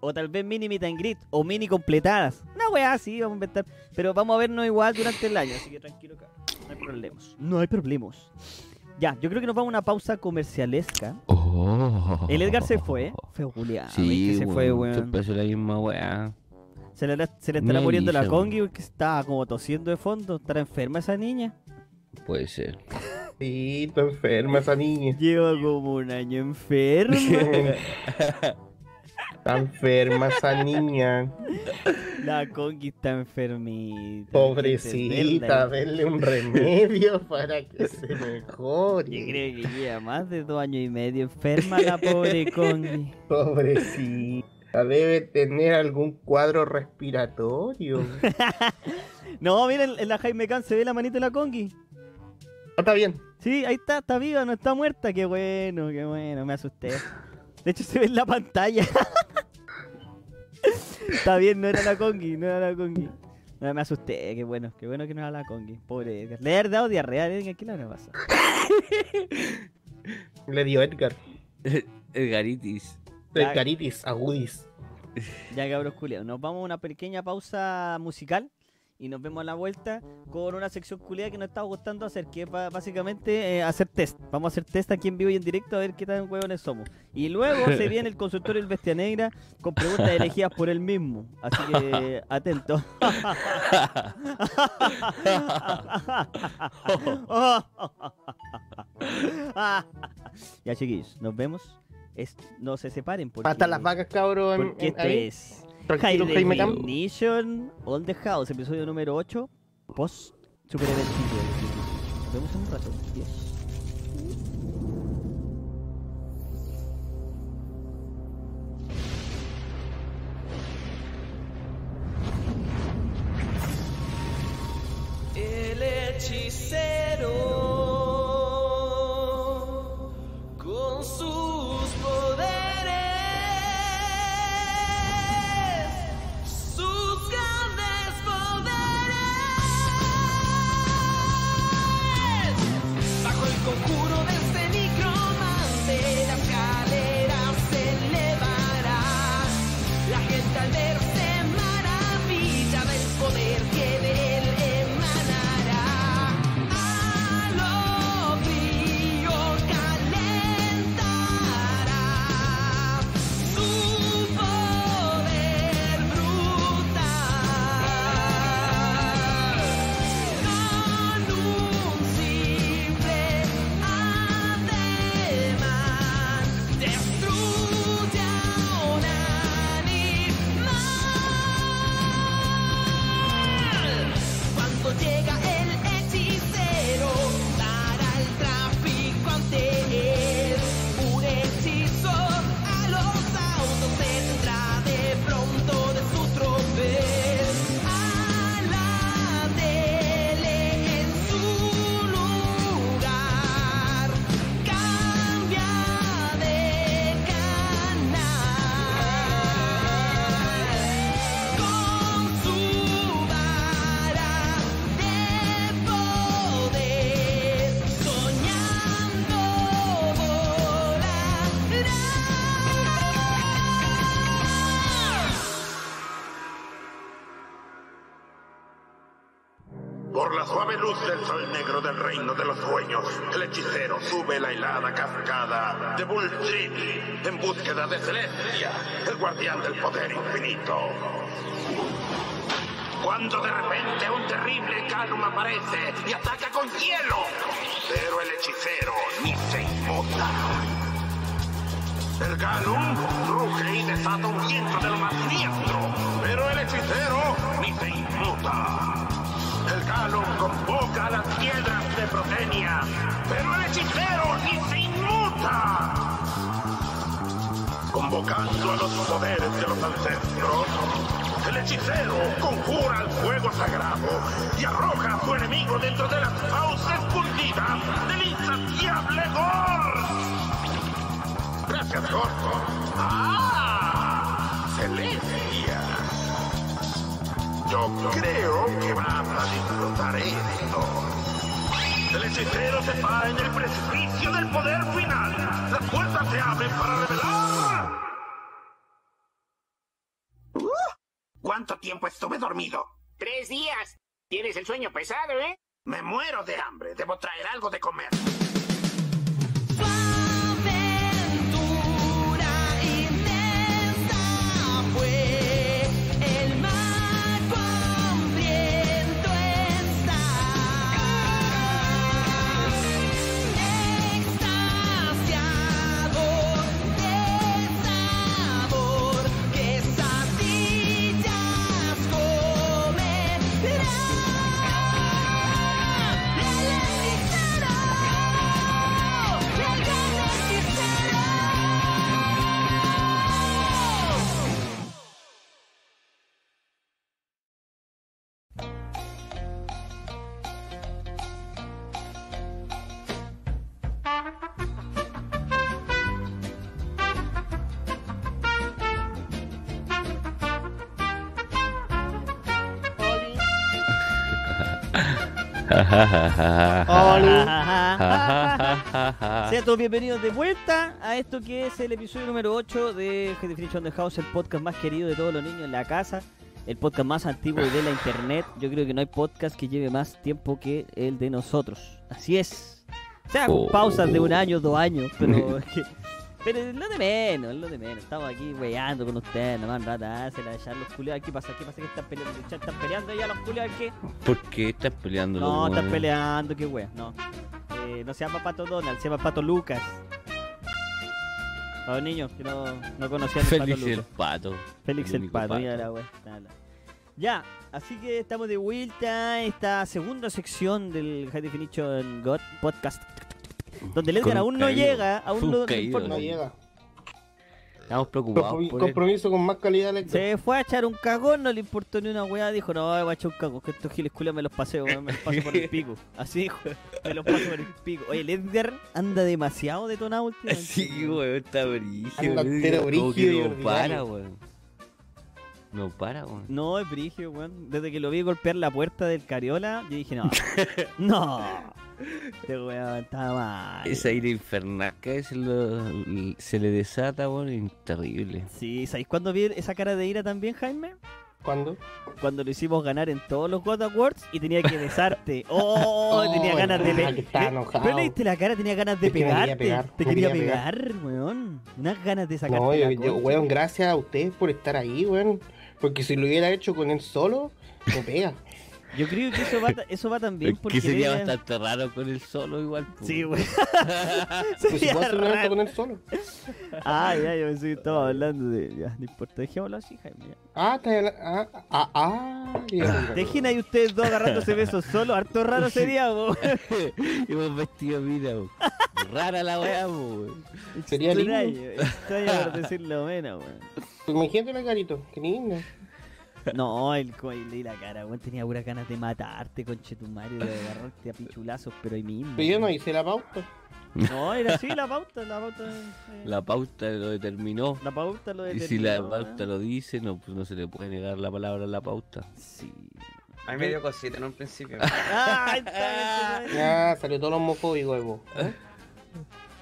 Speaker 2: O tal vez mini meet and greet. O mini completadas. Una weá así, vamos a inventar. Pero vamos a vernos igual durante el año. Así que tranquilo, cabrón. No hay problemas. No hay problemas. Ya, yo creo que nos vamos a una pausa comercialesca.
Speaker 4: Oh.
Speaker 2: El Edgar se fue. Fue Julia.
Speaker 4: Sí,
Speaker 2: se fue,
Speaker 4: weón,
Speaker 2: weón.
Speaker 4: siempre hace la misma weá.
Speaker 2: Se le, se le estará
Speaker 4: Me
Speaker 2: muriendo la
Speaker 4: dicen.
Speaker 2: congi porque estaba como tosiendo de fondo. Estará enferma esa niña.
Speaker 4: Puede ser.
Speaker 6: Sí, está enferma esa niña.
Speaker 2: Lleva como un año enferma.
Speaker 6: está enferma esa niña.
Speaker 2: La Congi está enfermita.
Speaker 6: Pobrecita,
Speaker 2: Entenderla.
Speaker 6: denle un remedio para que se
Speaker 2: Yo
Speaker 6: mejore.
Speaker 2: creo que lleva más de dos años y medio enferma la pobre Congi.
Speaker 6: Pobrecita, debe tener algún cuadro respiratorio.
Speaker 2: No, miren, en la Jaime Can se ve la manita de la Congi.
Speaker 6: Ah, está bien.
Speaker 2: Sí, ahí está, está viva, no está muerta. Qué bueno, qué bueno, me asusté. De hecho, se ve en la pantalla. está bien, no era la Congi, no era la Congi. No, me asusté, qué bueno, qué bueno que no era la Congi. Pobre Edgar. Le he dado diarrea, Edgar, ¿qué le habrá pasado?
Speaker 6: Le dio Edgar.
Speaker 4: Edgaritis.
Speaker 2: Ya.
Speaker 6: Edgaritis, agudis.
Speaker 2: Ya cabros culiados, nos vamos a una pequeña pausa musical y nos vemos a la vuelta con una sección culiada que nos estaba gustando hacer, que es ba- básicamente eh, hacer test. Vamos a hacer test aquí en vivo y en directo a ver qué tan huevones somos. Y luego se viene el consultorio del Bestia Negra con preguntas elegidas por él mismo. Así que atento. ya chiquillos, nos vemos. Es- no se separen porque,
Speaker 6: Hasta las vacas, cabrón. en-
Speaker 2: porque
Speaker 6: en-
Speaker 2: esto
Speaker 6: ahí.
Speaker 2: es...
Speaker 6: Tranquilo,
Speaker 2: High
Speaker 6: Jaime Oh, Camp.
Speaker 2: Definition on the House, episodio número 8, post Super Event Nos vemos en un rato. Yes.
Speaker 9: El hechicero con sus poderes, sus grandes poderes. Bajo el conjuro de este micromante, la escalera se elevará. La gente al ver se maravilla del poder que de él emanará. Al frío calentará su poder brutal. Con un simple
Speaker 10: luz del sol negro del reino de los sueños, el hechicero sube la hilada cascada de Bullshit en búsqueda de Celestia, el guardián del poder infinito. Cuando de repente un terrible Calum aparece y ataca con hielo, pero el hechicero ni se inmuta. El Ganum ruge y desata un viento de lo más siniestro, pero el hechicero ni se inmuta. El Ganum convoca a las piedras de Protenia, pero el hechicero ni se inmuta. Convocando a los poderes de los ancestros, el hechicero conjura el fuego sagrado y arroja a su enemigo dentro de las fauces fundidas del insaciable Gor. Gracias, Gordo. ¡Ah! ¡Celestia! Yo creo que vas a disfrutar esto. El hechicero se para en el precipicio del poder final. Las puertas se abren para revelar. ¡Uh! ¿Cuánto tiempo estuve dormido?
Speaker 11: Tres días. Tienes el sueño pesado, ¿eh?
Speaker 10: Me muero de hambre. Debo traer algo de comer.
Speaker 7: Su aventura intensa fue, el mar con viento está, extasiado del sabor que satillas comerán. El hechicero
Speaker 6: Ah,
Speaker 4: ah,
Speaker 2: Sean todos bienvenidos de vuelta a esto que es el episodio número 8 de High Definition on the House, el podcast más querido de todos los niños en la casa, el podcast más antiguo de la internet. Yo creo que no hay podcast que lleve más tiempo que el de nosotros. Así es. O sea, con
Speaker 4: Oh.
Speaker 2: pausas de un año, dos años, pero... Pero es lo de menos, es lo de menos. Estamos aquí weyando con ustedes, nomás rata, se la echar los culiados. ¿Qué pasa? ¿Qué pasa? ¿Qué están peleando? ¿Qué ¿Están peleando ya los culiados? ¿Qué?
Speaker 4: ¿Por qué estás peleando?
Speaker 2: No,
Speaker 4: loco,
Speaker 2: estás
Speaker 4: weón?
Speaker 2: peleando, qué wea, no. Eh, no se llama Pato Donald, se llama Pato Lucas. Para los niños que no, no conocían el Pato
Speaker 4: Félix el
Speaker 2: Lucas.
Speaker 4: pato.
Speaker 2: Félix
Speaker 4: el
Speaker 2: el,
Speaker 4: único
Speaker 2: Pato,
Speaker 4: pato.
Speaker 2: mira la wea. nada. Ya, así que estamos de vuelta a esta segunda sección del High Definition God Podcast. Donde el
Speaker 4: Con
Speaker 2: Edgar
Speaker 4: un
Speaker 2: aún no
Speaker 4: caído.
Speaker 2: llega, aún
Speaker 4: Fue un
Speaker 2: no- no
Speaker 4: caído,
Speaker 2: informa.
Speaker 6: No
Speaker 4: Sí.
Speaker 6: llega.
Speaker 4: Estamos preocupados
Speaker 6: Compromi-
Speaker 4: por él.
Speaker 6: compromiso con más calidad eléctrica.
Speaker 2: Se fue a echar un cagón, no le importó ni una weá, dijo, no, voy a echar un cagón, que estos giles culiados me los paseo, me los paso por el pico. Así dijo, me los paso por el pico. Oye, el Edgar anda demasiado detonado últimamente.
Speaker 4: Sí, weón, está brígido.
Speaker 6: Anda
Speaker 4: weón.
Speaker 6: entero
Speaker 4: Como
Speaker 6: brígido
Speaker 4: que
Speaker 6: y
Speaker 4: No
Speaker 6: ordinario.
Speaker 4: para, weón. No para, weón.
Speaker 2: No, es brigio, weón. Desde que lo vi golpear la puerta del Cariola, yo dije, no, no. Este weón está mal.
Speaker 4: Ese aire infernal que se, lo- se le desata, weón, es terrible.
Speaker 2: Sí, ¿sabéis cuándo vi esa cara de ira también, Jaime?
Speaker 6: ¿Cuándo?
Speaker 2: Cuando lo hicimos ganar en todos los God Awards y tenía que besarte. ¡Oh! tenía
Speaker 6: Oh,
Speaker 2: ganas de
Speaker 6: verdad,
Speaker 2: pe- ¿Eh?
Speaker 6: que estaba enojado.
Speaker 2: Pero le diste la cara, tenía ganas de
Speaker 6: Es que me
Speaker 2: pegarte.
Speaker 6: quería pegar,
Speaker 2: Te
Speaker 6: me
Speaker 2: quería
Speaker 6: quería
Speaker 2: pegar,
Speaker 6: pegar.
Speaker 2: weón. Unas ganas de sacarte
Speaker 6: No, yo,
Speaker 2: la
Speaker 6: yo,
Speaker 2: concha.
Speaker 6: weón, gracias a ustedes por estar ahí, weón. Porque si lo hubiera hecho con él solo, me pega.
Speaker 2: Yo creo que eso va, ta- eso va también
Speaker 4: Es
Speaker 2: porque...
Speaker 4: que sería
Speaker 2: era-
Speaker 4: bastante raro con el solo igual. po.
Speaker 2: Sí, weón.
Speaker 6: Pues si
Speaker 2: Sería
Speaker 6: puedo hacer un evento
Speaker 2: raro.
Speaker 6: con él solo.
Speaker 2: Ah, ya, yo pensé que estaba hablando de... Ya, no importa, dejémoslo así, Jaime. ya.
Speaker 6: Ah, está habla- ah, ah, ah, ya.
Speaker 2: Dejen ahí ustedes dos agarrándose besos solos. Harto raro sería, weón.
Speaker 4: Hemos vestido, mira, weón. Rara la weá, po, weón.
Speaker 6: Sería lindo.
Speaker 2: Extraño, extraño por decirlo menos, weón.
Speaker 6: Imagínate la carito, qué lindo.
Speaker 2: No, el co- y leí la cara, weón. Tenía puras ganas de matarte, conchetumare, de agarrarte a pichulazos, pero ahí mismo.
Speaker 6: Pero yo no
Speaker 2: weón.
Speaker 6: hice la pauta.
Speaker 2: No, era así la pauta, la pauta. eh,
Speaker 4: La pauta lo determinó.
Speaker 2: la pauta lo
Speaker 4: Y si la
Speaker 2: determinó,
Speaker 4: pauta
Speaker 2: ¿eh?
Speaker 4: lo dice, no, pues no se le puede negar la palabra a la pauta.
Speaker 2: Sí.
Speaker 3: A mí me dio cosita en un principio.
Speaker 2: ¡Ah! está bien, está bien.
Speaker 6: Ah, salió todo lo homofóbico de vos. ¿eh?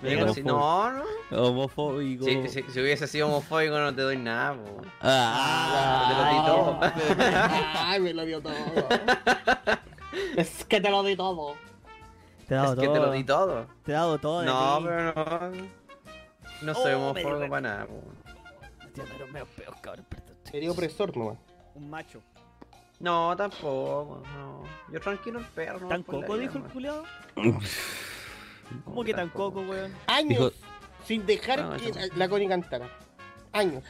Speaker 3: Me dio cosita. No, no.
Speaker 4: Homofóbico.
Speaker 3: Si, si- si hubiese sido homofóbico no te doy nada, po.
Speaker 4: Ah,
Speaker 3: Te lo di todo.
Speaker 6: Ay, me lo dio todo. Es que te lo di todo.
Speaker 2: Te he
Speaker 3: Es
Speaker 2: dado
Speaker 3: que
Speaker 2: todo.
Speaker 3: te lo di todo.
Speaker 2: Te he dado todo. de
Speaker 3: No,
Speaker 2: ti.
Speaker 3: pero no. No
Speaker 2: Oh,
Speaker 3: soy homófobo
Speaker 2: medio-
Speaker 3: para nada, po.
Speaker 2: Hostia, pero me peor, cabrón. perdón.
Speaker 6: Sería opresor nomás.
Speaker 2: Un macho.
Speaker 3: No, tampoco, no. Yo tranquilo el perro, no.
Speaker 2: ¿Tan
Speaker 3: por la
Speaker 2: coco
Speaker 3: vida,
Speaker 2: dijo el
Speaker 3: man.
Speaker 2: culiado? ¿Cómo que tan coco, weón?
Speaker 6: Años sin dejar
Speaker 3: No,
Speaker 6: que
Speaker 3: eso-
Speaker 6: la, la Connie cantara. Años.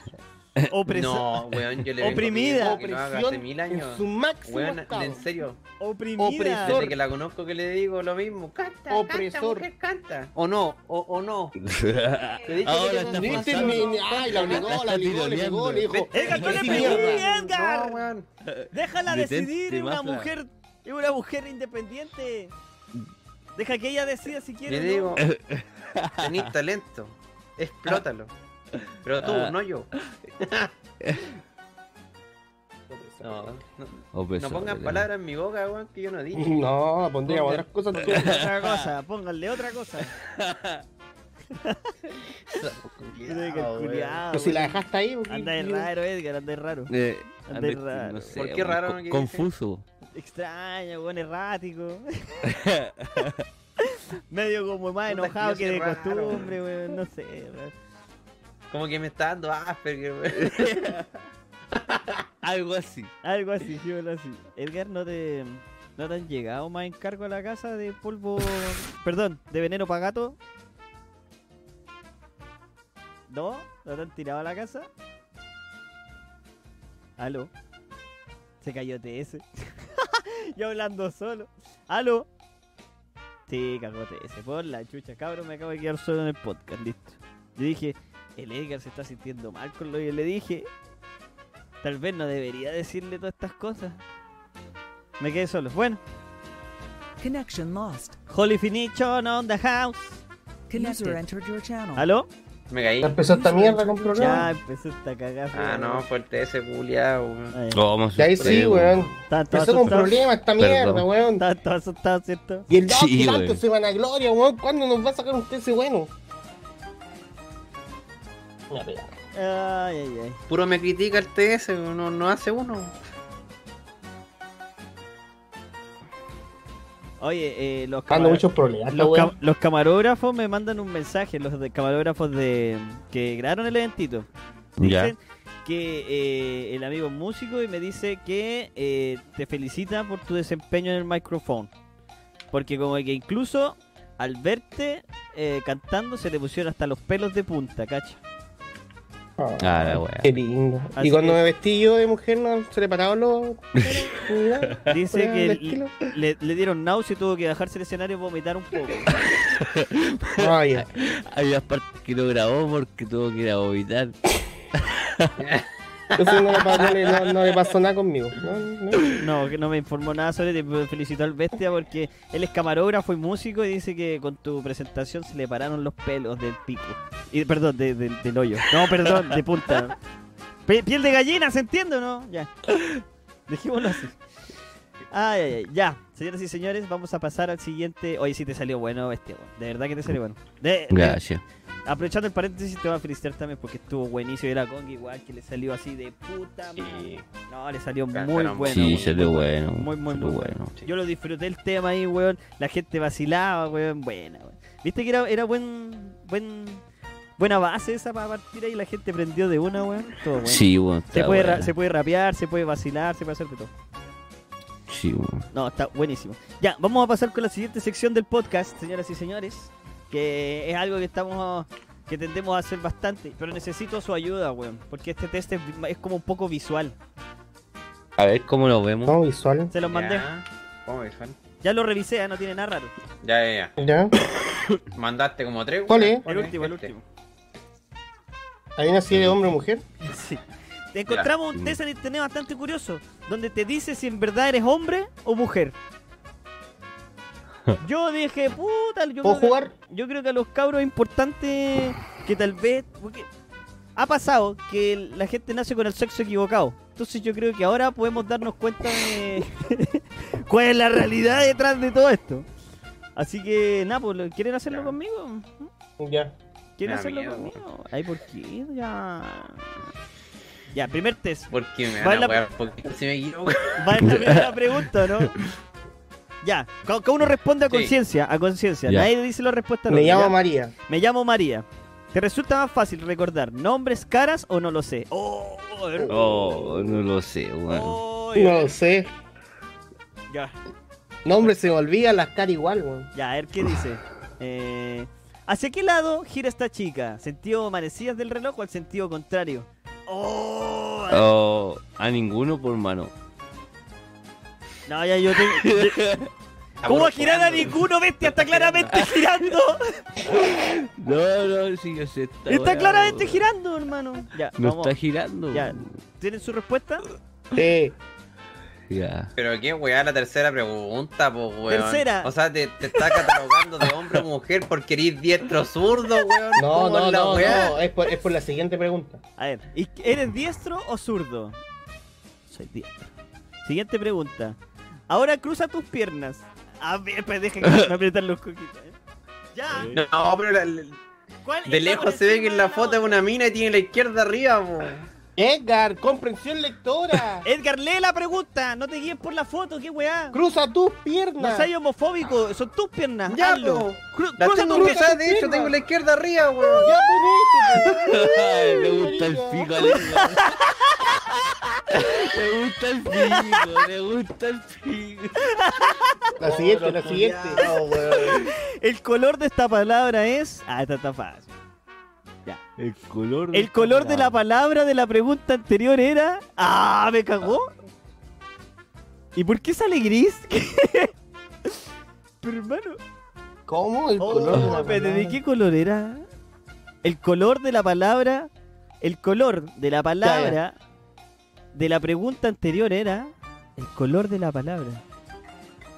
Speaker 2: Opresa-
Speaker 3: No, weón, yo le vengo
Speaker 2: Oprimida.
Speaker 3: pidiendo que lo haga hace mil
Speaker 6: en
Speaker 3: años.
Speaker 6: su máximo
Speaker 3: Weón,
Speaker 6: estado.
Speaker 3: en serio,
Speaker 2: Oprimida.
Speaker 6: Opresor.
Speaker 3: desde que la conozco que le digo lo mismo. Canta,
Speaker 6: Opresor. Eh,
Speaker 3: canta, mujer, canta. O no, o, o no. Te dije
Speaker 2: Ah,
Speaker 4: Ahora
Speaker 3: que
Speaker 4: está
Speaker 3: no-
Speaker 2: este
Speaker 6: Viste,
Speaker 4: pasando.
Speaker 6: ni- ni- ay, la obligó,
Speaker 4: La
Speaker 6: la
Speaker 4: está
Speaker 6: obligó, le pegó, le dijo.
Speaker 3: Vete-
Speaker 2: Edgar, no le
Speaker 6: "Sí,
Speaker 2: pegué,
Speaker 6: mierda".
Speaker 2: Edgar.
Speaker 3: No, weón.
Speaker 2: Déjala
Speaker 4: Detente,
Speaker 2: decidir, es una
Speaker 4: Mafla.
Speaker 2: mujer. Es una mujer independiente. Deja que ella decida si quiere.
Speaker 3: Le
Speaker 2: o no.
Speaker 3: digo, tenés talento, explótalo. Pero tú,
Speaker 4: Ah.
Speaker 3: no yo. No, no,
Speaker 4: Oh,
Speaker 3: no pongan palabras en mi boca, weón, que yo no dije.
Speaker 6: No, pondría otras cosas. tú.
Speaker 2: Otra cosa, pónganle otra cosa. Mira que el culiao,
Speaker 6: Pero Pues si la
Speaker 2: weón.
Speaker 6: dejaste ahí.
Speaker 2: Andáis raro, Edgar, andáis raro.
Speaker 4: Eh,
Speaker 2: Andáis
Speaker 4: ande-
Speaker 2: raro.
Speaker 4: No sé,
Speaker 3: ¿Por qué
Speaker 4: weón,
Speaker 3: raro
Speaker 4: co-
Speaker 3: no quiere
Speaker 4: Confuso.
Speaker 2: Extraño, weón, errático. Medio como más
Speaker 3: Puta,
Speaker 2: enojado
Speaker 3: yo
Speaker 2: que
Speaker 3: soy
Speaker 2: de
Speaker 3: raro,
Speaker 2: costumbre, weón. No sé, weón.
Speaker 3: Como que me está dando Asperger, weón.
Speaker 4: Algo así.
Speaker 2: Algo así, sí, algo así. Edgar, ¿no te, ¿no te han llegado más encargo a la casa de polvo... Perdón, de veneno para gato? ¿No? ¿No te han tirado a la casa? ¿Aló? Se cayó TS. Yo hablando solo. ¿Aló? Sí, cagó TS. Por la chucha, cabrón, me acabo de quedar solo en el podcast, listo. Yo dije, el Edgar se está sintiendo mal con lo que le dije. Tal vez no debería decirle todas estas cosas. Me quedé solo. Bueno,
Speaker 12: Connection lost.
Speaker 2: Holy Finichon on the house.
Speaker 12: User entered your channel.
Speaker 2: ¿Aló?
Speaker 3: Me caí.
Speaker 6: Empezó esta mierda con
Speaker 2: Ya
Speaker 6: problemas.
Speaker 2: empezó esta cagada.
Speaker 3: Ah, no, fuerte ese culiao, weón.
Speaker 2: Ay,
Speaker 4: ¿Cómo
Speaker 6: Y ahí sí, weón.
Speaker 2: Estaban todos
Speaker 6: Empezó con
Speaker 2: asustados.
Speaker 6: problemas esta mierda,
Speaker 4: Perdón.
Speaker 6: weón.
Speaker 2: Estaban todos asustados, ¿cierto?
Speaker 6: Y el lado
Speaker 4: Sí,
Speaker 6: que
Speaker 4: güey.
Speaker 6: tanto se van a gloria, weón. ¿Cuándo nos va a sacar usted ese bueno?
Speaker 2: Ay, ay, ay.
Speaker 3: Puro me critica el TS, weón, no, no hace uno.
Speaker 2: Oye, eh, los,
Speaker 6: Dando
Speaker 2: camar-
Speaker 6: muchos problemas,
Speaker 2: los,
Speaker 6: weón.
Speaker 2: cam- los camarógrafos me mandan un mensaje, los de camarógrafos de que grabaron el eventito. Dicen que eh, el amigo es músico y me dice que eh, te felicita por tu desempeño en el micrófono. Porque como que incluso al verte eh, cantando se te pusieron hasta los pelos de punta, cacha.
Speaker 6: Ah,
Speaker 4: Ah, la weá.
Speaker 6: Qué lindo.
Speaker 2: Así
Speaker 6: y cuando
Speaker 2: que-
Speaker 6: me vestí yo de mujer, no se le paraban los.
Speaker 2: Dice
Speaker 6: Weón,
Speaker 2: que
Speaker 6: el
Speaker 2: l-
Speaker 6: estilo.
Speaker 2: le, le dieron náusea y tuvo que bajarse el escenario y vomitar un poco.
Speaker 6: Ay,
Speaker 4: Había partes que no grabó porque tuvo que ir a vomitar.
Speaker 6: entonces no le, pasó, no le- no le pasó nada conmigo. No, no.
Speaker 2: No, que no me informó nada sobre ti, pero felicitó al bestia porque él es camarógrafo y músico y dice que con tu presentación se le pararon los pelos del pico. Y, perdón, de- de- del hoyo. No, perdón, de punta. Pe- piel de gallina, ¿se entiende o no? Ya. Dejémoslo así. Ay, ay, ay. Ya, señoras y señores, vamos a pasar al siguiente. Oye, sí te salió bueno, bestia. weón. De verdad que te salió bueno. De- de-
Speaker 4: Gracias.
Speaker 2: aprovechando el paréntesis, te voy a felicitar también porque estuvo buenísimo. Y la Kong igual que le salió así de puta madre.
Speaker 3: Sí.
Speaker 2: No, le salió muy
Speaker 3: Cantaron
Speaker 2: bueno.
Speaker 3: muy
Speaker 4: sí,
Speaker 2: weón.
Speaker 3: bueno,
Speaker 4: salió bueno.
Speaker 2: Muy, muy,
Speaker 4: salió
Speaker 2: muy
Speaker 4: bueno.
Speaker 2: Yo lo disfruté el tema ahí, weón. La gente vacilaba, weón. Buena, weón. Viste que era, era buen, buen, buena base esa para partir ahí. La gente prendió de una, weón. Todo bueno.
Speaker 4: Sí, bueno.
Speaker 2: Se
Speaker 4: está
Speaker 2: puede, ra-
Speaker 4: bueno.
Speaker 2: se puede rapear, se puede vacilar, se puede hacer de todo.
Speaker 4: Sí, bueno.
Speaker 2: No, está buenísimo. Ya, vamos a pasar con la siguiente sección del podcast, señoras y señores. Que es algo que estamos. que tendemos a hacer bastante. Pero necesito su ayuda, weón. Porque este test es, es como un poco visual.
Speaker 4: A ver cómo lo vemos.
Speaker 6: No, visual.
Speaker 2: Se los mandé. Ya,
Speaker 3: Ya. ¿Cómo es, Juan?
Speaker 2: lo revisé, ¿eh? no tiene nada raro.
Speaker 3: Ya, ya,
Speaker 6: ¿Ya?
Speaker 3: ya. Mandaste como tres.
Speaker 6: ¿Cuál
Speaker 3: weón.
Speaker 6: es?
Speaker 2: El
Speaker 3: Este.
Speaker 2: último, el último.
Speaker 6: ¿Hay una serie de hombre o mujer?
Speaker 2: Sí. Te encontramos un test en internet bastante curioso, donde te dice si en verdad eres hombre o mujer. Yo dije, puta, yo
Speaker 6: ¿Puedo
Speaker 2: creo, que,
Speaker 6: jugar?
Speaker 2: yo creo que a los cabros es importante que tal vez... Porque ha pasado que el- la gente nace con el sexo equivocado. Entonces yo creo que ahora podemos darnos cuenta de cuál es la realidad detrás de todo esto. Así que, nada, pues, ¿quieren hacerlo
Speaker 3: Ya.
Speaker 2: conmigo?
Speaker 6: Ya.
Speaker 2: ¿Quieren
Speaker 3: Me da
Speaker 2: hacerlo
Speaker 3: miedo,
Speaker 2: conmigo? Ay, ¿por qué? Ya... Ya, primer test.
Speaker 3: Porque me
Speaker 2: Va
Speaker 3: van
Speaker 2: la-
Speaker 3: a wear, porque si me equivoco.
Speaker 2: Va a la primera pregunta, ¿no? Ya, ca- cada uno responde a
Speaker 3: Sí.
Speaker 2: conciencia, a conciencia.
Speaker 4: Ya.
Speaker 2: Nadie dice la respuesta.
Speaker 6: Me
Speaker 2: rápida,
Speaker 6: llamo
Speaker 2: ya.
Speaker 6: María.
Speaker 2: Me llamo María. ¿Te resulta más fácil recordar nombres, caras o no lo sé? Oh, a ver.
Speaker 4: Oh, no lo sé, weón.
Speaker 2: Oh, ya.
Speaker 6: No sé.
Speaker 2: Ya,
Speaker 6: Nombre se me olvida, las caras igual, weón.
Speaker 2: ya, a ver qué dice. Eh, ¿Hacia qué lado gira esta chica? ¿Sentido manecillas del reloj o al sentido contrario? Oh, a ver.
Speaker 4: Oh, a ninguno por mano.
Speaker 2: No, ya yo tengo. ¿Cómo girar a ninguno, bestia? Está claramente girando.
Speaker 4: No, no, sí, yo sé. esta
Speaker 2: Está
Speaker 4: weá,
Speaker 2: claramente
Speaker 4: weón.
Speaker 2: girando, hermano. Ya,
Speaker 4: No
Speaker 2: vamos.
Speaker 4: está girando.
Speaker 2: Ya.
Speaker 4: weón.
Speaker 2: ¿Tienen su respuesta?
Speaker 6: Sí.
Speaker 4: Ya.
Speaker 3: Pero qué weá la tercera pregunta, po weón.
Speaker 2: Tercera.
Speaker 3: O sea, te, te está catalogando de hombre o mujer porque eres diestro zurdo, weón.
Speaker 6: No,
Speaker 3: ¿Cómo
Speaker 6: no,
Speaker 3: es la
Speaker 6: no,
Speaker 3: weá?
Speaker 6: no. Es por, es por la siguiente pregunta.
Speaker 2: A ver, ¿y ¿eres diestro o zurdo? Soy diestro. Siguiente pregunta. Ahora cruza tus piernas. A ver, pues dejen que apretar los coquitos. ¿eh? Ya.
Speaker 3: no. pero la- la-
Speaker 2: ¿cuál
Speaker 3: de
Speaker 2: está
Speaker 3: lejos
Speaker 2: por
Speaker 3: se ve
Speaker 2: encima
Speaker 3: que en
Speaker 2: de
Speaker 3: la foto es
Speaker 2: otra?
Speaker 3: una mina y tiene la izquierda arriba, po.
Speaker 6: Edgar, comprensión lectora.
Speaker 2: Edgar, lee la pregunta. No te guíes por la foto, qué weá.
Speaker 6: Cruza tus
Speaker 2: No
Speaker 6: piernas.
Speaker 2: seas homofóbico. Son tus piernas.
Speaker 3: Ya,
Speaker 2: hazlo.
Speaker 3: po.
Speaker 2: Cru-
Speaker 3: La
Speaker 2: cruza
Speaker 3: tengo
Speaker 2: tus
Speaker 3: cruzada,
Speaker 2: piernas.
Speaker 3: de hecho, tengo la izquierda arriba, weón.
Speaker 6: Ya por eso, weón.
Speaker 4: Ay, le gusta el
Speaker 6: María.
Speaker 4: pico, le Le gusta el pico, le gusta el pico.
Speaker 6: La siguiente, la siguiente. No, weón.
Speaker 2: El color de esta palabra es. Ah, esta está fácil.
Speaker 4: El color.
Speaker 2: El color de la palabra de la pregunta anterior era. ¡Ah! ¿Me cagó? ¿Y por qué sale gris? Pero hermano.
Speaker 6: ¿Cómo? El
Speaker 2: Oh,
Speaker 6: color de la
Speaker 2: espérate, ¿De
Speaker 6: palabra.
Speaker 2: qué color era? El color de la palabra. El color de la palabra de la pregunta anterior era. El color de la palabra.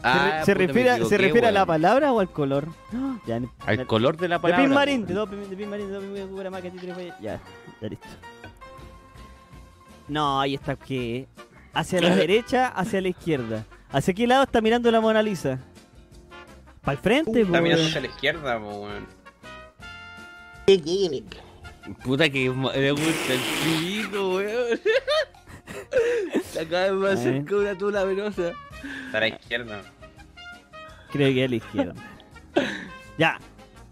Speaker 4: Ah,
Speaker 2: ¿Se, re- se refiere, a- ¿se refiere a la palabra o al color? ¡Ah! Ya, ni-
Speaker 4: Al
Speaker 2: na-
Speaker 4: color de la
Speaker 2: de
Speaker 4: palabra.
Speaker 2: Pin Marín,
Speaker 4: weón.
Speaker 2: de dos Pin de Pin Marín, de dos Pin Marín, más que tiene tres fallas. Ya, ya listo. No, ahí está que hacia la derecha, hacia la izquierda. ¿Hacia qué lado está mirando la Mona Lisa? ¿Para el frente, po,
Speaker 3: Está mirando
Speaker 2: weón?
Speaker 3: hacia la izquierda, po, weón.
Speaker 6: ¿Qué quiere?
Speaker 4: Puta que ma- le gusta el pico, weón. Se acaba de
Speaker 2: A
Speaker 4: más
Speaker 2: ver.
Speaker 4: cerca una tula venosa.
Speaker 3: Está a la izquierda.
Speaker 2: Creo que a la izquierda. ya.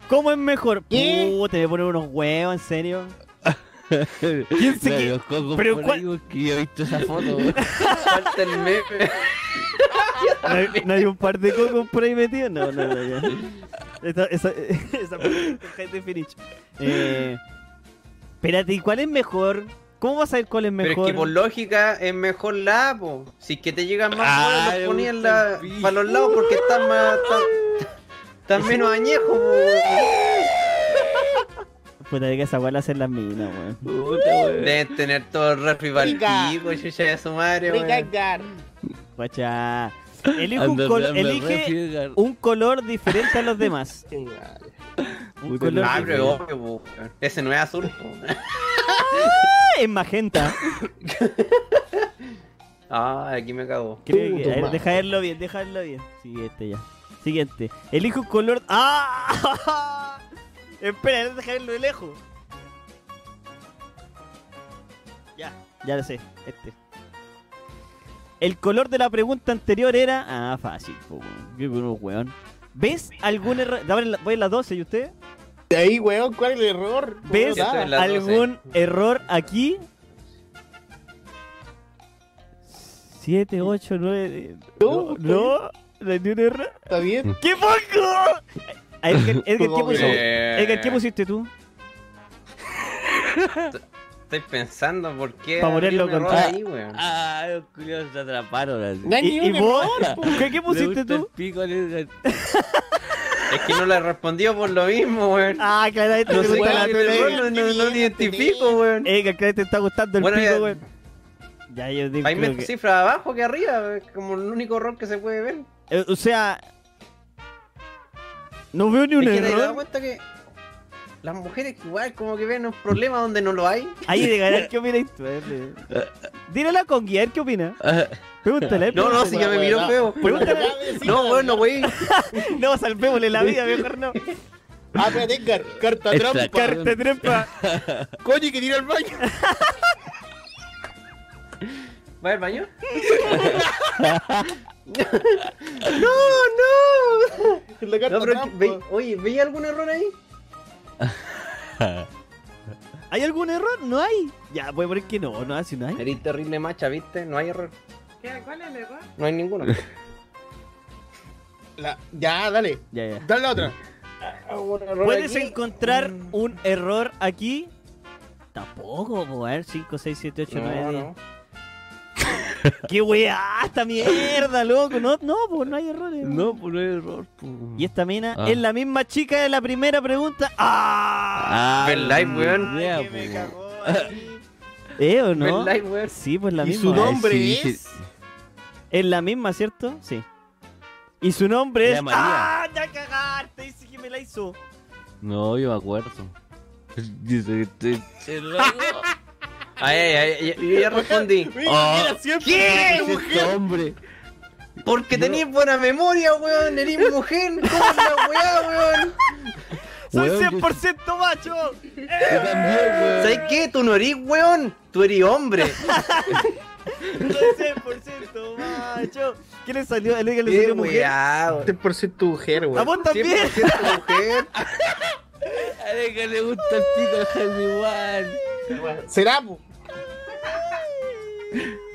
Speaker 2: ¿Cómo es mejor?
Speaker 6: ¿Qué?
Speaker 2: Puta, me ponen unos huevos, en serio.
Speaker 4: ¿Quién
Speaker 2: se que-
Speaker 4: Los cocos
Speaker 2: pero
Speaker 4: por
Speaker 2: cuál-
Speaker 4: ahí, weón, que yo he visto esa foto, weón.
Speaker 3: Falta el meme.
Speaker 2: ¿No hay, no hay un par de cocos por ahí metidos? No, no, no, ya. Esa, esa, esa pregunta es de Finich. Eh, espérate, ¿y cuál es mejor? ¿Cómo vas a ver cuál es mejor?
Speaker 3: Pero es que por lógica es mejor la A, po. Si es que te llegan más
Speaker 4: Ah,
Speaker 3: ah,
Speaker 4: le
Speaker 3: los ponían
Speaker 4: gusta el
Speaker 3: la...
Speaker 4: pico.
Speaker 3: para los lados porque están más. están- Están menos añejos, po, weón.
Speaker 2: Puta, de que esa weá la hacen las minas, weón.
Speaker 4: Puta, weón.
Speaker 3: Deben tener todo el refri
Speaker 6: Rica.
Speaker 3: baltico, chucha de su madre,
Speaker 6: Rica
Speaker 3: weón.
Speaker 6: Edgar.
Speaker 2: Guacha. Elige, un,
Speaker 4: Ando
Speaker 2: col-
Speaker 4: hablando
Speaker 2: elige
Speaker 4: rápido, gar-
Speaker 2: un color diferente a los demás.
Speaker 6: Qué mal.
Speaker 2: Un
Speaker 4: Puta,
Speaker 2: color
Speaker 4: no.
Speaker 3: Ah,
Speaker 2: diferente.
Speaker 3: pero obvio, po, weón. Ese no es azul, po.
Speaker 2: Ah, es magenta.
Speaker 3: Ah, aquí me cago.
Speaker 2: Creo
Speaker 6: Puta
Speaker 2: que. a ver,
Speaker 6: madre.
Speaker 2: deja verlo bien, deja verlo bien. Siguiente ya. Siguiente. Elige un color. ¡Ah! Espera, deja verlo de lejos. Ya, ya lo sé. Este. El color de la pregunta anterior era. Ah, fácil, po, weón. Qué bueno, weón. ¿Ves algún error? Voy a las 12, ¿y usted?
Speaker 6: De ahí, weón, ¿cuál es el error?
Speaker 2: ¿Ves
Speaker 3: Yo estoy en
Speaker 6: Puta.
Speaker 3: las
Speaker 2: algún error aquí? 7, 8, 9. No,
Speaker 6: No,
Speaker 2: no, no hay ni un error.
Speaker 6: ¿Está bien?
Speaker 2: ¡Qué poco! A Edgar, Edgar, ¿qué
Speaker 6: Hombre.
Speaker 2: pusiste?
Speaker 3: Eh,
Speaker 2: Edgar, ¿qué pusiste tú?
Speaker 3: Estoy pensando por qué.
Speaker 2: Pa' ponerlo
Speaker 3: abrir un
Speaker 2: contra-
Speaker 3: error ahí, weón.
Speaker 4: Ah, los culiados se atraparon. así.
Speaker 6: No hay
Speaker 2: ¿Y,
Speaker 6: ni un
Speaker 2: y vos?
Speaker 6: error, po.
Speaker 2: ¿Qué, qué
Speaker 4: Le
Speaker 2: pusiste
Speaker 4: gusta el
Speaker 2: tú?
Speaker 4: pico, le-
Speaker 3: Es que no la respondió por lo mismo, weón.
Speaker 2: Ah, claro, este
Speaker 3: No
Speaker 2: te
Speaker 3: sé,
Speaker 2: gusta
Speaker 3: como
Speaker 2: la
Speaker 3: que
Speaker 2: tele. Eh,
Speaker 3: el error no, no, no lo identifico, weón.
Speaker 2: Edgar, claro, te está gustando el
Speaker 3: Bueno,
Speaker 2: pico,
Speaker 3: ya-
Speaker 2: güey. Ya, yo digo
Speaker 3: Hay
Speaker 2: creo
Speaker 3: más
Speaker 2: que...
Speaker 3: cifras abajo que arriba, es como el único error que se puede ver.
Speaker 2: Eh, O sea... No veo ni un
Speaker 3: es que te has dado
Speaker 2: error.
Speaker 3: cuenta que las mujeres igual como que ven un problema donde no lo hay.
Speaker 2: Ahí de ganar, ¿qué opinas tú? Dírala con guía, a ver ¿qué opina? Pregúntale.
Speaker 3: No, no,
Speaker 2: pregúntale.
Speaker 3: si ya me miró feo.
Speaker 2: Pregúntale.
Speaker 3: No, bueno, güey.
Speaker 2: No, salvémosle la vida, mejor no.
Speaker 6: Ah, espérate, Edgar. Carta
Speaker 4: Esta
Speaker 6: trampa.
Speaker 2: Carta trepa.
Speaker 6: Coño, que tira al baño.
Speaker 3: ¿Va al baño? ¡No, no!
Speaker 6: En la carta
Speaker 3: No, pero
Speaker 6: trampa.
Speaker 3: ve- oye, ¿veía algún error ahí?
Speaker 2: ¿Hay algún error? ¿No hay? Ya, voy a poner que no, no, si no hay.
Speaker 3: Eres terrible macha, ¿viste? No hay error.
Speaker 13: ¿Qué- ¿Cuál es el error?
Speaker 3: No hay ninguno.
Speaker 6: La- Ya, dale.
Speaker 2: Ya, ya.
Speaker 6: Dale la otra.
Speaker 2: ¿Puedes encontrar
Speaker 4: Mm.
Speaker 2: un error aquí? Tampoco, po, a ver, 5, 6, 7, 8,
Speaker 3: No,
Speaker 2: 9, 10.
Speaker 3: no.
Speaker 2: ¡Qué weá! ¡Esta mierda, loco! No, no, pues no hay errores.
Speaker 4: No, pues no hay error. pues.
Speaker 2: Y esta mina
Speaker 4: Ah.
Speaker 2: es la misma chica de la primera pregunta. ¡Ah!
Speaker 4: Ah,
Speaker 3: ¿Verdad, weón?
Speaker 4: idea,
Speaker 13: que me
Speaker 4: pues.
Speaker 13: cagó ahí.
Speaker 2: ¿Eh o no?
Speaker 3: ¿Verdad, weón?
Speaker 2: Sí, pues la
Speaker 6: ¿Y
Speaker 2: misma.
Speaker 6: su
Speaker 2: es.
Speaker 6: nombre
Speaker 4: sí, sí.
Speaker 6: es?
Speaker 2: Es la misma, ¿cierto? Sí. Y su nombre
Speaker 4: Era
Speaker 2: es.
Speaker 4: María.
Speaker 2: ¡Ah! ¡Ya cagaste! Dice que me la hizo.
Speaker 4: No, yo me acuerdo. Dice que estoy-
Speaker 3: Ay, ay, ay, Eh, yo ya respondí.
Speaker 6: Mira, siempre
Speaker 3: ¿Qué?
Speaker 6: mujer.
Speaker 4: Este hombre.
Speaker 3: Porque tenéis buena memoria, weón. Eres mujer. ¿Cómo es la weá, weón?
Speaker 2: ¡Soy
Speaker 4: Weón, yo-
Speaker 2: 100% macho!
Speaker 4: Yo también, weón.
Speaker 3: ¿Sabes qué? Tú no eres weón. Tú eres hombre.
Speaker 2: ¡Soy 100% macho! ¿Qué le salió? ¿El que le
Speaker 3: Qué
Speaker 2: salió mujer?
Speaker 3: weá, weón.
Speaker 6: 100% mujer,
Speaker 2: ¡A
Speaker 6: weón.
Speaker 2: vos también!
Speaker 3: 100% mujer.
Speaker 4: A ver que le gusta el pico al Jaime igual.
Speaker 6: ¿Será, po?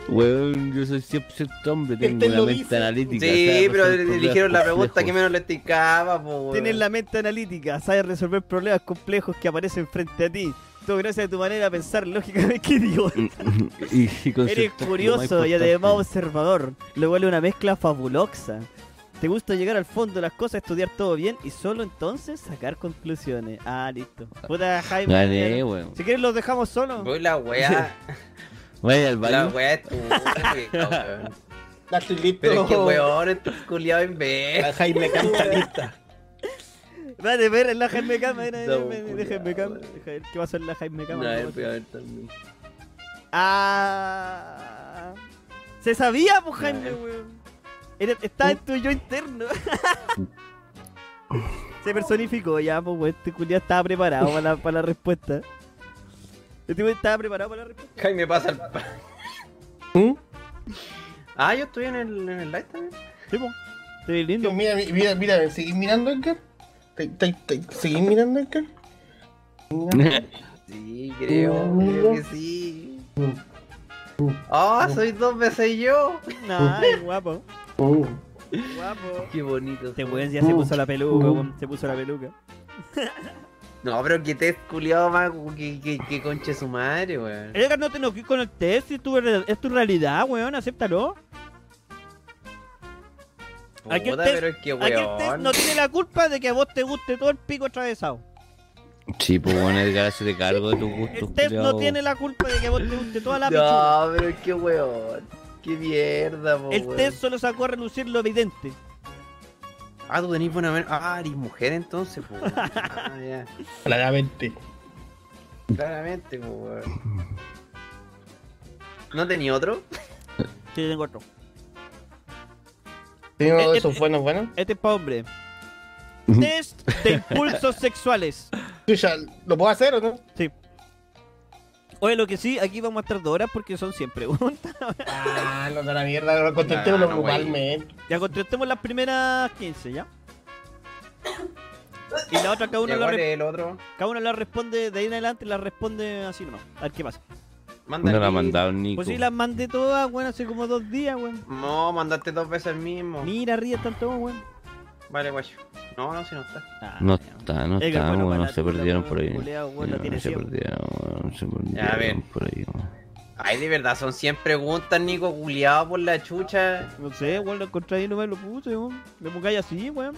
Speaker 4: Weón, yo soy 100% hombre, tengo
Speaker 6: Este
Speaker 4: una
Speaker 6: lo
Speaker 4: mente
Speaker 6: dice.
Speaker 4: analítica.
Speaker 3: Sí,
Speaker 4: ¿sabes?
Speaker 3: pero
Speaker 4: Resuelvo
Speaker 3: eligieron la
Speaker 4: problemas
Speaker 3: pregunta que
Speaker 4: complejos.
Speaker 3: menos le esticaba, po, weón.
Speaker 2: Tienes la mente analítica, sabes resolver problemas complejos que aparecen frente a ti. Todo gracias a tu manera de pensar lógicamente idiota.
Speaker 4: Y, y conceptos
Speaker 2: Eres
Speaker 4: que lo más
Speaker 2: curioso y además
Speaker 4: importante.
Speaker 2: observador, lo cual es una mezcla fabulosa. Te gusta llegar al fondo de las cosas, estudiar todo bien y solo entonces sacar conclusiones. Ah, listo. Puta Jaime.
Speaker 4: Gané, weón.
Speaker 2: Si quieres los dejamos solos.
Speaker 3: Voy la weá.
Speaker 4: Vaya al
Speaker 3: La
Speaker 4: baño.
Speaker 3: weá es tu weón.
Speaker 6: La estoy listo.
Speaker 3: Pero es que weón, estos culiados imbéciles.
Speaker 6: La Jaime canta lista.
Speaker 2: Vale, ver en la Jaime Cama, era- era-
Speaker 3: No,
Speaker 2: era-
Speaker 3: culiao,
Speaker 2: déjenme cama.
Speaker 3: weón.
Speaker 2: Deja ver ¿Qué va a ser la Jaime
Speaker 3: No,
Speaker 2: Cama?
Speaker 3: a ver, voy a ver también.
Speaker 2: Ah. Se sabía, pues Jaime, weón. Era- Estaba en tu yo interno. Se personificó ya, pues weón. Este culiao estaba preparado para la, para la respuesta. Este weón estaba preparado para la respuesta.
Speaker 3: Jaime pasa el pa- Ah, yo estoy en el, en el live también.
Speaker 2: Sí, pues. Estoy lindo.
Speaker 6: Mira, mira, mira, ¿seguís mirando, Edgar? ¿Te- te- te- ¿Seguís mirando, Edgar?
Speaker 3: Sí, creo, creo que sí. Ah, soy dos veces yo.
Speaker 2: Ay, guapo.
Speaker 6: Uh,
Speaker 2: Guapo.
Speaker 3: Qué bonito.
Speaker 2: Este weón ya se puso la peluca, weón. Se puso la peluca.
Speaker 3: No, pero que te culiado más que, que, que conche su madre, weón.
Speaker 2: Edgar, no te enojes con el test. Es tu, es tu realidad, weón. Acéptalo. aquí el
Speaker 3: Puta,
Speaker 2: test-
Speaker 3: pero es que
Speaker 2: Aquí el test
Speaker 3: weón.
Speaker 2: no tiene la culpa de que a vos te guste todo el pico atravesado.
Speaker 4: Sí, pues bueno, Edgar, se te cargo de tus gustos.
Speaker 2: El test no
Speaker 4: culiao.
Speaker 2: tiene la culpa de que a vos te guste toda la pichula.
Speaker 3: No, pero es que weón. Qué mierda, po,
Speaker 2: El
Speaker 3: weón.
Speaker 2: test solo sacó a relucir lo evidente.
Speaker 3: Ah, tú tenés buena men- Ah, eres mujer entonces, po, weón. Ah, ya.
Speaker 6: Claramente.
Speaker 3: Claramente, po, weón. ¿No tenía otro?
Speaker 2: Sí, tengo otro.
Speaker 6: ¿Tiene uno
Speaker 2: Eh,
Speaker 6: de
Speaker 2: eh,
Speaker 6: esos buenos, buenos?
Speaker 2: Este es para hombre. Test de impulsos sexuales.
Speaker 6: Yo ya, ¿Lo puedo hacer o no?
Speaker 2: Oye, lo que sí, aquí vamos a estar dos horas porque son 100 preguntas.
Speaker 6: Ah, no, de la mierda, lo contestémoslo
Speaker 3: Nah, no, güey.
Speaker 6: vocalmente.
Speaker 2: Ya contestemos las primeras 15, ¿ya? Y la otra cada uno,
Speaker 3: Ya,
Speaker 2: la,
Speaker 3: ¿Cuál
Speaker 2: re-
Speaker 3: es el otro?
Speaker 2: cada uno la responde de ahí en adelante, la responde así nomás. A ver qué pasa.
Speaker 3: Manda
Speaker 4: No
Speaker 3: el
Speaker 4: la
Speaker 3: link.
Speaker 4: mandaron, Nico.
Speaker 2: Pues sí, las mandé todas, weón, hace como dos días, weón.
Speaker 3: No, mandaste dos veces el mismo.
Speaker 2: Mira, ríe tanto, weón.
Speaker 3: Vale, guacho. No, no, si no está.
Speaker 2: Ah,
Speaker 4: No
Speaker 2: ya.
Speaker 4: está, no
Speaker 2: Edgar,
Speaker 4: está,
Speaker 2: bueno,
Speaker 4: bueno,
Speaker 2: para la
Speaker 4: se
Speaker 2: puta,
Speaker 4: perdieron
Speaker 2: weón,
Speaker 4: por ahí.
Speaker 2: culiao, weón, la
Speaker 4: No,
Speaker 2: tiene
Speaker 4: se
Speaker 2: siempre.
Speaker 4: perdieron, weón, se perdieron
Speaker 3: ver.
Speaker 4: por ahí. weón.
Speaker 3: Ay, de verdad, son 100 preguntas, Nico, culiado por la chucha.
Speaker 2: No sé, weón, lo encontré ahí y no me lo puse, weón. Me pongáis así, weón.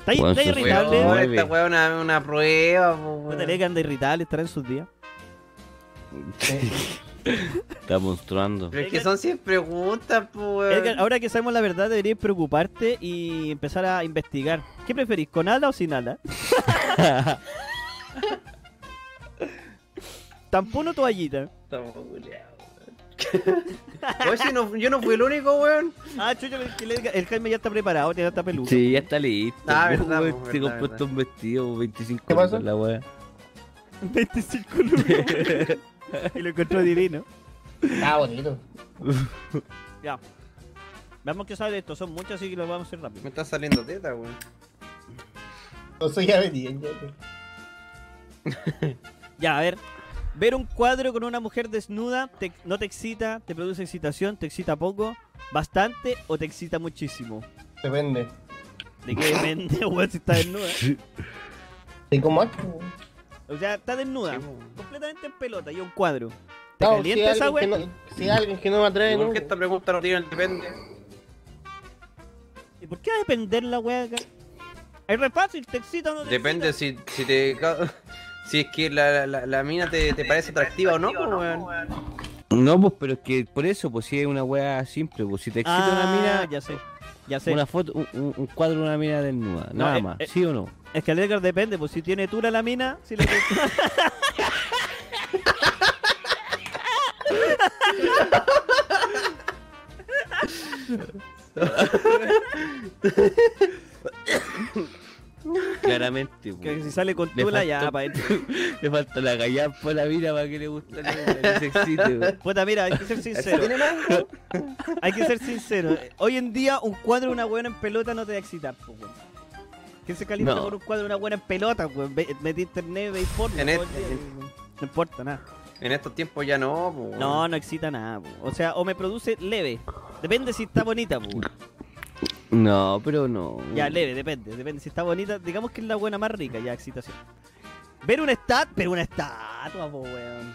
Speaker 2: Está, ahí-
Speaker 4: Weón,
Speaker 2: está
Speaker 4: sos
Speaker 2: irritable.
Speaker 4: weón.
Speaker 3: Weón,
Speaker 2: weón.
Speaker 3: esta weá es una, una prueba, po,
Speaker 2: Puta,
Speaker 3: weón.
Speaker 2: le que anda irritable, estará en sus días.
Speaker 4: Está monstruando.
Speaker 3: Pero es que son 100 preguntas, po, weón.
Speaker 2: Edgar, ahora que sabemos la verdad, deberías preocuparte y empezar a investigar. ¿Qué preferís, con ala o sin ala? Tampón o toallita.
Speaker 3: Estamos culiados, weón. Oye, si no- yo no fui el único, weón.
Speaker 2: Ah, chucho, el, el- el Jaime ya está preparado, tiene hasta peluca.
Speaker 4: Sí, ya está listo. Este
Speaker 3: Ah, verdad,
Speaker 4: weón,
Speaker 3: po,
Speaker 2: pues,
Speaker 4: Te
Speaker 3: verdad,
Speaker 4: compraste un vestido, 25
Speaker 6: ¿Qué
Speaker 4: lucas
Speaker 6: pasó?
Speaker 4: la weá.
Speaker 2: 25 lucas. y lo encontró divino.
Speaker 6: Ah, bonito.
Speaker 2: Ya. Veamos qué sabe de esto, son muchos, así que lo vamos a hacer rápido.
Speaker 3: Me está saliendo teta, weón.
Speaker 6: No soy ya venían, ya.
Speaker 2: Ya, a ver. Ver un cuadro con una mujer desnuda te- no te excita, te produce excitación, te excita poco, bastante o te excita muchísimo.
Speaker 6: Depende.
Speaker 2: ¿De qué depende, weón, si está desnuda?
Speaker 6: ¿Y cómo es?
Speaker 2: O sea, está desnuda, completamente en pelota y un cuadro. ¿Te
Speaker 6: No, si
Speaker 2: calienta
Speaker 6: hay
Speaker 2: esa
Speaker 6: alguien, que
Speaker 2: weón?
Speaker 6: no, si hay alguien que no me
Speaker 2: Eh,
Speaker 6: atrae,
Speaker 3: Igual
Speaker 6: no.
Speaker 3: que esta pregunta no tiene el depende.
Speaker 2: ¿Y por qué va a depender la weá acá? Es re fácil, te excita o no te
Speaker 3: Depende si, si te. ca- Si es que la, la, la mina te, te parece atractiva o no, pues, weón.
Speaker 4: No, pues, pero es que por eso, pues si es una weá simple, pues si te excita
Speaker 2: Ah, ya sé, ya
Speaker 4: una
Speaker 2: sé.
Speaker 4: mina, una foto, un, un- un cuadro de una mina desnuda, nada
Speaker 2: eh,
Speaker 4: más,
Speaker 2: eh,
Speaker 4: ¿sí o no?
Speaker 2: Es que al Edgar depende, pues si tiene tula la mina, si le
Speaker 4: Claramente, pues.
Speaker 2: que si sale con
Speaker 4: Le
Speaker 2: tula, ya
Speaker 4: faltó-
Speaker 2: para dentro.
Speaker 4: Le falta la gallampa a la mina para que le guste la mina, que se excite, weón.
Speaker 2: Puta, mira, hay que ser sincero.
Speaker 4: ¿Tiene mango?
Speaker 2: Hay que ser sincero. eh, Hoy en día, un cuadro de una buena en pelota no te va a excitar, pues, weón. ¿Quién se calienta
Speaker 4: No.
Speaker 2: por un cuadro de una buena en pelota, weón? Ve- Metí internet, veis porno.
Speaker 3: En
Speaker 2: todo
Speaker 3: este-
Speaker 2: el día, weón. No importa nada.
Speaker 3: En estos tiempos ya no, pues. weón.
Speaker 2: No, no excita nada, po. O sea, o me produce leve. Depende si está bonita, po.
Speaker 4: No, pero no.
Speaker 2: Ya, leve, depende. Depende si está bonita. Digamos que es la buena más rica, ya, excitación. Ver una estatua, pero una estatua, po, weón.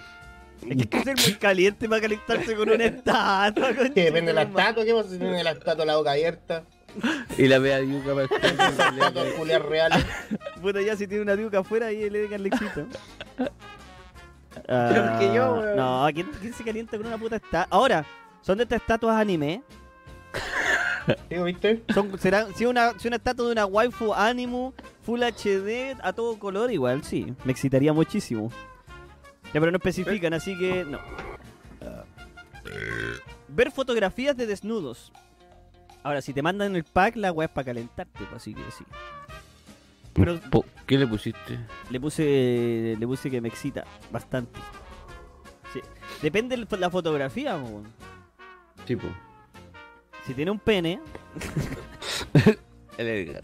Speaker 2: Hay que ser muy caliente para calentarse con una estatua.
Speaker 6: Que depende de la estatua, ¿qué pasa si tiene la estatua la boca abierta?
Speaker 4: Y la vea yuca para
Speaker 6: Estatua de Julián Real.
Speaker 2: Puta, ya si tiene una duca afuera, ahí le dejan le excita.
Speaker 6: Pero que yo, weón.
Speaker 2: Ah, No, ¿quién, quién se calienta con una puta estatua? Ahora, ¿son de estas estatuas anime?
Speaker 6: ¿Sí, viste?
Speaker 2: Son, será, si una, si una estatua de una waifu animu, full HD, a todo color, igual sí. Me excitaría muchísimo. Ya, pero no especifican, así que no. Ver fotografías de desnudos. Ahora, si te mandan el pack, la weá es para calentarte, pues, así que sí. Pero
Speaker 4: Po- ¿Qué le pusiste?
Speaker 2: le puse, le puse que me excita bastante. Sí. Depende de la fotografía, po, weón.
Speaker 4: Tipo.
Speaker 2: Si tiene un pene,
Speaker 4: El Edgar.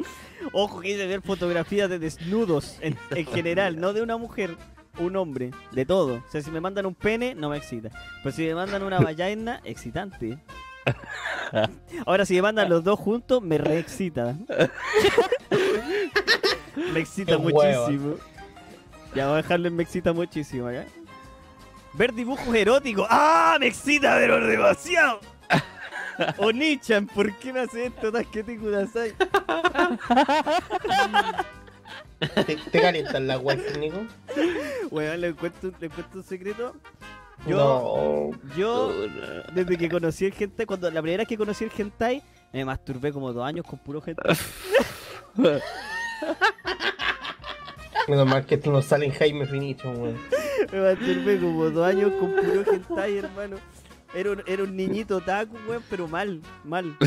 Speaker 2: Ojo que hay de ver fotografías de desnudos en, en general, no de una mujer, un hombre, de todo. O sea, si me mandan un pene, no me excita. Pero si me mandan una vallaina, excitante. Ahora, si me mandan los dos juntos, me reexcita. me excita
Speaker 6: Qué hueva.
Speaker 2: muchísimo. Ya voy a dejarle en me excita muchísimo acá. Ver dibujos eróticos. ¡Ah! Me excita, pero demasiado. Onichan, ¿por qué me hace esto? Tasquete Kudasai.
Speaker 6: ¿Te, te calientan las guayas, Nico?
Speaker 2: Weón, le cuento, le cuento un secreto. Yo,
Speaker 6: No.
Speaker 2: yo, desde que conocí el hentai, cuando la primera vez que conocí el hentai, me masturbé como dos años con puro hentai.
Speaker 6: Menos mal que esto no sale en Jaime Finito, weón.
Speaker 2: Me masturbé como dos años con puro hentai, hermano. Era un, era un niñito taco, weón, pero mal, mal.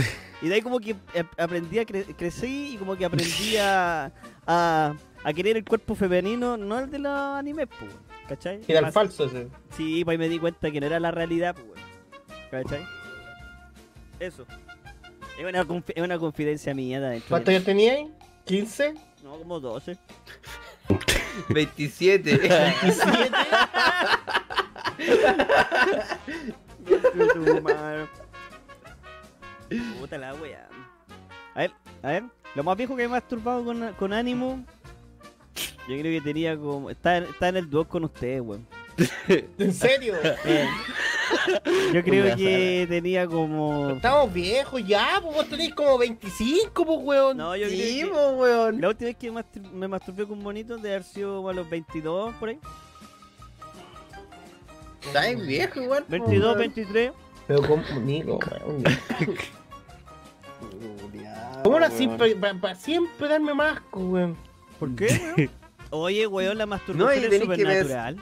Speaker 2: Y de ahí como que ap- aprendí a cre- crecí y como que aprendí a, a, a querer el cuerpo femenino, no el de los animes, po, weón, ¿cachai?
Speaker 6: Era el
Speaker 2: Más-
Speaker 6: falso ese.
Speaker 2: Sí, pues ahí me di cuenta que no era la realidad, pues, weón. ¿Cachai? Eso. Es una, confi- es una confidencia mía de adentro.
Speaker 6: ¿Cuántos años tenía ahí? ¿15?
Speaker 2: No, como 12.
Speaker 3: 27.
Speaker 2: Tu madre. Puta la wea. A ver, a ver. Lo más viejo que me he masturbado con, con ánimo. Yo creo que tenía como. Está, está en el duo con ustedes, weón.
Speaker 6: ¿En serio?
Speaker 2: Yo creo que tenía como.
Speaker 6: Estamos viejos ya, pues vos tenés como 25, pues weón.
Speaker 2: No, yo
Speaker 6: sí,
Speaker 2: creo que-
Speaker 6: pues weón.
Speaker 2: La última vez que mastur- me masturbé con bonito de haber sido como a los 22, por ahí.
Speaker 3: Oh,
Speaker 6: Estás viejo igual. pues,
Speaker 2: 22,
Speaker 6: weón.
Speaker 2: 23.
Speaker 6: Pero como Nico, weón. ¿Cómo era siempre, pa- pa- siempre darme más asco, weón?
Speaker 2: ¿Por qué, weón? Oye, weón, la masturbación
Speaker 3: No, y
Speaker 2: es
Speaker 3: tenés que ver-
Speaker 2: supernatural.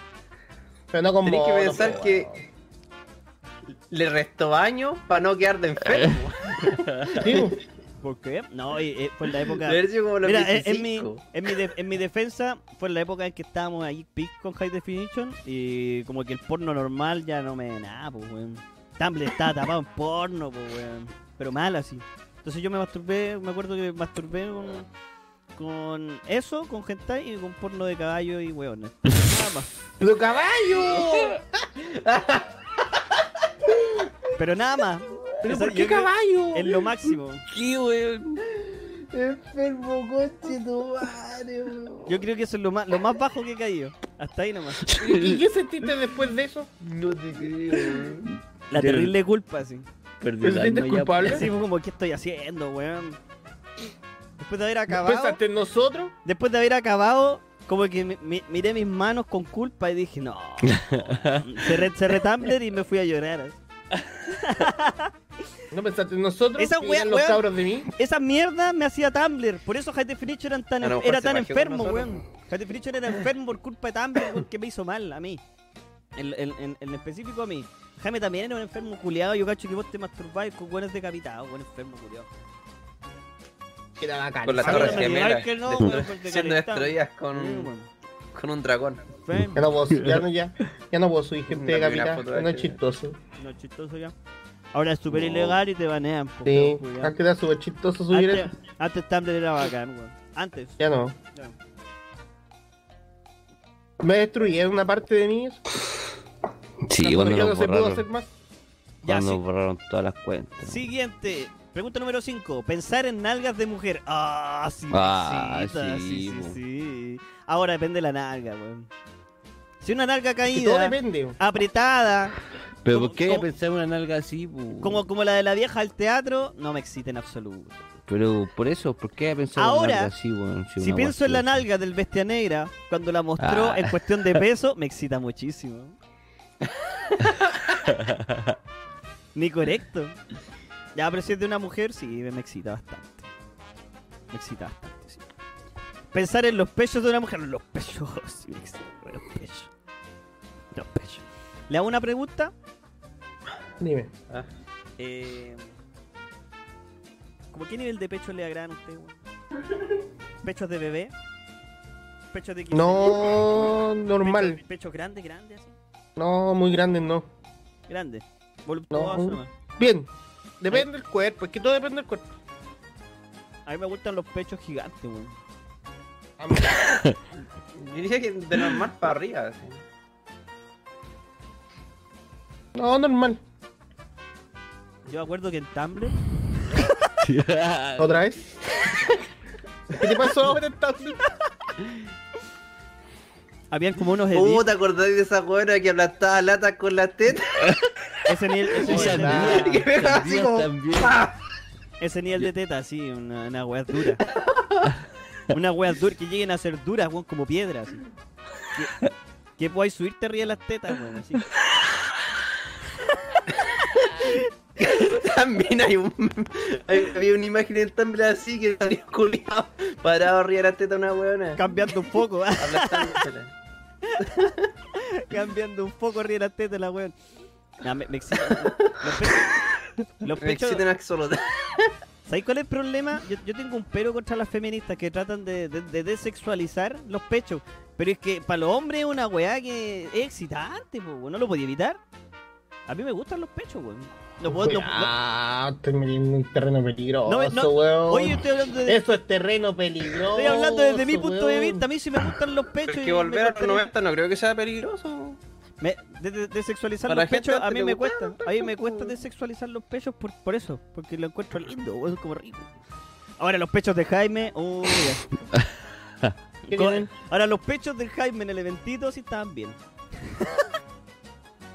Speaker 6: Pero no como.
Speaker 3: Tenés que
Speaker 6: no,
Speaker 3: pensar
Speaker 6: pues,
Speaker 3: que- Le restó años para no quedar de enfermo.
Speaker 6: weón. Sí,
Speaker 2: ¿Por qué? No, y, eh, fue en la época...
Speaker 3: Debería ser como los
Speaker 2: Mira, eh, en, mi,
Speaker 3: 25.
Speaker 2: en, mi de- en mi defensa, fue en la época en que estábamos ahí pic con High Definition y como que el porno normal ya no me... Nada, pues, weón. Tumblr estaba tapado en porno, pues, weón. pero mal así. Entonces yo me masturbé, me acuerdo que me masturbé con, con eso, con hentai y con porno de caballo y hueones. Nada más.
Speaker 6: ¡Lo caballo!
Speaker 2: Pero nada más.
Speaker 6: ¿Pero
Speaker 2: Esa-
Speaker 6: por
Speaker 2: yo
Speaker 6: qué
Speaker 2: creo-
Speaker 6: caballo?
Speaker 2: Es lo máximo.
Speaker 4: ¿Qué, weón?
Speaker 6: Enfermo, coche, tu madre, weón.
Speaker 2: Yo creo que eso es lo más, lo más bajo que he caído. Hasta ahí nomás.
Speaker 6: ¿Y qué sentiste después de eso?
Speaker 4: No te creo, weón.
Speaker 2: La
Speaker 4: Yo-
Speaker 2: terrible culpa, así.
Speaker 4: Perdí
Speaker 6: ¿Te
Speaker 4: el
Speaker 6: sientes
Speaker 4: alma ya,
Speaker 6: culpable?
Speaker 4: pues.
Speaker 2: Así fue como, ¿qué estoy haciendo, weón? Después de haber
Speaker 6: Después
Speaker 2: acabado.
Speaker 6: ante nosotros.
Speaker 2: Después de haber acabado, como que mi- mi- miré mis manos con culpa y dije, no. cerré, cerré Tumblr y me fui a llorar. así.
Speaker 6: No pensaste en nosotros.
Speaker 2: Esa
Speaker 6: que
Speaker 2: wea-
Speaker 6: eran los
Speaker 2: wea-
Speaker 6: cabros de mí.
Speaker 2: Esa mierda me hacía Tumblr. Por eso High Definition era tan,
Speaker 3: A lo mejor
Speaker 2: era
Speaker 3: se
Speaker 2: tan
Speaker 3: pajeó con
Speaker 2: enfermo,
Speaker 3: nosotros.
Speaker 2: weón. High Definition era enfermo por culpa de Tumblr, weón, que me hizo mal a mí. En, en- en- en específico a mí. Jaime también era un enfermo culiado. Yo cacho que vos te masturbáis con buenos decapitados, buen enfermo culiado.
Speaker 6: Que era bacán.
Speaker 3: Con las
Speaker 2: Ah,
Speaker 3: torres
Speaker 2: bueno, me
Speaker 3: gemelas.
Speaker 2: que no,
Speaker 3: destru-
Speaker 2: weón, porque
Speaker 3: siendo
Speaker 2: calentamos.
Speaker 3: destruidas con, con un dragón.
Speaker 6: Ya no puedo, ya no, ya, ya no puedo subir gente de
Speaker 3: Dame una
Speaker 6: capitán,
Speaker 3: foto de
Speaker 6: no es
Speaker 3: HD.
Speaker 6: chistoso.
Speaker 2: No es chistoso ya. Ahora es súper
Speaker 6: No.
Speaker 2: ilegal y te banean. po,
Speaker 6: Sí,
Speaker 2: weón, culiao.
Speaker 6: antes era súper chistoso subir
Speaker 2: antes,
Speaker 6: eso.
Speaker 2: antes Tumblr era bacán, weón. Antes.
Speaker 6: Ya no.
Speaker 2: Ya.
Speaker 6: Me destruyeron una parte de mí.
Speaker 4: Sí, cuando
Speaker 6: ya
Speaker 4: nos
Speaker 6: no se pudo
Speaker 4: borraron,
Speaker 6: hacer más.
Speaker 2: Ya,
Speaker 4: cuando
Speaker 2: sí.
Speaker 4: borraron todas las cuentas.
Speaker 2: Siguiente. Pregunta número 5. Pensar en nalgas de mujer. Ah, sí,
Speaker 4: Ah,
Speaker 2: Maxita,
Speaker 4: sí,
Speaker 2: sí, sí,
Speaker 4: po.
Speaker 2: sí. Ahora depende de la nalga, weón. Si una nalga
Speaker 6: Que todo
Speaker 2: caída,
Speaker 6: depende.
Speaker 2: apretada,
Speaker 4: Pero
Speaker 2: ¿Cómo-
Speaker 4: ¿por qué
Speaker 2: cómo-
Speaker 4: pensar en una nalga así? po?
Speaker 2: como, como la de la vieja al teatro, no me excita en absoluto.
Speaker 4: Pero por eso, ¿por qué pensar en
Speaker 2: Ahora,
Speaker 4: una nalga así, weón?
Speaker 2: Si
Speaker 4: una
Speaker 2: pienso en la
Speaker 4: guasilla.
Speaker 2: nalga del Bestia Negra, cuando la mostró
Speaker 4: Ah.
Speaker 2: en cuestión de peso, me excita muchísimo. Ni correcto. Ya, pero si es de una mujer, sí, me excita bastante. Me excita bastante, sí. Pensar en los pechos de una mujer, los pechos, sí, me excita, los pechos. Los pechos. Le hago una pregunta.
Speaker 6: Dime.
Speaker 2: Eh, ¿Cómo qué nivel de pecho le agradan a usted, weón? ¿Pechos de bebé? ¿Pechos de 15
Speaker 6: No, normal.
Speaker 2: Pecho- Pechos grandes, grandes, así.
Speaker 6: No, muy grande no.
Speaker 2: Grandes. Voluptuoso
Speaker 6: No.
Speaker 2: nomás.
Speaker 6: Bien. Depende del cuerpo, es que todo depende del cuerpo.
Speaker 2: A mí me gustan los pechos gigantes, weón.
Speaker 3: Yo diría que de normal para arriba. así.
Speaker 6: No, normal.
Speaker 2: Yo me acuerdo que en Tumblr.
Speaker 6: ¿Otra vez? ¿Qué te pasó ahora entonces?
Speaker 2: Habían como unos edits.
Speaker 3: Uh, ¿te acordáis de esa buena que aplastaba latas con las tetas?
Speaker 2: Ese nivel, ese
Speaker 4: Y
Speaker 2: nivel de
Speaker 4: sandía,
Speaker 2: teta-
Speaker 3: que pegaba así
Speaker 4: sandía
Speaker 3: como-
Speaker 4: también.
Speaker 2: ese nivel de teta, sí, una, una wea dura. Una wea dura, que lleguen a ser duras, weón, como piedras. así. Que, que podáis subirte arriba de las tetas, weón, así.
Speaker 3: También hay un. hay- había una imagen en Tumblr así que salía culiado parado arriba de la teta de una weona.
Speaker 2: Cambiando un poco, ah,
Speaker 3: Aplastándola.
Speaker 2: cambiando un poco arriba de las tetas, la weón. Nah, me, me excita. Los pechos- Los
Speaker 3: Me
Speaker 2: pechos.
Speaker 3: excitan absolutamente.
Speaker 2: ¿Sabéis cuál es el problema? Yo, yo tengo un pero contra las feministas que tratan de, de- de desexualizar los pechos. Pero es que para los hombres es una weá que es excitante, po, weón. no lo podía evitar. A mí me gustan los pechos, weón. No puedo. no- no-
Speaker 6: Ah, estoy metiendo en un terreno peligroso,
Speaker 2: No, no-
Speaker 6: weón.
Speaker 2: oye, yo estoy hablando, de-
Speaker 6: Eso es terreno peligroso.
Speaker 2: estoy hablando desde mi punto de
Speaker 6: weón.
Speaker 2: vista. A mí sí me gustan los pechos.
Speaker 3: Pero es
Speaker 2: y me
Speaker 3: que volver a los
Speaker 2: gustaría-
Speaker 3: 90 no creo que sea peligroso.
Speaker 2: Me- de, de- desexualizar
Speaker 3: Para
Speaker 2: los
Speaker 3: la gente
Speaker 2: pechos a
Speaker 3: antes
Speaker 2: mí
Speaker 3: le
Speaker 2: me
Speaker 3: gustaban
Speaker 2: cuesta. A mí me cuesta desexualizar los pechos por, por eso. Porque lo encuentro lindo, weón, como rico. Ahora los pechos de Jaime. uy, ya.
Speaker 6: ¿Qué
Speaker 2: Co-
Speaker 6: tienen?
Speaker 2: Ahora los pechos del Jaime en el eventito sí estaban bien.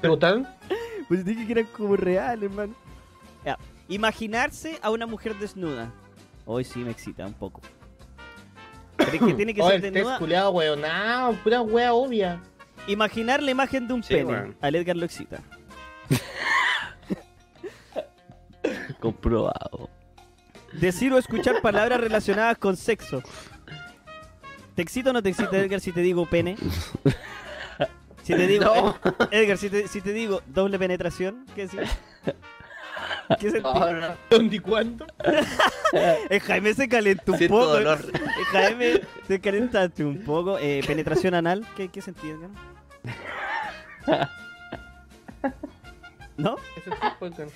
Speaker 6: ¿Te gustaron?
Speaker 2: Pues dije que eran como reales, hermano. Ya. Imaginarse a una mujer desnuda. Hoy sí me excita un poco. Pero es que tiene que
Speaker 6: Oh,
Speaker 2: ser
Speaker 6: el test
Speaker 2: desnuda.
Speaker 6: culiado, weón. No, pura wea obvia.
Speaker 2: Imaginar la imagen de un
Speaker 3: Sí,
Speaker 2: pene.
Speaker 3: weón.
Speaker 2: Al Edgar lo excita.
Speaker 4: Comprobado.
Speaker 2: Decir o escuchar palabras relacionadas con sexo. ¿Te excita o no te excita, Edgar, si te digo pene? Si te digo, Ed- Edgar, si te, si te digo doble penetración, ¿qué sí? ¿Qué sentí?
Speaker 6: ¿Dónde y cuánto?
Speaker 2: Eh, Jaime se calentó un
Speaker 3: Siento
Speaker 2: poco.
Speaker 3: dolor.
Speaker 2: Eh, Jaime, te calentaste un poco. Eh, penetración anal, ¿qué, qué sentí, Edgar? ¿No?
Speaker 6: Ese tipo de can-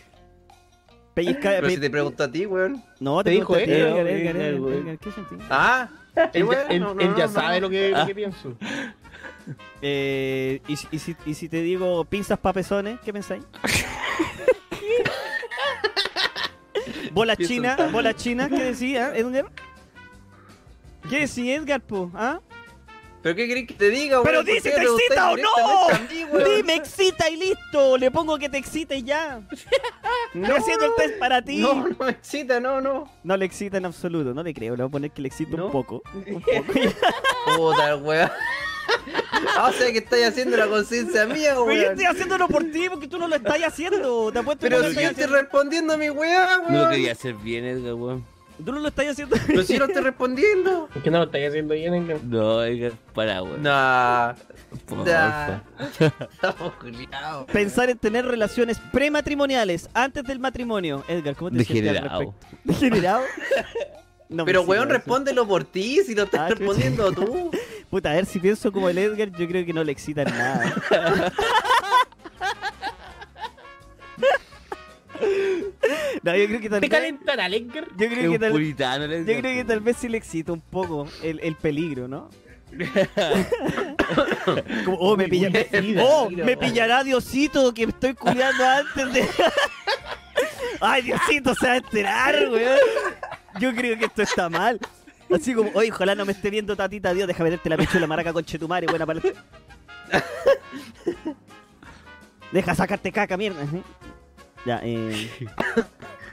Speaker 2: Pellizca-
Speaker 3: Pero
Speaker 2: pe-
Speaker 3: si te pregunto a ti, weón.
Speaker 2: No, te,
Speaker 6: Te dijo
Speaker 2: pregunté a ti,
Speaker 6: él,
Speaker 2: Edgar, Edgar,
Speaker 6: Edgar,
Speaker 2: Edgar,
Speaker 6: weón.
Speaker 2: Edgar, ¿qué sentí?
Speaker 3: Ah, sí,
Speaker 6: Él,
Speaker 3: weón,
Speaker 6: él-
Speaker 3: no, no,
Speaker 6: él ya
Speaker 3: no,
Speaker 6: sabe
Speaker 3: no.
Speaker 6: lo que, lo que
Speaker 3: Ah.
Speaker 6: pienso.
Speaker 2: Eh, y, si- y si, y si te digo pinzas pa' pezones, ¿qué pensáis? bola
Speaker 3: Pinzas
Speaker 2: china,
Speaker 3: pa-
Speaker 2: bola china, ¿qué decía Edgar? ¿Qué decía Edgar, po? ¿Ah?
Speaker 3: ¿Pero qué querés que te diga, weón?
Speaker 2: ¡Pero
Speaker 3: ¿Por
Speaker 2: dice te
Speaker 3: qué preguntáis
Speaker 2: excita o no!
Speaker 3: directamente a mí, weón?
Speaker 2: Dime excita y listo, le pongo que te excita y ya. Estoy haciendo el test para ti.
Speaker 3: No, no me excita, no, no.
Speaker 2: No le excita en absoluto, no le creo. Le voy a poner que le excita
Speaker 3: ¿No?
Speaker 2: un poco.
Speaker 3: Puta, weón. Ah, o sea que estáis haciendo la conciencia mía,
Speaker 2: Pero yo
Speaker 3: weón.
Speaker 2: estoy haciéndolo por ti porque tú no lo estás haciendo. Te apuesto que
Speaker 3: Pero
Speaker 2: no lo
Speaker 3: si
Speaker 2: estás
Speaker 3: yo estoy
Speaker 2: haciendo.
Speaker 3: respondiendo a mi weá, weón.
Speaker 4: No lo quería hacer bien, Edgar, weón.
Speaker 2: Tú no lo estás haciendo.
Speaker 3: Pero si yo no estoy respondiendo.
Speaker 6: ¿Por qué no lo estáis haciendo bien, Edgar?
Speaker 4: No, Edgar, para, weón.
Speaker 3: Nah.
Speaker 4: Porfa.
Speaker 3: nah. Estamos culiados.
Speaker 2: Pensar en tener relaciones prematrimoniales antes del matrimonio. Edgar, ¿cómo te sientes al
Speaker 4: Degenerado.
Speaker 2: respecto? ¿Degenerado? No me
Speaker 3: Pero
Speaker 2: sigas
Speaker 3: weón,
Speaker 2: eso.
Speaker 3: respóndelo por ti si lo estás
Speaker 2: Ah, chucha.
Speaker 3: respondiendo tú.
Speaker 2: Puta, a ver, si pienso como el Edgar, yo creo que no le excita en nada. no, yo creo que tal
Speaker 6: ¿Te
Speaker 2: vez...
Speaker 6: calentará, Edgar?
Speaker 2: Yo creo, que
Speaker 4: Es un
Speaker 2: tal, yo
Speaker 4: puritano, el Edgar.
Speaker 2: creo que tal vez sí le excita un poco el, el peligro, ¿no? Como, oh, me, pilla- oh, me pillará Diosito que estoy cuidando antes de... Ay, Diosito se va a enterar, weón. Yo creo que esto está mal. Así como, oye, ojalá no me esté viendo tatita Dios, déjame verte la pichula maraca con chetumare, buena para... Deja sacarte caca, mierda. Ajá. Ya, eh...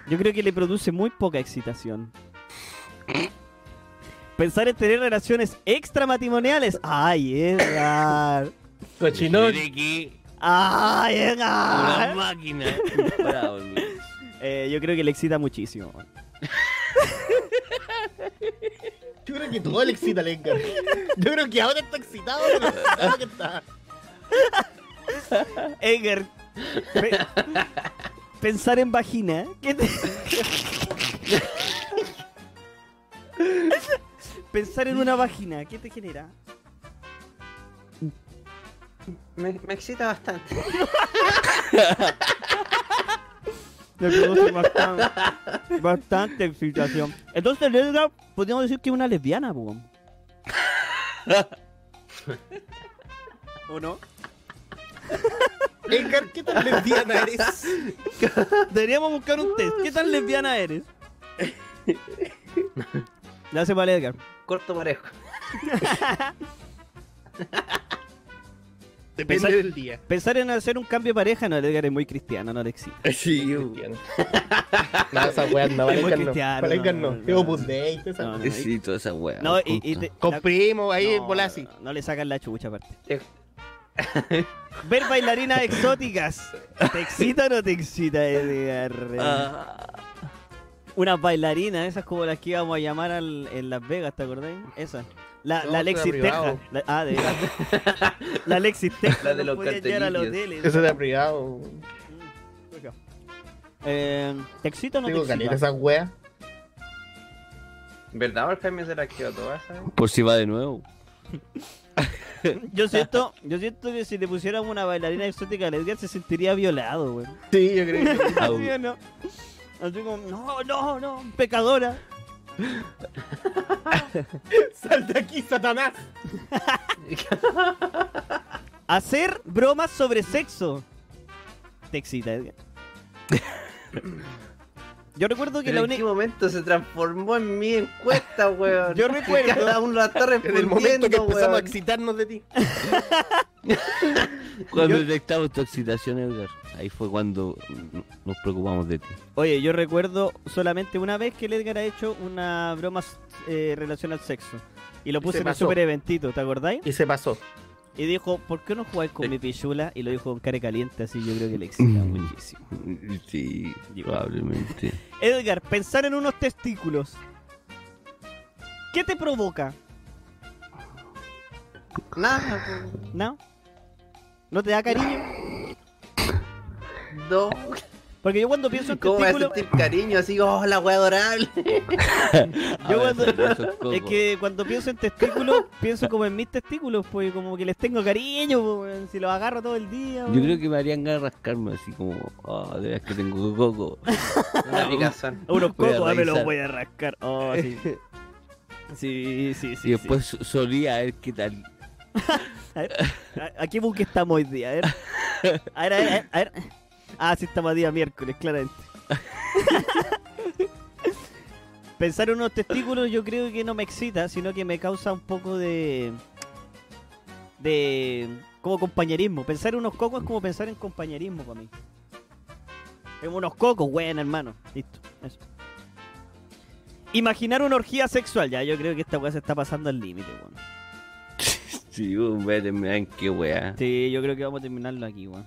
Speaker 2: Yo creo que le produce muy poca excitación. Pensar en tener relaciones extramatrimoniales. ay, Edgar.
Speaker 6: Cochinón.
Speaker 4: Tiene que
Speaker 2: Ay,
Speaker 6: Ah.
Speaker 4: una
Speaker 2: Edgar.
Speaker 4: máquina. Bravo, amigo.
Speaker 2: Eh, yo creo que le excita muchísimo.
Speaker 6: Yo creo que todo le excita al Edgar. Yo creo que ahora está excitado por lo excitado que está.
Speaker 2: Edgar. pe- pensar en vagina. ¿qué te- pensar en una vagina. ¿Qué te genera?
Speaker 3: Me, me excita bastante.
Speaker 2: Le produce bastante, bastante excitación. Entonces, Edgar, podríamos decir que es una lesbiana, weón. ¿O no?
Speaker 6: Edgar, ¿qué tan lesbiana eres?
Speaker 2: Deberíamos buscar un test. ¿Qué tan lesbiana eres? Ya se vale, Edgar.
Speaker 3: Corto parejo.
Speaker 6: Depende
Speaker 2: Pensar-
Speaker 6: del día.
Speaker 2: Pensar en hacer un cambio de pareja, no, el Edgar es muy cristiano, no le exige.
Speaker 4: Sí, yo-
Speaker 6: No, esa weá no, para
Speaker 2: Es muy
Speaker 6: Edgar no.
Speaker 2: cristiano,
Speaker 6: Para Edgar
Speaker 2: no,
Speaker 6: no.
Speaker 2: no,
Speaker 6: Qué
Speaker 2: no.
Speaker 6: Opus Dei, toda esa-
Speaker 2: No, no, y-
Speaker 4: Sí, toda esa weá.
Speaker 2: no, y, y te-
Speaker 6: Con
Speaker 2: la-
Speaker 6: primo, ahí,
Speaker 2: no,
Speaker 6: Bolasi.
Speaker 2: No le sacan la chucha aparte.
Speaker 3: Eh.
Speaker 2: Ver bailarinas exóticas. ¿Te excita o no te excita, Edgar? Unas bailarinas, esas como las que íbamos a llamar al- en Las Vegas, ¿te acordáis? Esas. La, la
Speaker 6: No, eso era
Speaker 2: Lexis Texas.
Speaker 6: privado.
Speaker 2: La- ah, de veras. La Lexis Texas.
Speaker 3: La de
Speaker 2: nos
Speaker 3: los
Speaker 2: podía llevar a los
Speaker 3: cartelillos.
Speaker 2: hoteles.
Speaker 6: Eso era privado.
Speaker 2: Eh, ¿Te excita o no
Speaker 6: Tengo
Speaker 2: te
Speaker 6: caleta
Speaker 2: excita?
Speaker 6: esa weá.
Speaker 3: ¿Verdad o el Jaime se la quedó toda, sabes?
Speaker 4: Por si va de nuevo.
Speaker 2: Yo siento, yo siento que si le pusieran una bailarina exótica al Edgar se sentiría violado, güey.
Speaker 6: Sí, yo creo que.
Speaker 4: Au.
Speaker 2: ¿Sí o no? Así como, no, no, no, pecadora.
Speaker 6: ¡Sal de aquí, Satanás!
Speaker 2: Hacer bromas sobre sexo. Te excita, Edgar. Yo recuerdo que
Speaker 3: Pero
Speaker 2: la
Speaker 3: ¿En qué
Speaker 2: única.
Speaker 3: momento se transformó en mi encuesta, weón?
Speaker 2: Yo
Speaker 3: Que
Speaker 2: recuerdo-
Speaker 3: Cada uno la está
Speaker 6: En
Speaker 3: respondiendo,
Speaker 6: el momento que empezamos a
Speaker 3: weón.
Speaker 6: excitarnos de ti.
Speaker 4: Cuando detectamos tu excitación, Edgar, ahí fue cuando n- nos preocupamos de ti.
Speaker 2: Oye, yo recuerdo solamente una vez que el Edgar ha hecho una broma eh, relacionada al sexo. Y lo
Speaker 6: Y
Speaker 2: puse
Speaker 6: se
Speaker 2: en el
Speaker 6: pasó.
Speaker 2: super eventito, ¿te acordáis?
Speaker 6: Y se pasó.
Speaker 2: Y dijo, ¿por qué no jugáis con
Speaker 4: Sí.
Speaker 2: mi pichula? Y lo dijo con cara caliente, así yo creo que le excita
Speaker 4: Mm.
Speaker 2: muchísimo.
Speaker 4: Sí, probablemente.
Speaker 2: Edgar, pensar en unos testículos. ¿Qué te provoca?
Speaker 3: Nada, pues. weón.
Speaker 2: ¿No? ¿No te da cariño?
Speaker 3: no.
Speaker 2: Porque yo cuando pienso en
Speaker 3: ¿Cómo voy a
Speaker 2: testículo.
Speaker 3: sentir cariño? Así, oh, la wea adorable.
Speaker 4: Ah,
Speaker 2: Yo
Speaker 3: Ahora
Speaker 2: cuando,
Speaker 3: sí, eso es coco.
Speaker 2: es que cuando pienso en testículos, pienso como en mis testículos, pues como que les tengo cariño, pues, weón, si los agarro todo el día.
Speaker 4: Yo creo que me harían ganas de rascarme así como, ah, de veras que tengo coco.
Speaker 3: Una picazón.
Speaker 2: Unos
Speaker 4: Voy a
Speaker 2: cocos, ah, me los
Speaker 4: revisar.
Speaker 2: voy a rascar. Oh, sí. Sí, sí, sí.
Speaker 4: y después so- solía a ver qué tal.
Speaker 2: A, ver, ¿a- a qué buque estamos hoy día? A ver. A ver, a ver, a ver. Ah, sí, estamos a día miércoles, claramente. Pensar en unos testículos yo creo que no me excita, sino que me causa un poco de... De... Como compañerismo. Pensar en unos cocos es como pensar en compañerismo para mí. En unos cocos, weón, hermano. Listo. Eso. Imaginar una orgía sexual. Ya, yo creo que esta weá se está pasando al límite, weón.
Speaker 4: Sí, vos, me dan qué wea.
Speaker 2: Sí, yo creo que vamos a terminarlo aquí, weón.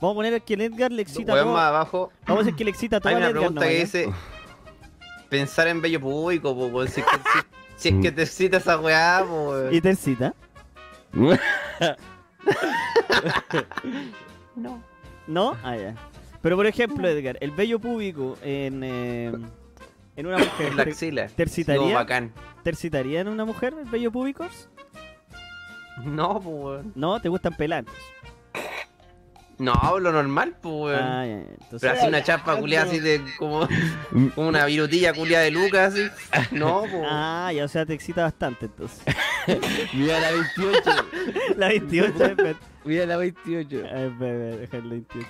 Speaker 2: Vamos a poner el que el Edgar le excita
Speaker 3: Weón,
Speaker 2: todo.
Speaker 3: más abajo.
Speaker 2: Vamos a decir que le excita todo
Speaker 3: Hay
Speaker 2: al
Speaker 3: una
Speaker 2: Edgar,
Speaker 3: pregunta
Speaker 2: ¿no,
Speaker 3: que
Speaker 2: weón?
Speaker 3: dice: pensar en bello público, po, weón, si, es que, si- si es que te excita esa weá, po, weón.
Speaker 2: ¿Y te excita?
Speaker 3: No.
Speaker 2: ¿No? Ah, ya. Pero por ejemplo, Edgar, el vello público en, eh, en una mujer.
Speaker 3: En la
Speaker 2: ¿te-
Speaker 3: axila.
Speaker 2: ¿Te
Speaker 3: Como
Speaker 2: excitaría?
Speaker 3: bacán.
Speaker 2: ¿Te excitaría en una mujer el vello público?
Speaker 3: No, po, weón.
Speaker 2: No, te gustan pelantes.
Speaker 3: No, lo normal, po, weón.
Speaker 2: Ah, ya, ya. Entonces-
Speaker 3: Pero así una chapa culiada así de como, como una virutilla culiada de Lucas así. No, po.
Speaker 2: Ah, ya, o sea, te excita bastante entonces.
Speaker 4: Mira la 28.
Speaker 2: La 28 es ver-
Speaker 4: Mira la 28.
Speaker 2: es ver- dejar la 28.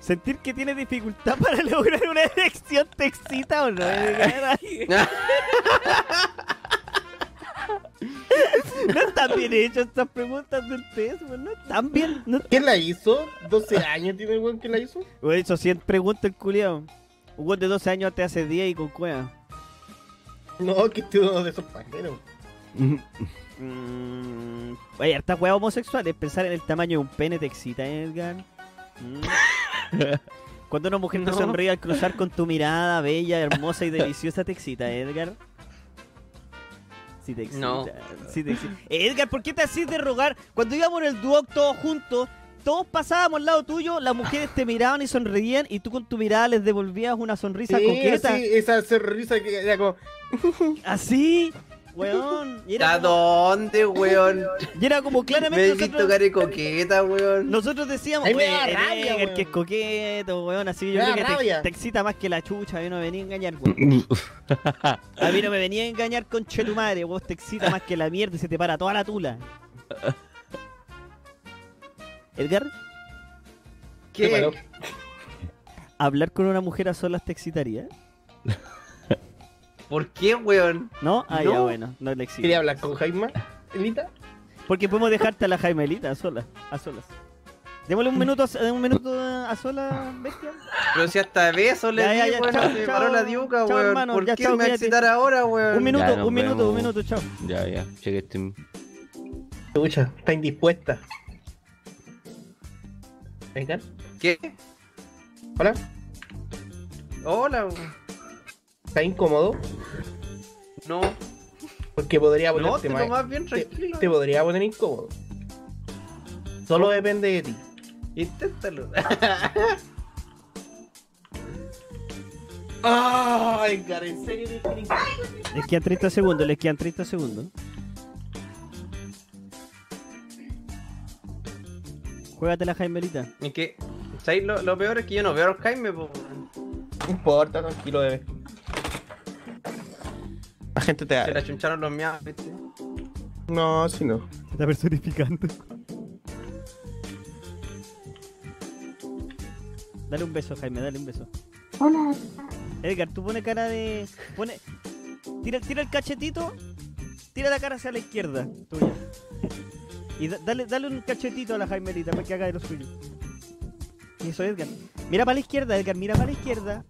Speaker 2: Sentir que tienes dificultad para lograr una erección te excita o no, Edgar? No están bien hechas estas preguntas del test, weón. No están bien. No
Speaker 6: ¿Quién la hizo? ¿12 años tiene el weón que la hizo?
Speaker 2: Weón, hizo 100 preguntas el culiao. Un weón de 12 años te hace 10 y con cueva.
Speaker 6: No, que este uno de esos pajeros.
Speaker 2: Mm, oye, harta weas homosexuales. Pensar en el tamaño de un pene te excita, Edgar. Mm. Cuando una mujer te
Speaker 3: No.
Speaker 2: sonríe al cruzar con tu mirada bella, hermosa y deliciosa, te excita, Edgar. Sí te excita.
Speaker 3: No.
Speaker 2: sí te excita. Edgar, ¿por qué te haces de rogar? Cuando íbamos en el duo todos juntos, todos pasábamos al lado tuyo, las mujeres te miraban y sonreían y tú con tu mirada les devolvías una sonrisa coqueta.
Speaker 6: así, esa sonrisa que era como...
Speaker 2: Así, weón. Y
Speaker 3: ¿A
Speaker 2: era, como,
Speaker 3: dónde, weón?
Speaker 2: y era como
Speaker 3: Me
Speaker 2: claramente
Speaker 3: he visto
Speaker 2: nosotros,
Speaker 3: cara de coqueta, weón.
Speaker 2: nosotros decíamos,
Speaker 6: Ahí
Speaker 2: weón,
Speaker 6: me da rabia,
Speaker 2: Edgar,
Speaker 6: weón.
Speaker 2: que es coqueto, weón. Así yo
Speaker 6: Me
Speaker 2: creo
Speaker 6: da
Speaker 2: que te,
Speaker 6: rabia.
Speaker 2: te excita más que la chucha, a mí no me venía a engañar, weón. A mí no me venía a engañar con che tu madre, vos te excita más que la mierda y se te para toda la tula. Edgar,
Speaker 6: Se paró.
Speaker 3: ¿Qué?
Speaker 2: hablar con una mujer a solas te excitaría.
Speaker 3: ¿Por qué, weón?
Speaker 2: ¿No? Ah, ya
Speaker 3: No.
Speaker 2: bueno, no le excita.
Speaker 6: ¿Quería hablar con Jaime? ¿Elita?
Speaker 2: Porque podemos dejarte a la Jaimelita a solas. A solas. Démosle un minuto a, un minuto a solas, bestia.
Speaker 3: Pero si hasta beso le
Speaker 2: Ya, ya,
Speaker 3: di,
Speaker 2: ya,
Speaker 3: weón,
Speaker 2: chao,
Speaker 3: se
Speaker 2: chao.
Speaker 3: paró la diuca,
Speaker 2: Chao,
Speaker 3: weón.
Speaker 2: hermano,
Speaker 3: ¿Por
Speaker 2: ya,
Speaker 3: qué
Speaker 2: chao,
Speaker 3: me va a
Speaker 2: cuídate.
Speaker 3: excitar ahora,
Speaker 6: Ah,
Speaker 3: weón?
Speaker 2: Un minuto,
Speaker 4: Ya, nos
Speaker 2: un minuto,
Speaker 4: vemos.
Speaker 2: un minuto, chao.
Speaker 4: ya, ya. Cheque este.
Speaker 6: Escucha, está indispuesta. Edgar,
Speaker 3: ¿Qué?
Speaker 6: hola,
Speaker 3: Hola, weón.
Speaker 6: ¿está incómodo?
Speaker 3: No,
Speaker 6: Porque podría
Speaker 3: no,
Speaker 6: ponerte
Speaker 3: te
Speaker 6: más-
Speaker 3: tomás bien
Speaker 6: te-
Speaker 3: tranquilo.
Speaker 6: te podría poner incómodo. Solo depende de ti.
Speaker 3: Inténtalo.
Speaker 6: Ay, cara, en serio que eres
Speaker 2: Les quedan 30 segundos, les quedan 30 segundos. Juégate la Jaimelita.
Speaker 3: Es que, ¿sabes? Lo, lo peor es que yo no veo a los Jaime, po, weón.
Speaker 6: No importa, tranquilo, bebé. La gente te
Speaker 3: Se la
Speaker 6: da.
Speaker 3: chuncharon los miados, viste.
Speaker 6: No, si no.
Speaker 2: Se está personificando. Dale un beso, Jaime, dale un beso.
Speaker 13: Hola.
Speaker 2: Edgar, tú pone cara de. Pone... Tira, tira el cachetito. Tira la cara hacia la izquierda. Tuya. Y da- dale, dale un cachetito a la Jaimelita para que haga de lo suyo. Eso, Edgar. Mira para la izquierda, Edgar, mira para la izquierda.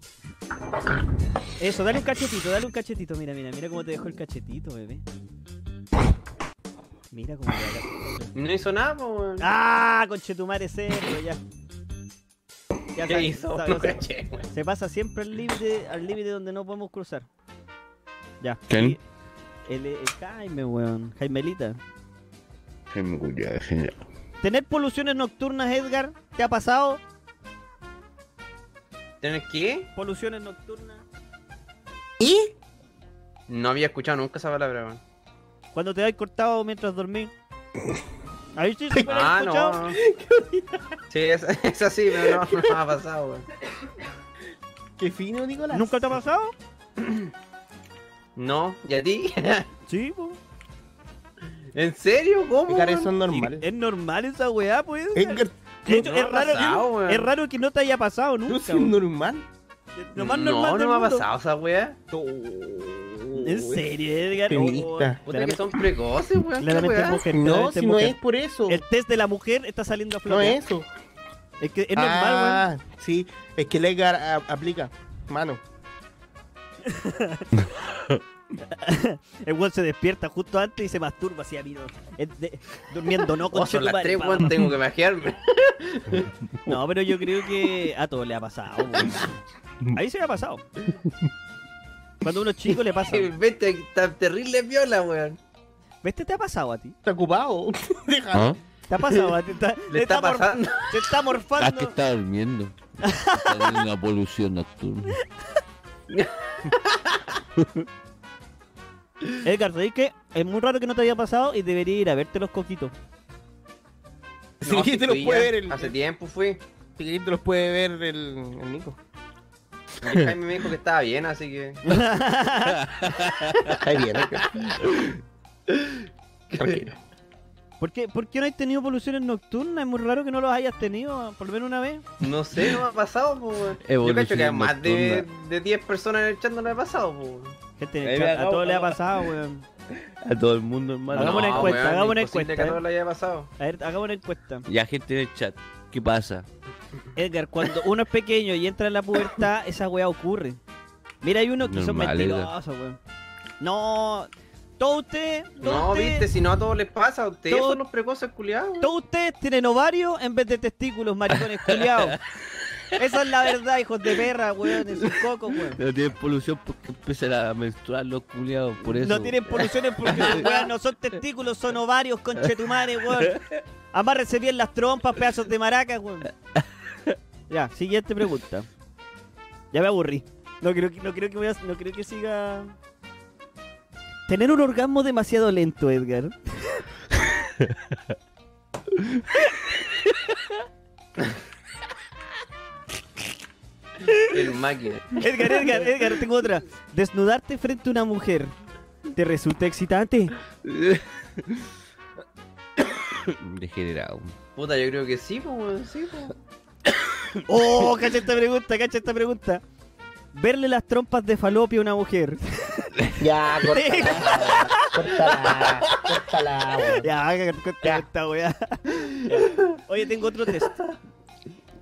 Speaker 2: Eso, dale un cachetito, dale un cachetito. Mira, mira, mira cómo te dejó el cachetito, bebé. Mira cómo te da la-
Speaker 3: No hizo nada, po, weón.
Speaker 2: ¡Ah! Conchetumare cerdo, ya. Ya
Speaker 3: ¿Qué
Speaker 2: sabe-
Speaker 3: hizo?
Speaker 2: sabe-
Speaker 3: No caché, weón.
Speaker 2: se pasa siempre al límite al límite donde no podemos cruzar. Ya.
Speaker 4: ¿Quién?
Speaker 2: Y El, el Jaime, weón. Jaimelita.
Speaker 4: Ay, me culiao, genial.
Speaker 2: ¿Tener poluciones nocturnas, Edgar? ¿Te ha pasado?
Speaker 3: ¿Tienes qué?
Speaker 2: Poluciones nocturnas.
Speaker 3: ¿Y? No había escuchado nunca esa palabra, weón.
Speaker 2: Cuando te has cortado mientras dormís. Ahí sí se
Speaker 3: Ah,
Speaker 2: ah, escuchado.
Speaker 3: no. Sí, es, es así, pero no, no me ha pasado, weón.
Speaker 6: Qué fino, Nicolás.
Speaker 2: ¿Nunca te ha pasado?
Speaker 3: No, ¿y a ti?
Speaker 2: Sí, po.
Speaker 3: ¿En serio? ¿Cómo?
Speaker 6: Caras
Speaker 3: weón?
Speaker 6: son normales.
Speaker 2: Es normal esa weá, pues. De hecho,
Speaker 3: No me
Speaker 2: es,
Speaker 3: ha
Speaker 2: raro,
Speaker 3: pasado, weón.
Speaker 2: es raro que no te haya pasado
Speaker 6: ¿No
Speaker 2: nunca.
Speaker 6: soy
Speaker 2: weón.
Speaker 6: normal?
Speaker 2: Lo más
Speaker 3: no,
Speaker 2: normal
Speaker 3: no
Speaker 2: del
Speaker 3: me ha
Speaker 2: mundo.
Speaker 3: pasado esa weá.
Speaker 2: ¿En serio, Edgar? Oh,
Speaker 6: Feminista.
Speaker 3: Puta que son precoces, weón. Ah, qué
Speaker 2: Claramente
Speaker 3: weá.
Speaker 2: es mujer.
Speaker 6: No,
Speaker 2: claramente
Speaker 6: si no
Speaker 2: mujer.
Speaker 6: es por eso.
Speaker 2: El test de la mujer está saliendo a
Speaker 6: No
Speaker 2: flote.
Speaker 6: es eso.
Speaker 2: Es que es normal, weón.
Speaker 6: ah, sí. Es que el Edgar a- aplica. Mano.
Speaker 2: El weón se despierta justo antes y se masturba así a mí. no. Es de- durmiendo, no con
Speaker 3: Oh, son las tres, weón, tengo que majearme.
Speaker 2: No, pero yo creo que a todos le ha pasado. weón. Ahí se le ha pasado. Cuando a unos chicos le pasa.
Speaker 3: Vete, tan terrible viola, weón.
Speaker 2: ¿Viste? ¿Te ha pasado a ti?
Speaker 6: Está ocupado. Deja.
Speaker 4: ¿Ah?
Speaker 2: ¿Te ha pasado a ti? ¿Te-
Speaker 3: Le
Speaker 2: te
Speaker 3: está
Speaker 2: mor-
Speaker 3: pasando.
Speaker 2: Te está
Speaker 4: Ah, que
Speaker 2: morfando.
Speaker 4: está durmiendo. Está teniendo una polución nocturna.
Speaker 2: Edgar, ¿sabes qué? Es muy raro que no te haya pasado y debería ir a verte los coquitos.
Speaker 6: Si
Speaker 3: No,
Speaker 6: querés te
Speaker 3: fui
Speaker 6: los puede
Speaker 3: ya.
Speaker 6: ver el.
Speaker 3: Hace tiempo fui.
Speaker 6: Si querés te los puede ver el, el Nico.
Speaker 3: Y Jaime me dijo que estaba bien, así que.
Speaker 6: Está bien, Edgar. Tranquilo.
Speaker 2: ¿Por qué, por qué no has tenido poluciones nocturnas? Es muy raro que no los hayas tenido, por lo menos una vez.
Speaker 3: No sé, no me ha pasado, po, weón. Yo
Speaker 4: Evolución
Speaker 3: cacho que a más de, de 10 personas en el chat no le ha pasado, po, weón.
Speaker 2: Gente, en
Speaker 4: Ahí
Speaker 2: el
Speaker 4: me
Speaker 2: chat, a
Speaker 4: acabo-
Speaker 2: todos les ha pasado, weón.
Speaker 4: A todo el mundo, hermano.
Speaker 2: Hagamos una
Speaker 3: No,
Speaker 2: encuesta,
Speaker 3: weón,
Speaker 2: hagamos una
Speaker 3: imposible
Speaker 2: encuesta,
Speaker 3: que a
Speaker 2: eh.
Speaker 3: todos le haya pasado.
Speaker 2: A ver, hagamos una encuesta.
Speaker 4: Ya gente en el chat. ¿Qué pasa?
Speaker 2: Edgar, cuando uno es pequeño y entra en la pubertad, esa weá ocurre. Mira, hay unos que son
Speaker 4: Normal, Edgar.
Speaker 2: mentirosos, weón. No, todos ustedes, todos
Speaker 3: No,
Speaker 2: ustedes-
Speaker 3: viste, si no a todos les pasa, ustedes
Speaker 2: Todo-
Speaker 3: son los precoces culiados. weón.
Speaker 2: todos ustedes tienen ovarios en vez de testículos, maricones culiados. Esa es la verdad, hijos de perra, weón, en sus cocos, weón.
Speaker 4: No tienen polución porque empiezan a menstruar los culiados. Por eso.
Speaker 2: No tienen poluciones porque sus weas no son testículos, son ovarios, conchetumare, weón. Amárrese bien las trompas, pedazos de maracas, weón. Ya, siguiente pregunta. Ya me aburrí. No creo que, no creo que, voy a- no creo que siga. Tener un orgasmo demasiado lento, Edgar.
Speaker 3: El máquina.
Speaker 2: Edgar, Edgar, Edgar, tengo otra. Desnudarte frente a una mujer. ¿Te resulta excitante?
Speaker 4: Degenerado.
Speaker 3: Puta, yo creo que sí, po, weón, sí, po.
Speaker 2: Oh, cacha esta pregunta, cacha esta pregunta. Verle las trompas de falopio a una mujer.
Speaker 6: Ya, cortala. cortala. Cortala. weón.
Speaker 2: Ya, haga cuenta esta weá. Oye, tengo otro test.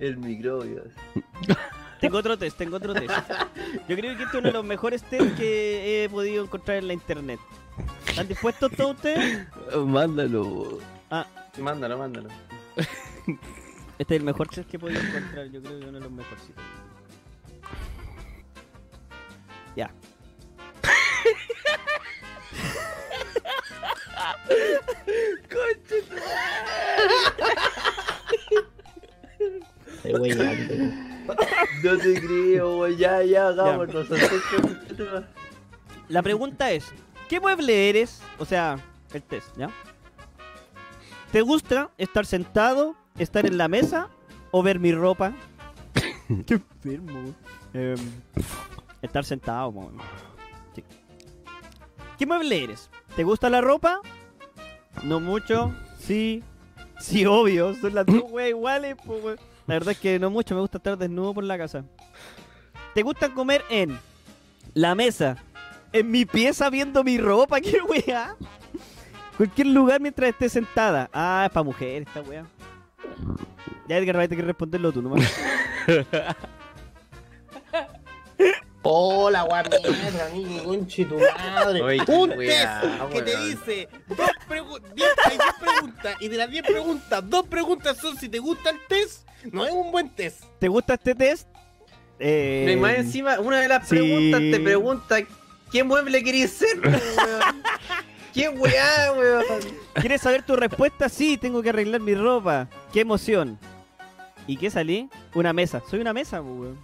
Speaker 3: El microbio.
Speaker 2: Tengo otro test, tengo otro test. Yo creo que este es uno de los mejores test que he podido encontrar en la internet. ¿Están dispuestos todos ustedes?
Speaker 4: Mándalo.
Speaker 3: Mándalo, mándalo.
Speaker 2: Este es el mejor test que he podido encontrar, yo creo que uno de los mejorcitos. Ya.
Speaker 6: Estoy weyando.
Speaker 3: No te creo, weón, ya, ya, hagámonos.
Speaker 2: La pregunta es, ¿qué mueble eres? O sea, el test, ¿ya? ¿Te gusta estar sentado, estar en la mesa o ver mi ropa? Qué enfermo. weón. Em, estar sentado, weón. Sí. ¿Qué mueble eres? ¿Te gusta la ropa? No mucho. Sí. Sí, obvio. Son las dos weas iguales, po, weón. La verdad es que no mucho. Me gusta estar desnudo por la casa. ¿Te gusta comer en la mesa, en mi pieza viendo mi ropa, qué weá. Cualquier lugar mientras esté sentada. Ah, es para mujer esta weá. Ya Edgar, vas a tener que responderlo tú nomás.
Speaker 6: Hola, guamierda, amigo, conche tu madre.
Speaker 3: Oye, qué
Speaker 6: un
Speaker 3: weá,
Speaker 6: test que te
Speaker 3: weón.
Speaker 6: dice dos pregu- diez- hay diez preguntas y de las 10 preguntas, dos preguntas son si te gusta el test, no es un buen test.
Speaker 2: ¿Te gusta este test? Eh,
Speaker 3: No, y más encima, una de las
Speaker 2: sí.
Speaker 3: preguntas te pregunta ¿Qué mueble querés ser, po, weón? ¿Qué weá, weón?
Speaker 2: ¿Quieres saber tu respuesta? Sí, tengo que arreglar mi ropa. ¡Qué emoción! ¿Y qué salí? Una mesa. Soy una mesa, po, weón.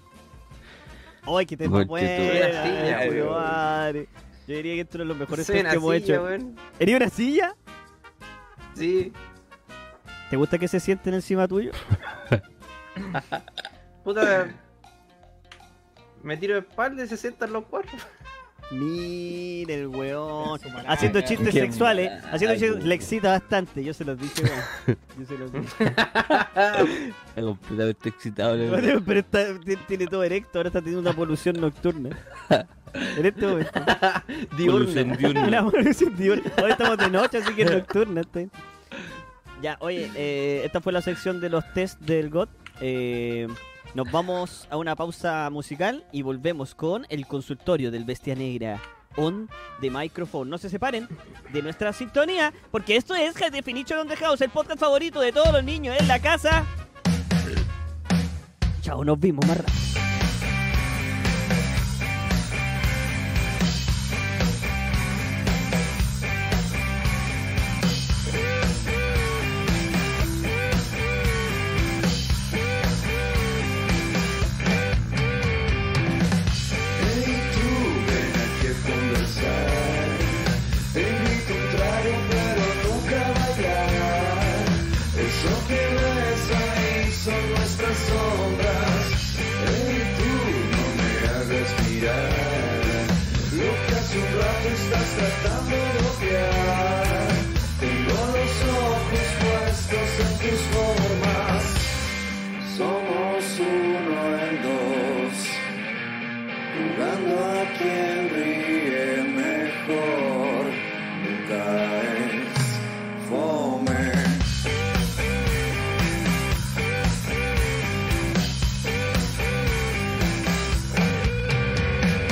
Speaker 2: ¡Ay, qué te
Speaker 4: Conche
Speaker 2: buena!
Speaker 4: tu madre.
Speaker 3: Una silla, weón.
Speaker 2: compadre! Yo diría que esto es uno de los mejores
Speaker 3: Soy
Speaker 2: test
Speaker 3: una
Speaker 2: que hemos
Speaker 3: silla,
Speaker 2: hecho.
Speaker 3: weón.
Speaker 2: ¿Eres una silla?
Speaker 3: Sí.
Speaker 2: ¿Te gusta que se sienten encima tuyo?
Speaker 3: Puta. Me tiro de espalda y se sientan los cuatro.
Speaker 2: Mira el weón. Haciendo chistes
Speaker 4: Qué
Speaker 2: sexuales.
Speaker 4: mal.
Speaker 2: Haciendo chistes. Le excita bastante. Yo se los dije, weón. Yo se los dije.
Speaker 4: Está completamente excitado. la verdad.
Speaker 2: Pero está- ti- tiene todo erecto. Ahora está teniendo una polución nocturna. En este momento.
Speaker 4: Polución diurna.
Speaker 2: Una polución diurna. Hoy estamos de noche, así que es nocturna. está bien. Ya, oye, eh, esta fue la sección de los test del GOT. Eh, nos vamos a una pausa musical y volvemos con el consultorio del Bestia Negra on the microphone. No se separen de nuestra sintonía, porque esto es High Definition on the House, el podcast favorito de todos los niños en la casa. Chao, nos vimos más rato.
Speaker 1: Hey tú, ven aquí a conversar. Te invito a un trago, pero nunca bailar. Eso que ves ahí son nuestras sombras. Hey tú, no me hagas mirar. Lo que hace un rato estás tratando de obviar. Tengo los ojos puestos en tus formas. Somos uno en dos jugando a quien ríe mejor. Nunca es fome.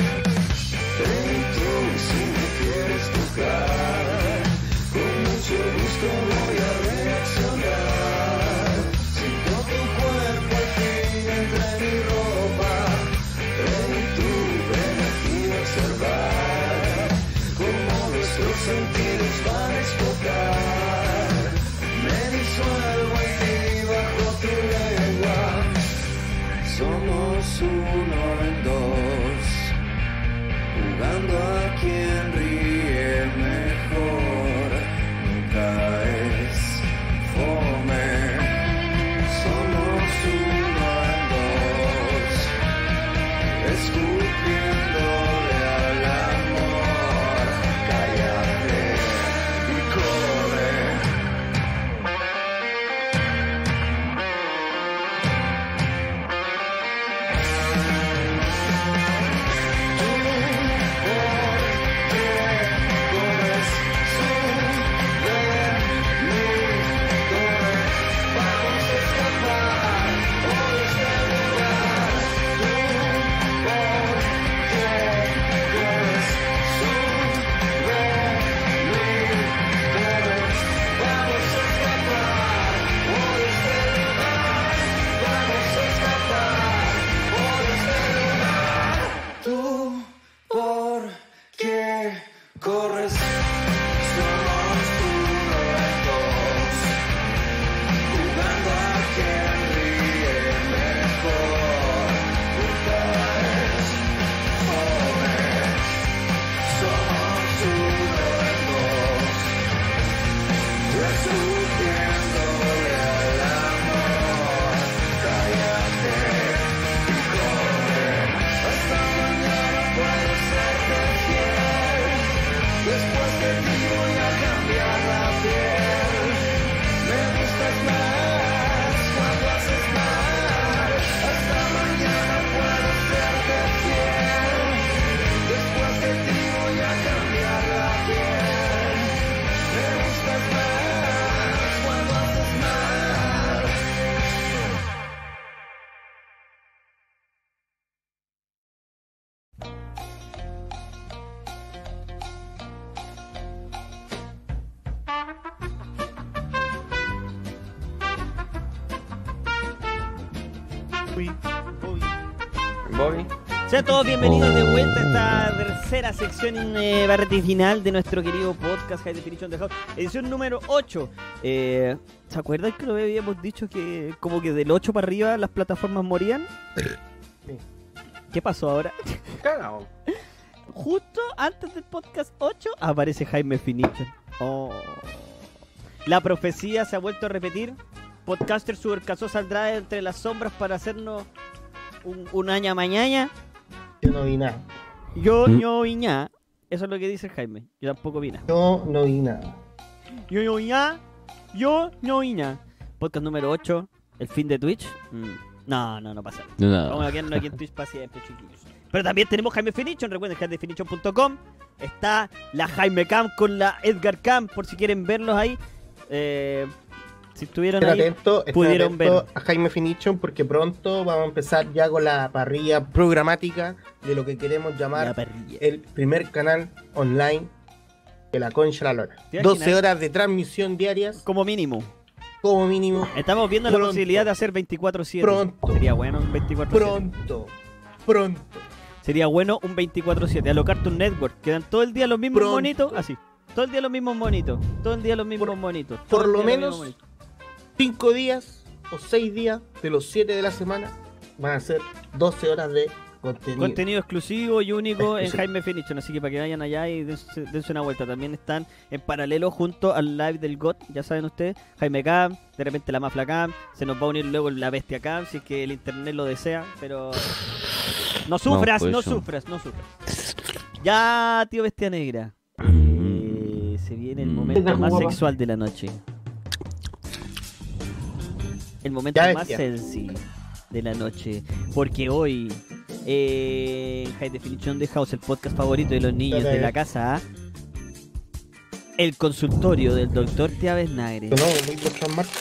Speaker 1: Hey, tú, si me quieres tocar, con mucho gusto voy a reaccionar. Siento tu cuerpo al fin entre mi ropa. Ven tú, ven aquí a observar cómo nuestros sentidos van a explotar. Me disuelvo en ti bajo tu lengua. Somos uno en dos, jugando a quien ríe mejor. Nunca es fome. Somos uno en dos escupiéndole al amor. Cállate y corre. Tú, ¿por qué corres? Sube mi torre. Vamos a escapar por este lugar. Tú, Tú, ¿por qué corres? Somos uno en dos, jugando a quien ríe mejor. Nunca es joven. Somos uno en dos, discutiéndole al amor. Cállate y corre. Hasta mañana puedo serte fiel. Después de ti voy a cambiar la piel. Me gustas más cuando haces mal. Hasta mañana puedo serte fiel. Después de ti voy a cambiar la piel. Me gustas más cuando haces mal.
Speaker 3: Bobby.
Speaker 2: Sean todos bienvenidos de vuelta a esta tercera sección eh, barrete final de nuestro querido podcast High Definition de House, edición número 8. Eh, ¿Se acuerdan que lo habíamos dicho que como que del 8 para arriba las plataformas morían? ¿Qué pasó ahora?
Speaker 3: Cagao.
Speaker 2: Justo antes del podcast 8 aparece Jaime Finichon. Oh. La profecía se ha vuelto a repetir. Podcaster Supercaso saldrá de entre las sombras para hacernos un, un aña mañana.
Speaker 6: Yo no vi nada.
Speaker 2: Yo no vi nada. Eso es lo que dice el Jaime. Yo tampoco vi nada.
Speaker 6: Yo no vi nada.
Speaker 2: Yo no vi nada. Yo no vi nada. Podcast número 8. El fin de Twitch. Mm. No, no, no pasa.
Speaker 4: No.
Speaker 2: nada. Vamos a quedarnos aquí en Twitch para siempre, chiquillos. Pero también tenemos Jaime Finichon. Recuerden, jaimefinichon.com. Está la Jaime Cam con la Edgar Cam, por si quieren verlos ahí. Eh, si estuvieron
Speaker 6: Estén
Speaker 2: ahí,
Speaker 6: atentos, estén
Speaker 2: pudieron
Speaker 6: atentos
Speaker 2: ver.
Speaker 6: a Jaime Finichon porque pronto vamos a empezar ya con la parrilla programática de lo que queremos
Speaker 2: La
Speaker 6: llamar
Speaker 2: parrilla.
Speaker 6: el primer canal online de la concha de la lora.
Speaker 2: ¿Te imaginas?
Speaker 6: 12 horas de transmisión diarias
Speaker 2: Como mínimo.
Speaker 6: como mínimo.
Speaker 2: Estamos viendo la
Speaker 6: Pronto.
Speaker 2: posibilidad de hacer 24-7.
Speaker 6: Pronto.
Speaker 2: Sería bueno un 24-7.
Speaker 6: Pronto, pronto,
Speaker 2: Sería bueno un 24-7. A lo Cartoon Network. Quedan todo el día los mismos
Speaker 6: Pronto.
Speaker 2: monitos. Así. Todo el día los mismos monitos. Todo el día los mismos monitos. todo
Speaker 6: por
Speaker 2: el día
Speaker 6: lo
Speaker 2: los
Speaker 6: menos-
Speaker 2: mismos monitos.
Speaker 6: 5 días o 6 días de los 7 de la semana van a ser 12 horas de contenido.
Speaker 2: Contenido exclusivo y único en
Speaker 6: Exclusivo.
Speaker 2: Jaime Finichon, así que para que vayan allá y dense, dense una vuelta. También están en paralelo junto al live del GOT, ya saben ustedes, Jaime Cam, de repente la Mafla Cam, se nos va a unir luego la Bestia Cam, si es que el internet lo desea, pero... No sufras,
Speaker 4: pues,
Speaker 2: no
Speaker 4: eso.
Speaker 2: sufras, no sufras. Ya, tío Bestia Negra. Eh, se viene el momento más sexual de la noche. El momento
Speaker 6: Ya,
Speaker 2: más
Speaker 6: bestia.
Speaker 2: sexy de la noche. Porque hoy, eh, High Definition de House, el podcast favorito de los niños de la casa, ¿ah? el consultorio del doctor Tiaves Nagre.
Speaker 6: No, voy a mostrar marca,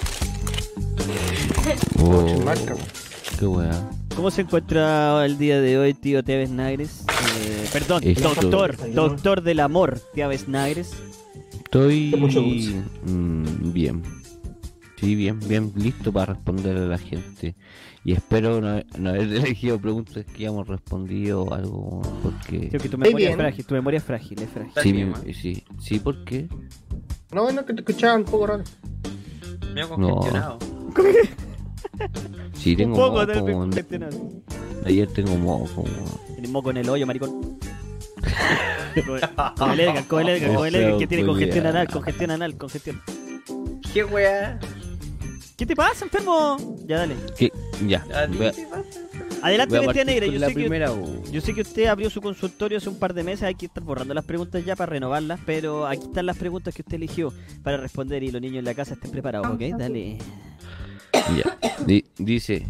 Speaker 4: Oh,
Speaker 6: marca.
Speaker 4: qué weá.
Speaker 2: ¿Cómo se encuentra el día de hoy, tío Tiaves Nagres? Eh, perdón,
Speaker 4: Esto.
Speaker 2: doctor, doctor del amor, Tiaves Nagres.
Speaker 4: Estoy
Speaker 6: Mucho dulce.
Speaker 4: mm, bien. Sí, bien, bien, listo para responder a la gente. Y espero no, no haber elegido preguntas que hayamos respondido o algo,
Speaker 2: Creo ¿eh?
Speaker 4: porque...
Speaker 2: que tu
Speaker 6: Estoy
Speaker 2: memoria es
Speaker 6: bien.
Speaker 2: frágil, tu memoria es frágil, es frágil.
Speaker 4: Sí,
Speaker 3: Bien,
Speaker 4: mi- sí, sí, porque...
Speaker 6: No, bueno, que te escuchaba un poco raro.
Speaker 3: Medio congestionado.
Speaker 4: Sí, tengo
Speaker 2: Un poco
Speaker 4: moco,
Speaker 2: del
Speaker 4: como-
Speaker 2: congestionado.
Speaker 4: Ayer tengo moco. como-
Speaker 2: El moco en el hoyo, maricón. con el Edgar, con el Edgar, con el
Speaker 4: Ese
Speaker 2: Edgar, que tiene congestión
Speaker 4: culiao.
Speaker 2: anal, congestión anal, congestión.
Speaker 3: ¿Qué weá?
Speaker 2: ¿Qué te pasa, enfermo? Ya dale.
Speaker 4: ¿Qué? Ya.
Speaker 3: ¿A ti
Speaker 4: Voy a-
Speaker 3: qué te pasa?
Speaker 2: Adelante,
Speaker 4: voy a
Speaker 2: bestia
Speaker 4: partir
Speaker 2: negra.
Speaker 4: con
Speaker 2: Yo
Speaker 4: la
Speaker 2: sé, que,
Speaker 4: primera, o-
Speaker 2: yo sé que usted abrió su consultorio hace un par de meses, hay que estar borrando las preguntas ya para renovarlas, pero aquí están las preguntas que usted eligió para responder y los niños en la casa estén preparados, ¿ok? Dale.
Speaker 4: Ya. Di- dice,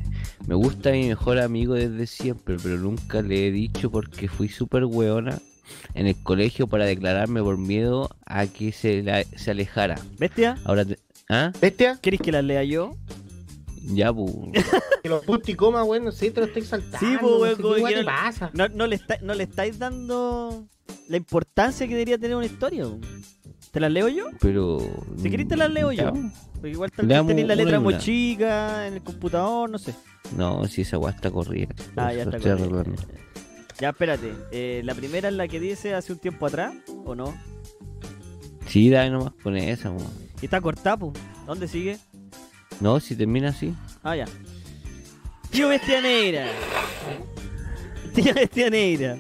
Speaker 4: me gusta mi mejor amigo desde siempre, pero nunca le he dicho porque fui súper weona en el colegio para declararme por miedo a que se, la- se alejara.
Speaker 2: Bestia,
Speaker 4: Ahora te- ¿Ah?
Speaker 6: Bestia,
Speaker 2: ¿queréis que las lea yo?
Speaker 4: Ya, pu.
Speaker 6: que los punticomas, weón, no sé, te lo estoy saltando.
Speaker 2: Sí, pues,
Speaker 6: no
Speaker 2: weón,
Speaker 6: sé qué
Speaker 2: como
Speaker 6: weá
Speaker 2: que
Speaker 6: te
Speaker 2: no-
Speaker 6: pasa?
Speaker 2: No, no, le está- no le estáis dando la importancia que debería tener una historia. weón. ¿Te las leo yo?
Speaker 4: Pero...
Speaker 2: Si querés te las leo yo.
Speaker 4: Ya.
Speaker 2: Porque igual tal vez
Speaker 4: Leamos
Speaker 2: tenéis la
Speaker 4: una
Speaker 2: letra
Speaker 4: y
Speaker 2: muy
Speaker 4: una.
Speaker 2: chica en el computador, no sé.
Speaker 4: No, si esa weá está corrida.
Speaker 2: Ah,
Speaker 4: Eso
Speaker 2: ya está
Speaker 4: lo estoy
Speaker 2: correcto.
Speaker 4: arreglando.
Speaker 2: Ya, espérate. Eh, la primera es la que dice hace un tiempo atrás, ¿o no?
Speaker 4: Sí, dale nomás con esa, weón.
Speaker 2: Y está cortapo. ¿Dónde sigue?
Speaker 4: No, si termina así.
Speaker 2: Ah, ya. Tío Bestia Negra. Tío Bestia Negra.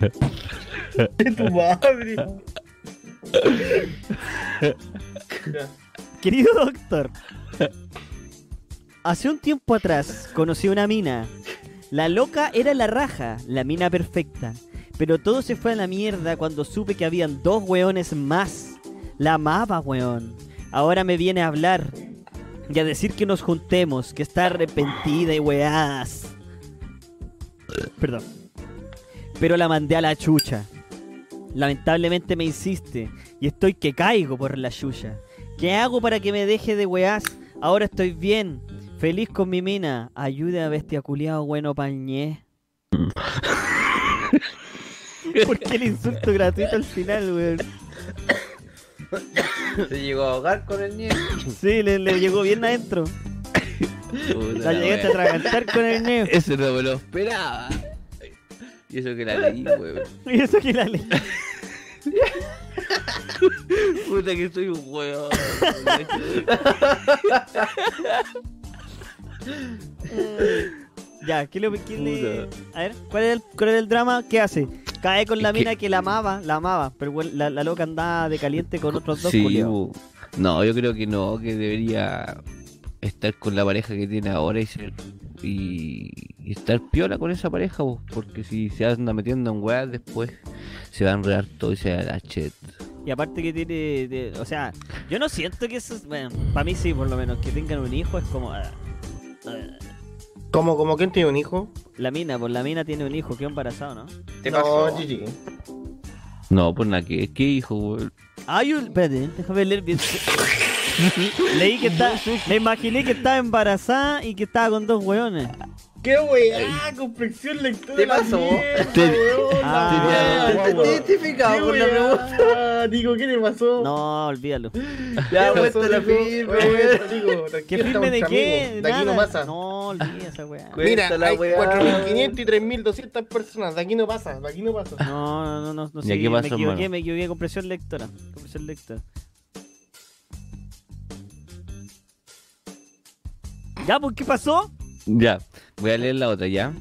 Speaker 6: tu madre. Ya.
Speaker 2: Querido doctor. Hace un tiempo atrás conocí una mina. La loca era la raja, la mina perfecta. Pero todo se fue a la mierda cuando supe que habían dos weones más. La amaba, weón. Ahora me viene a hablar y a decir que nos juntemos, que está arrepentida y weás. Perdón. Pero la mandé a la chucha. Lamentablemente me insiste y estoy que caigo por la chucha. ¿Qué hago para que me deje de weás? Ahora estoy bien, feliz con mi mina. Ayude a bestia culiao, bueno pañé. ¿Por qué el insulto gratuito al final, weón?
Speaker 3: Se llegó a ahogar con el nieve.
Speaker 2: Sí, le, le llegó bien adentro. La llegaste a atragantar con el neo.
Speaker 4: Eso no me lo esperaba. Y eso que la leí, weón.
Speaker 2: Y eso que la leí.
Speaker 4: Puta que soy un weón.
Speaker 2: Ya, ¿qué le, qué le- A ver, ¿cuál es, el, cuál es el drama? ¿Qué hace? Cae con la
Speaker 4: Es que-
Speaker 2: mina que... la amaba, la amaba, pero igual la, la loca andaba de caliente con otros dos
Speaker 4: Sí,
Speaker 2: culiados.
Speaker 4: bu- no, yo creo que no, que debería estar con la pareja que tiene ahora y, ser- y- y estar piola con esa pareja, bu, porque si se anda metiendo en weas después se va a enredar todo y se va a la chet.
Speaker 2: Y aparte que tiene, de- o sea, yo no siento que eso, es- bueno, para mí sí, por lo menos, que tengan un hijo es como... ah, ah,
Speaker 6: ¿Cómo, cómo quién tiene un hijo?
Speaker 2: la mina, por la mina tiene un hijo, quedó embarazado, ¿no?
Speaker 6: No, pasó? Gigi.
Speaker 4: No, por nada, que ¿qué hijo? bu?
Speaker 2: Ay, un- espérate, déjame leer bien. Leí que está, me imaginé que estaba embarazada y que estaba con dos hueones.
Speaker 6: ¡Qué weá! Confección lectora.
Speaker 3: ¿Te pasó?
Speaker 4: Te-
Speaker 2: Ah,
Speaker 6: Ah,
Speaker 3: Te sentí identificado por la pregunta.
Speaker 6: Digo, ¿qué le pasó?
Speaker 2: No, olvídalo.
Speaker 3: Ya,
Speaker 6: ¿Qué
Speaker 3: vuelta
Speaker 6: pasó,
Speaker 3: la
Speaker 6: Nico?
Speaker 3: firma,
Speaker 6: Oye,
Speaker 3: weón.
Speaker 6: Nico, tranquilo,
Speaker 2: ¿Qué firme
Speaker 6: estamos
Speaker 2: de
Speaker 6: entre
Speaker 2: qué?
Speaker 6: amigos. De aquí no
Speaker 2: Nada.
Speaker 6: pasa.
Speaker 2: No, olvida esa weá.
Speaker 6: Mira,
Speaker 3: Cuenta la
Speaker 6: hay
Speaker 3: weá.
Speaker 6: 4.500 y 3.200 personas. De aquí no pasa, de aquí no pasa.
Speaker 2: No, no, no, no, no
Speaker 4: ¿Y
Speaker 2: sí,
Speaker 4: aquí
Speaker 2: me
Speaker 4: pasó,
Speaker 2: equivoqué,
Speaker 4: hermano?
Speaker 2: me equivoqué con presión lectora. Con presión lectora. Ya, pues, ¿qué pasó?
Speaker 4: Ya, voy a leer la otra ya.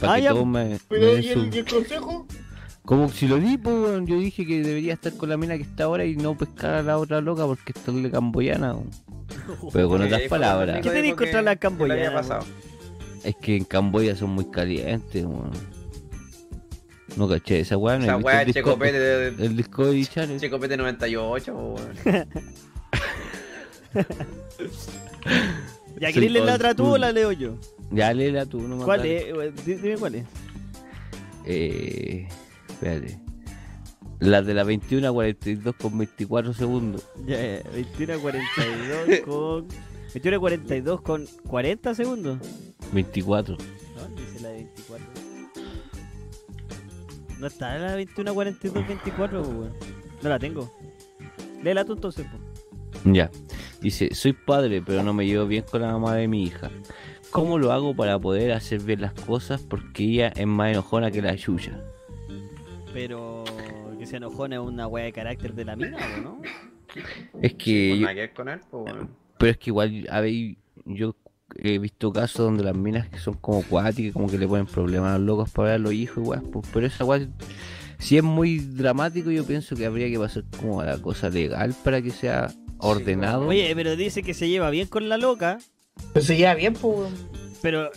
Speaker 4: Para
Speaker 2: Ah,
Speaker 4: que
Speaker 2: ya,
Speaker 4: todos me, me
Speaker 6: Pero,
Speaker 4: den
Speaker 6: ¿y
Speaker 4: su-
Speaker 6: el, y el consejo?
Speaker 4: Como si lo di, pues, weón, yo dije que debería estar con la mina que está ahora y no pescar a la otra loca porque está de camboyana. weón. Pero con
Speaker 3: Sí,
Speaker 4: otras
Speaker 3: dijo
Speaker 4: palabras.
Speaker 3: Nico,
Speaker 2: ¿Qué
Speaker 3: dijo
Speaker 2: tenéis
Speaker 3: que-
Speaker 2: contra la
Speaker 3: que le había
Speaker 2: camboyana,
Speaker 3: pasado.
Speaker 4: Es que en Camboya son muy calientes, weón. No caché, esa weá no he
Speaker 3: Esa
Speaker 4: visto
Speaker 3: weá
Speaker 4: el
Speaker 3: es
Speaker 4: disco-
Speaker 3: Checopete de-
Speaker 4: El disco de Channel.
Speaker 3: Checopete 98, weón.
Speaker 2: Ya,
Speaker 4: Soy
Speaker 2: ¿queréis leer la
Speaker 4: old
Speaker 2: otra tú
Speaker 4: school.
Speaker 2: o la leo yo?
Speaker 4: Ya léela tú, no me
Speaker 2: ¿Cuál
Speaker 4: acuerdo.
Speaker 2: es? Eh, di- Dime cuál es.
Speaker 4: Eh. Espérate. La de la 21 a 42 con 24 segundos.
Speaker 2: Ya, eh, 21 a 42 con. 21 a 42 con 40 segundos.
Speaker 4: 24.
Speaker 2: ¿Dónde dice la de 24? No está la 21 a 42 24, pues, weón. No la tengo. Léela tú entonces, pues.
Speaker 4: Ya. Dice, soy padre, pero no me llevo bien con la mamá de mi hija. ¿Cómo lo hago para poder hacer bien las cosas? Porque ella es más enojona que la yuya.
Speaker 2: Pero que se enojona es una wea de carácter de la mina, ¿o ¿no?
Speaker 4: Es que
Speaker 3: Pues
Speaker 4: yo-
Speaker 3: nada que ver con él, pues, weón.
Speaker 4: Pero es que igual habéis, yo he visto casos donde las minas que son como cuáticas, como que le ponen problemas a los locos para ver a los hijos y weas, pues, pero esa wea, si es muy dramático, yo pienso que habría que pasar como a la cosa legal para que sea ordenado.
Speaker 2: pues, Oye, pero dice que se lleva bien con la loca,
Speaker 6: Pero se lleva bien, pues. weón.
Speaker 2: pero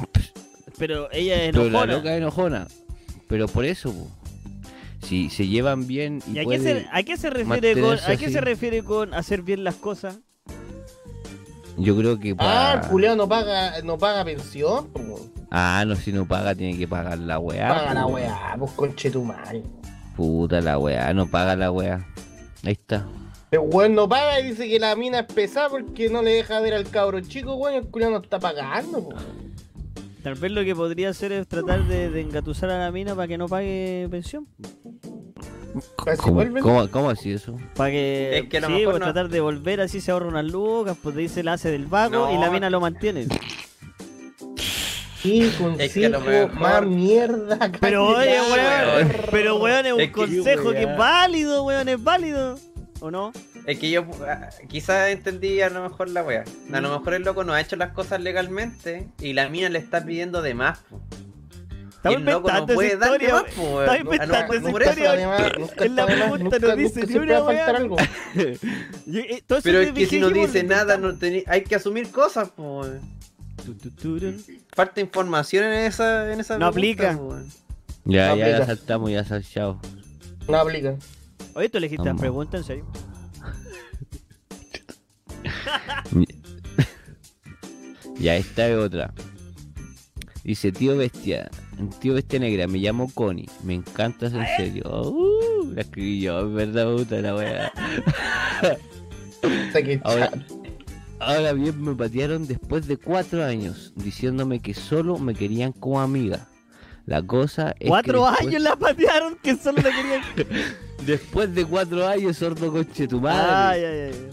Speaker 2: pero ella es
Speaker 4: pero la
Speaker 2: enojona.
Speaker 4: loca es enojona. Pero por eso, po. si se llevan bien y,
Speaker 2: ¿Y a qué,
Speaker 4: puede-
Speaker 2: se, a qué se refiere con
Speaker 4: mantenerse
Speaker 2: a qué
Speaker 4: así.
Speaker 2: se refiere con hacer bien las cosas?
Speaker 4: yo creo que
Speaker 6: Ah,
Speaker 4: para...
Speaker 6: el culiao no paga, no paga pensión, pues. weón.
Speaker 4: Ah, no, si no paga tiene que pagar la
Speaker 2: Ah,
Speaker 4: weá.
Speaker 6: Paga la
Speaker 4: po.
Speaker 6: weá, pues conche tu madre.
Speaker 4: Puta la weá, no paga la weá. Ahí está.
Speaker 6: El weón no paga y dice que la mina es pesada porque no le deja ver al cabro chico, weón. y El culiao no está pagando, pues.
Speaker 2: Tal vez lo que podría hacer es tratar de, de engatusar a la mina para que no pague pensión.
Speaker 6: Casi
Speaker 4: ¿Cómo,
Speaker 6: vuelve.
Speaker 4: cómo, cómo así eso?
Speaker 2: Para que,
Speaker 3: Es que a lo
Speaker 2: sí,
Speaker 3: mejor
Speaker 2: pues,
Speaker 3: no-
Speaker 2: tratar de volver así se ahorra unas lucas, pues dice la hace del vago
Speaker 3: No.
Speaker 2: y la mina lo mantiene.
Speaker 6: Sí, con
Speaker 3: Es que a lo mejor-
Speaker 6: más mierda. cállate,
Speaker 2: Pero oye,
Speaker 6: ya,
Speaker 2: weón,
Speaker 6: weón.
Speaker 2: pero weón es un
Speaker 3: Es que-
Speaker 2: consejo que es válido, weón, es válido. ¿O no?
Speaker 3: Es que yo ah, quizás entendí a lo mejor la wea. A lo mejor el loco no ha hecho las cosas legalmente y la mina le está pidiendo de más. po.
Speaker 2: Estaba
Speaker 3: Y el loco no
Speaker 2: inventando esa
Speaker 3: puede darle
Speaker 2: historia,
Speaker 3: más, po,
Speaker 2: weón.
Speaker 3: weón.
Speaker 2: Estaba
Speaker 3: Ah, no,
Speaker 2: inventando
Speaker 3: no,
Speaker 2: esa
Speaker 3: por eso,
Speaker 2: historia.
Speaker 6: Además, nunca
Speaker 2: en la
Speaker 6: está de más,
Speaker 2: pregunta
Speaker 6: nunca-
Speaker 2: no dice
Speaker 6: nunca
Speaker 2: ni
Speaker 6: siempre
Speaker 2: una
Speaker 6: va a faltar
Speaker 2: weá.
Speaker 6: algo.
Speaker 2: Y- y- entonces
Speaker 3: Pero
Speaker 2: le
Speaker 3: es que si no
Speaker 2: dijimos,
Speaker 3: dice
Speaker 2: le
Speaker 3: nada,
Speaker 2: inventamos.
Speaker 3: no teni- hay que asumir cosas. po, weón.
Speaker 2: Tu, tu, turun.
Speaker 3: Falta información en esa. En esa
Speaker 2: No
Speaker 3: pregunta,
Speaker 2: aplica.
Speaker 3: po, weón.
Speaker 4: Ya,
Speaker 6: No
Speaker 4: ya,
Speaker 6: aplica.
Speaker 4: ya saltamos, ya salchao.
Speaker 6: No aplica.
Speaker 2: Oye, tú elegiste la
Speaker 4: Vamos.
Speaker 2: pregunta, en serio.
Speaker 4: Ya, esta es otra. Dice, tío bestia, tío bestia negra, me llamo Connie, me encantas en serio. Uh, la escribí yo, es verdad, puta la weá.
Speaker 6: O sea que,
Speaker 4: Ahora, ahora bien, me patearon después de cuatro años, diciéndome que solo me querían como amiga. La cosa es que
Speaker 2: Cuatro
Speaker 4: después-
Speaker 2: años la patearon que solo le querían.
Speaker 4: Después de cuatro años, sordo conche tu madre.
Speaker 2: Ay, ay, ay.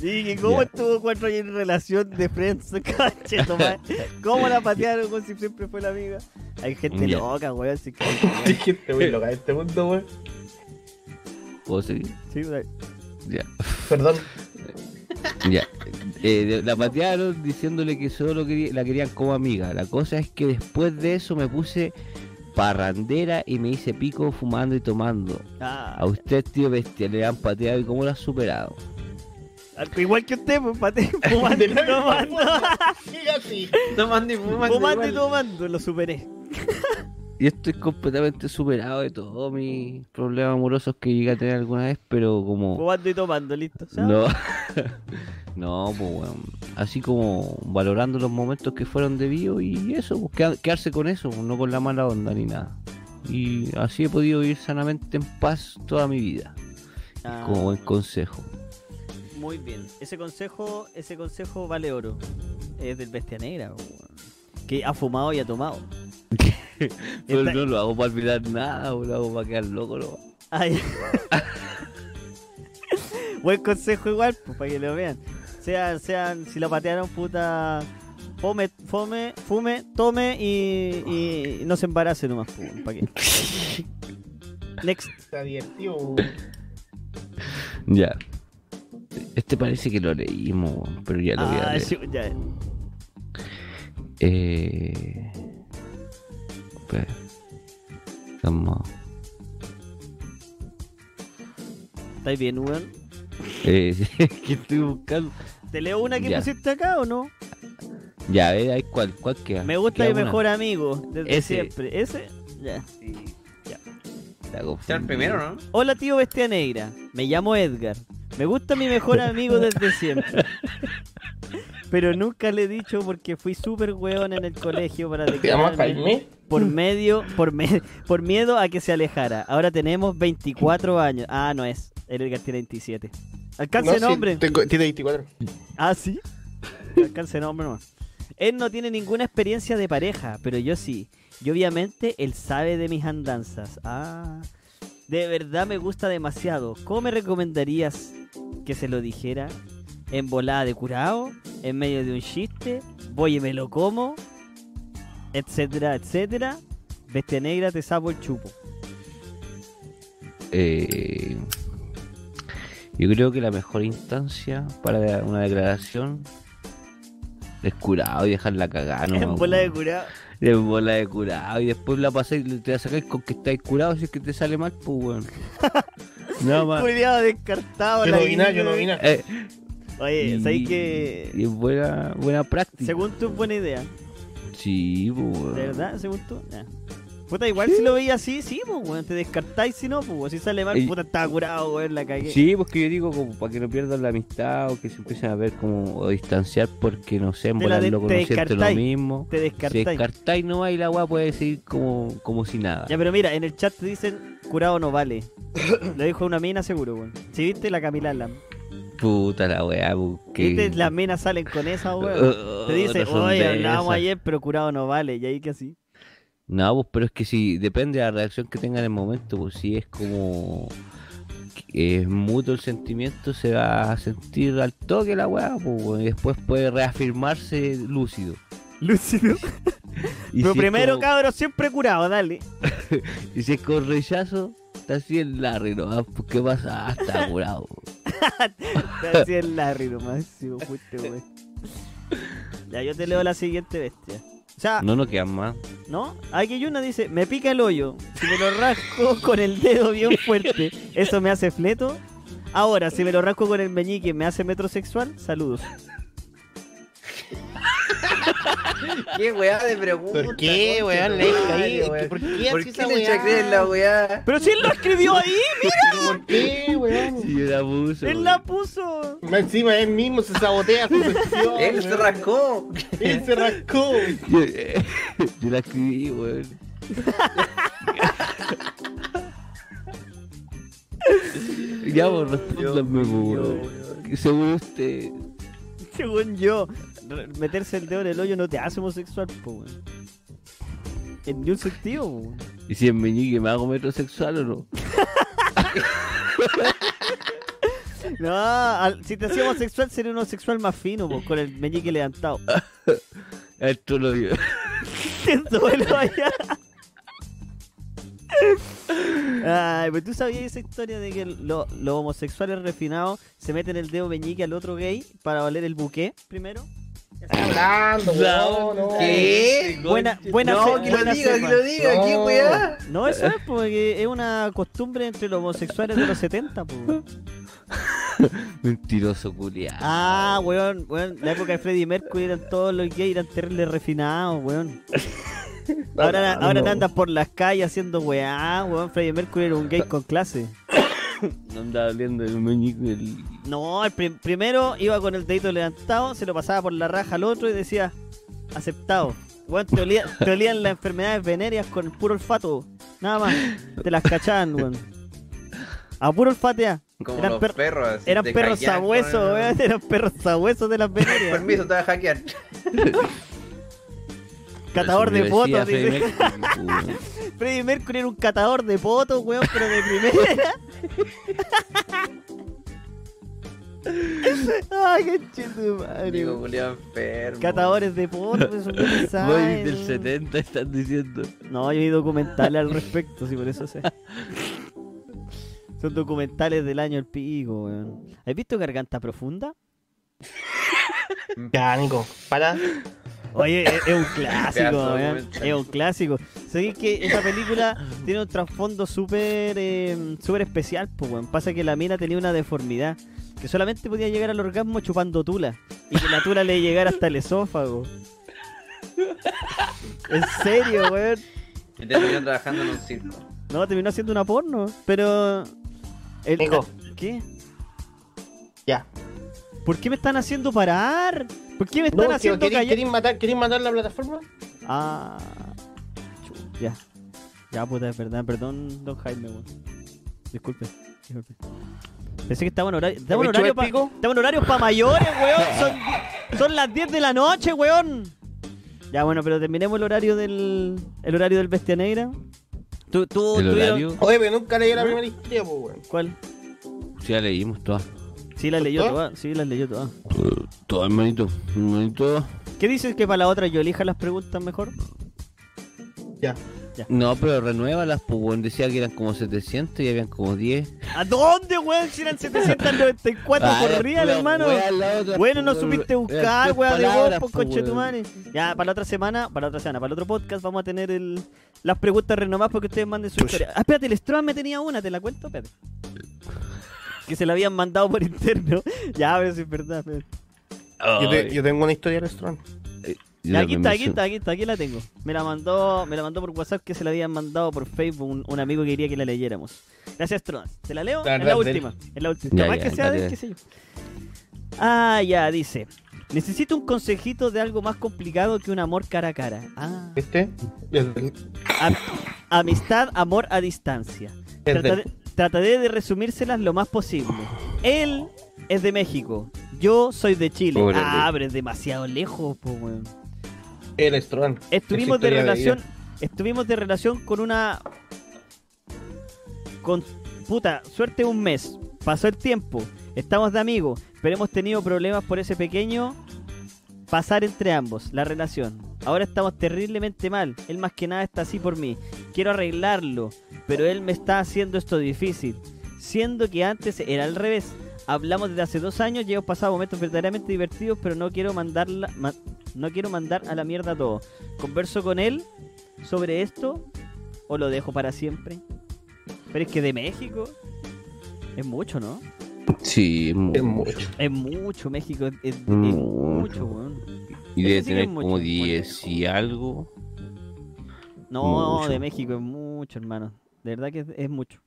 Speaker 2: Y que cómo
Speaker 4: Ya.
Speaker 2: estuvo cuatro años en relación de Friends, caché, tomás. ¿Cómo la patearon como si siempre fue la amiga? Hay gente
Speaker 4: Ya.
Speaker 2: loca, weón, así que.
Speaker 6: es que este weón loca de este mundo, weón.
Speaker 4: Oh, ¿Puedo seguir?
Speaker 2: Sí, weón.
Speaker 4: Ya.
Speaker 6: Perdón.
Speaker 4: Ya. Eh, de- la patearon diciéndole que solo quería- la querían como amiga. La cosa es que después de eso me puse parrandera y me hice pico fumando y tomando.
Speaker 2: Ah,
Speaker 4: A usted, tío bestia, le han pateado y cómo lo ha superado.
Speaker 2: igual que usted, pues, pate, fumando y tomando.
Speaker 6: Sigue así.
Speaker 3: Tomando y fumando.
Speaker 2: Fumando y
Speaker 3: igual.
Speaker 2: tomando, lo superé.
Speaker 4: Yo estoy completamente superado de todos mis problemas amorosos que llegué a tener alguna vez, pero como...
Speaker 2: Fumando y tomando, listo. ¿sabes?
Speaker 4: No, no pues weón. Así como valorando los momentos que fueron de vivo y eso, pues, queda- quedarse con eso, no con la mala onda ni nada. Y así he podido vivir sanamente en paz toda mi vida.
Speaker 2: Ah.
Speaker 4: Como buen consejo.
Speaker 2: Muy bien. Ese consejo, ese consejo vale oro. Es del bestia negra, weón. que ha fumado y ha tomado.
Speaker 4: Pero
Speaker 2: Está-
Speaker 4: no lo hago para olvidar nada, o lo hago para quedar loco, no.
Speaker 2: Ay. Buen consejo igual, pues, para que lo vean. Sean, sean, si lo patearon, puta. Fome, fome, fume, tome y, y no se embarace nomás, pues, weón, pa' qué. Next.
Speaker 6: Está divertido.
Speaker 4: Ya. Este parece que lo leímos, weón, pero ya lo voy a
Speaker 2: Ah,
Speaker 4: leer.
Speaker 2: sí, ya.
Speaker 4: Eh... espera. Vamos.
Speaker 2: ¿Estáis bien, weón?
Speaker 4: Eh, que estoy buscando.
Speaker 2: ¿Te leo una que
Speaker 4: Ya.
Speaker 2: pusiste acá o no?
Speaker 4: Ya, a ver, hay cuál, cuál queda.
Speaker 2: Me gusta
Speaker 4: Ah, Queda
Speaker 2: mi
Speaker 4: una.
Speaker 2: mejor amigo, desde
Speaker 4: Ese.
Speaker 2: siempre. ¿Ese? Ya.
Speaker 4: La confundí.
Speaker 3: Era el primero, ¿no?
Speaker 2: Hola tío Bestia Negra, me llamo Edgar. Me gusta mi mejor amigo desde siempre. Pero nunca le he dicho porque fui súper weón en el colegio para
Speaker 6: llamas
Speaker 2: declararme
Speaker 6: Jaime?
Speaker 2: por medio, por, me- por miedo a que se alejara. Ahora tenemos 24 años. Ah, no es. Edgar tiene 27. Alcance
Speaker 6: No, sí,
Speaker 2: nombre.
Speaker 6: tengo- tiene 24.
Speaker 2: Ah, sí. Alcance nombre nomás. Él no tiene ninguna experiencia de pareja, pero yo sí. Y obviamente él sabe de mis andanzas. Ah. De verdad me gusta demasiado. ¿Cómo me recomendarías que se lo dijera? ¿En volada de curado? ¿En medio de un chiste? ¿Voy y me lo como? Etcétera, etcétera. Bestia negra te sapo el chupo.
Speaker 4: Eh, yo creo que la mejor instancia para una declaración es curado y dejarla cagar. ¿no?
Speaker 2: en bola de curado.
Speaker 4: Es bola de curado y después la pasáis y te la sacáis con que estáis curado si es que te sale mal, pues weón. Nada más.
Speaker 2: Cuidado, descartado.
Speaker 6: Yo
Speaker 2: la
Speaker 6: no vi nada, yo no
Speaker 2: niña.
Speaker 6: vi nada.
Speaker 4: Eh,
Speaker 2: Oye,
Speaker 4: y-
Speaker 2: ¿sabes que
Speaker 4: y es buena, buena práctica.
Speaker 2: Según tú es buena idea.
Speaker 4: Sí, pues
Speaker 2: ¿De
Speaker 4: weón.
Speaker 2: verdad? ¿Según tú? Nah. Puta, igual si lo veía así, sí, pues, weón. Te descartáis si no, pues, weón. Si sale mal,
Speaker 4: Y-
Speaker 2: puta, estaba curado, weón, la cagué.
Speaker 4: Sí, porque yo digo como para que no pierdan la amistad o que se empiecen a ver como o distanciar porque no sé, en
Speaker 2: Te
Speaker 4: volar
Speaker 2: la de-
Speaker 4: loco
Speaker 2: te
Speaker 4: no siente lo
Speaker 2: descartáis.
Speaker 4: mismo.
Speaker 2: Te
Speaker 4: Si
Speaker 2: descartáis.
Speaker 4: descartáis nomás y la weá puede seguir como, como si nada.
Speaker 2: Ya, pero mira, en el chat te dicen curado no vale. lo dijo una mina seguro, weón. Si viste la Camila Lam.
Speaker 4: Puta la weá, bu, que...
Speaker 2: ¿Viste? Las minas salen con esa,
Speaker 4: Oh,
Speaker 2: weón. Te dicen,
Speaker 4: no son
Speaker 2: oye,
Speaker 4: de
Speaker 2: hablábamos
Speaker 4: esas".
Speaker 2: ayer, pero curado no vale. Y ahí que así.
Speaker 4: No, pues, pero es que si depende de la reacción que tengan en el momento, pues si es como que es mutuo el sentimiento, se va a sentir al toque la weá, pues, weón, y después puede reafirmarse lúcido.
Speaker 2: Lúcido.
Speaker 4: Y
Speaker 2: pero
Speaker 4: si es
Speaker 2: primero,
Speaker 4: como-
Speaker 2: cabros, siempre curado, dale.
Speaker 4: Y si es con rechazo, está así el Larry, ¿no? Ah, pues, ¿Qué pasa? Ah, está curado.
Speaker 2: Está Así el Larry nomás, si vos fuiste, weón. Ya, yo te leo la siguiente bestia. O sea,
Speaker 4: No nos quedan más.
Speaker 2: ¿No? Aquí Yuna dice, me pica el hoyo. Si me lo rasco con el dedo bien fuerte, ¿eso me hace fleto? Ahora, si me lo rasco con el meñique, ¿me hace metrosexual? Saludos.
Speaker 3: ¿Qué weá de pregunta?
Speaker 6: ¿Por qué,
Speaker 3: conche
Speaker 6: weón?
Speaker 3: tu
Speaker 6: Le
Speaker 3: madre,
Speaker 6: ahí. Es que
Speaker 3: weón?
Speaker 6: ¿Por qué
Speaker 3: ¿Por
Speaker 6: haces
Speaker 3: qué
Speaker 6: esa
Speaker 3: le chacré en
Speaker 6: weá?
Speaker 3: la weá?
Speaker 2: ¡Pero si él lo escribió ahí! ¡Mira!
Speaker 6: ¿Por qué, weón?
Speaker 4: Sí, era abuso.
Speaker 2: ¡Él la puso!
Speaker 6: Más Encima él mismo se sabotea su sección.
Speaker 3: Él se
Speaker 6: weón.
Speaker 3: rascó.
Speaker 6: Él se rascó.
Speaker 4: Yo, eh, yo la escribí, weón. ya, pues, respóndame, weón. Según usted,
Speaker 2: Según yo, re- meterse el dedo en el hoyo no te hace homosexual, po, weón. En ningún sentido, po, weón.
Speaker 4: ¿y si en meñique me hago metrosexual o no?
Speaker 2: No, al- si te hacía homosexual, sería un homosexual más fino, po, con el meñique levantado.
Speaker 4: Esto lo digo.
Speaker 2: Siento el hoyo. Ay, pero tú sabías esa historia de que lo- los homosexuales refinados se meten el dedo meñique al otro gay para valer el buqué primero.
Speaker 6: Hablando, weón, no.
Speaker 2: ¿Qué? Buena, buena
Speaker 6: No,
Speaker 2: ce-
Speaker 6: que lo
Speaker 2: buena
Speaker 6: diga,
Speaker 2: cepa.
Speaker 6: que lo diga, No. ¿qué weá?
Speaker 2: No, eso es porque es una costumbre entre los homosexuales de los 70, pues.
Speaker 4: Mentiroso culiado.
Speaker 2: Ah, weón, weón, la época de Freddie Mercury eran todos los gays, eran terribles refinados, weón. Ahora,
Speaker 4: No,
Speaker 2: ahora
Speaker 4: no.
Speaker 2: andan por las calles haciendo weá, weón. Freddie Mercury era un gay con clase.
Speaker 4: No andaba oliendo el meñique del.
Speaker 2: No, el prim- primero iba con el dedito levantado, se lo pasaba por la raja al otro y decía, aceptado. Weón, te, olía- te olían las enfermedades venéreas con puro olfato. Nada más. Te las cachaban, weón. A puro olfato ya.
Speaker 3: Como
Speaker 2: Eran
Speaker 3: los
Speaker 2: per-
Speaker 3: perros. así,
Speaker 2: Eran
Speaker 3: te
Speaker 2: perros
Speaker 3: hackean con
Speaker 2: sabuesos,
Speaker 3: el-
Speaker 2: weón. Eran perros sabuesos de las venerias.
Speaker 3: Permiso, te voy a hackear.
Speaker 2: Catador de
Speaker 4: Subversiva,
Speaker 2: potos, dice.
Speaker 4: Freddie Mercury, weón.
Speaker 2: Freddie Mercury era un catador de potos, weón, pero de primera. Ay, qué chido, madre.
Speaker 3: Digo,
Speaker 2: weón.
Speaker 3: culiao enfermo.
Speaker 2: Catadores de potos, pues, un buen
Speaker 4: Voy
Speaker 2: design.
Speaker 4: del 70, están diciendo.
Speaker 2: No, yo vi documentales al respecto, sí, por eso sé. Son documentales del año el pico, weón. ¿Has visto Garganta Profunda?
Speaker 6: Ya, Nico, para.
Speaker 2: Oye, es, es un clásico,
Speaker 6: Pedazo de
Speaker 2: weón.
Speaker 6: momento.
Speaker 2: Es un clásico. Sabéis que esa película tiene un trasfondo súper eh, súper especial, pues, weón. Pasa que la mina tenía una deformidad. Que solamente podía llegar al orgasmo chupando tula. Y que la tula le llegara hasta el esófago. En serio, weón.
Speaker 3: Y terminó trabajando en un circo.
Speaker 2: No, terminó haciendo una porno. Pero. El...
Speaker 6: Nico.
Speaker 2: ¿Qué?
Speaker 6: Ya.
Speaker 2: ¿Por qué me están haciendo parar? ¿Por qué me
Speaker 6: No,
Speaker 2: están haciendo
Speaker 6: ¿queréis,
Speaker 2: callar?
Speaker 6: queréis matar, ¿Queréis matar la plataforma?
Speaker 2: Ah. chu- Ya. Ya, puta, es verdad. Perdón, don Jaime, weón. Disculpe. disculpe. Pensé que estaba en horario. Estaba en
Speaker 6: ¿Me chupa
Speaker 2: horario
Speaker 6: el
Speaker 2: para
Speaker 6: pico?
Speaker 2: mayores, weón. Son, di- son las 10 de la noche, weón. Ya, bueno, pero terminemos el horario del. El horario del Bestia Negra. ¿Tú, tú,
Speaker 4: ¿El
Speaker 2: tuvieron-
Speaker 4: horario?
Speaker 6: Oye, pero nunca leí la primera historia, pues, weón.
Speaker 2: ¿Cuál?
Speaker 4: Sí, ya leímos todas.
Speaker 2: Sí, las leyó todas. Sí, las leyó todas.
Speaker 4: Todas, hermanito. Hermanito.
Speaker 2: ¿Qué dices que para la otra yo elija las preguntas mejor?
Speaker 6: Ya.
Speaker 4: No, pero renuévalas, pues, weón. Decía que eran como 700 y habían como 10.
Speaker 2: ¿A dónde, weón? Si eran 794
Speaker 4: Ah,
Speaker 2: por
Speaker 4: era
Speaker 2: real,
Speaker 4: pura
Speaker 2: hermano.
Speaker 4: wea la otra,
Speaker 2: bueno, no
Speaker 4: por-
Speaker 2: supiste
Speaker 4: eran
Speaker 2: buscar,
Speaker 4: tres
Speaker 2: weón, de vos,
Speaker 4: palabras,
Speaker 2: pues,
Speaker 4: po,
Speaker 2: conche tu
Speaker 4: weón.
Speaker 2: madre. Ya, para la otra semana, para la otra semana, para el otro podcast vamos a tener el, las preguntas renovadas porque ustedes manden su historia. Ah, espérate, el Stroman me tenía una, ¿te la cuento? Espérate. Que se la habían mandado por interno. ya, pero sí es verdad. pero-
Speaker 6: Yo, te- yo tengo una historia del Strong.
Speaker 2: Ya, aquí está, aquí está, aquí está, aquí la tengo. Me la mandó, me la mandó por WhatsApp que se la habían mandado por Facebook un, un amigo que quería que la leyéramos. Gracias, Tron. ¿Te la leo?
Speaker 6: La
Speaker 2: es la
Speaker 6: verdad,
Speaker 2: última. Es la última.
Speaker 4: Ya,
Speaker 2: Capaz
Speaker 4: ya,
Speaker 2: que sea de
Speaker 4: dale.
Speaker 2: qué sé yo. Ah, ya, dice. Necesito un consejito de algo más complicado que un amor cara a cara. Ah.
Speaker 6: ¿Viste?
Speaker 2: Am- amistad, amor a distancia.
Speaker 6: Es
Speaker 2: Trataré,
Speaker 6: del-
Speaker 2: trataré de resumírselas lo más posible. Él es de México. Yo soy de Chile.
Speaker 6: Órale.
Speaker 2: Ah, pero es demasiado lejos, po, weón.
Speaker 6: El Strong.
Speaker 2: Estuvimos de
Speaker 6: Esa historia
Speaker 2: relación.
Speaker 6: vida.
Speaker 2: estuvimos de relación con una. Con. Puta, suerte un mes. Pasó el tiempo. Estamos de amigos. Pero hemos tenido problemas por ese pequeño. Pasar entre ambos, la relación. Ahora estamos terriblemente mal. Él más que nada está así por mí. Quiero arreglarlo. Pero él me está haciendo esto difícil. Siendo que antes era al revés. Hablamos desde hace dos años y hemos pasado momentos verdaderamente divertidos, pero no quiero mandarla, ma- no quiero mandar a la mierda todo. Converso con él sobre esto o lo dejo para siempre. Pero es que de México es mucho, ¿no?
Speaker 4: Sí, es mucho.
Speaker 2: Em, Es mucho México, es, es- es
Speaker 4: Mucho.
Speaker 2: mucho, weón.
Speaker 4: Y
Speaker 2: Ese
Speaker 4: debe
Speaker 2: sí que
Speaker 4: tener
Speaker 2: es mucho,
Speaker 4: como
Speaker 2: mucho.
Speaker 4: 10 y algo.
Speaker 2: No,
Speaker 4: Mucho.
Speaker 2: de México es mucho, hermano. De verdad que es, es mucho.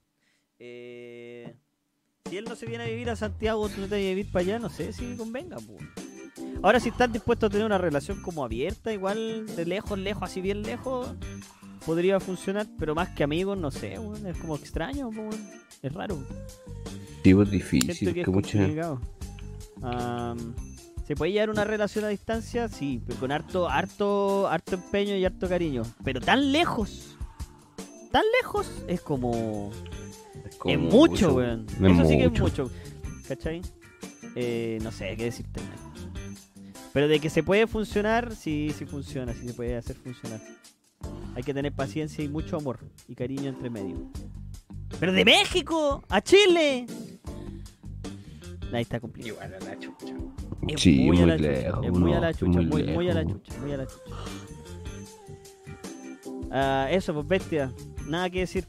Speaker 2: Eh, si él no se viene a vivir a Santiago, tú no te vas a vivir para allá, no sé si convenga. po. Ahora, si estás dispuesto a tener una relación como abierta, igual de lejos, lejos, así bien lejos, podría funcionar, pero más que amigos, no sé, weón, es como extraño, po, weón. es raro.
Speaker 4: Tipo
Speaker 2: Siento
Speaker 4: pues, difícil,
Speaker 2: que
Speaker 4: que,
Speaker 2: es
Speaker 4: mucha.
Speaker 2: complicado. Am, ¿Se puede llevar una relación a distancia? Sí, pero con harto, harto, harto empeño y harto cariño. Pero tan lejos. Tan lejos es como.
Speaker 4: como
Speaker 2: es mucho,
Speaker 4: mucho.
Speaker 2: weón.
Speaker 4: Es
Speaker 2: Eso sí que es
Speaker 4: mucho.
Speaker 2: mucho. ¿Cachai? Eh, no sé qué decirte, weón. Pero de que se puede funcionar, sí, sí funciona, sí se puede hacer funcionar. Hay que tener paciencia y mucho amor y cariño entre medio. Pero de México a Chile. Ahí está complicado.
Speaker 3: Igual a la chucha.
Speaker 2: Es
Speaker 4: Sí, muy
Speaker 2: a la chucha,
Speaker 4: lejos,
Speaker 2: Es muy a la
Speaker 4: no,
Speaker 2: chucha,
Speaker 4: muy
Speaker 2: muy, muy a la
Speaker 4: lejos.
Speaker 2: chucha, muy a la chucha. Ah, eso, pues bestia. Nada que decir.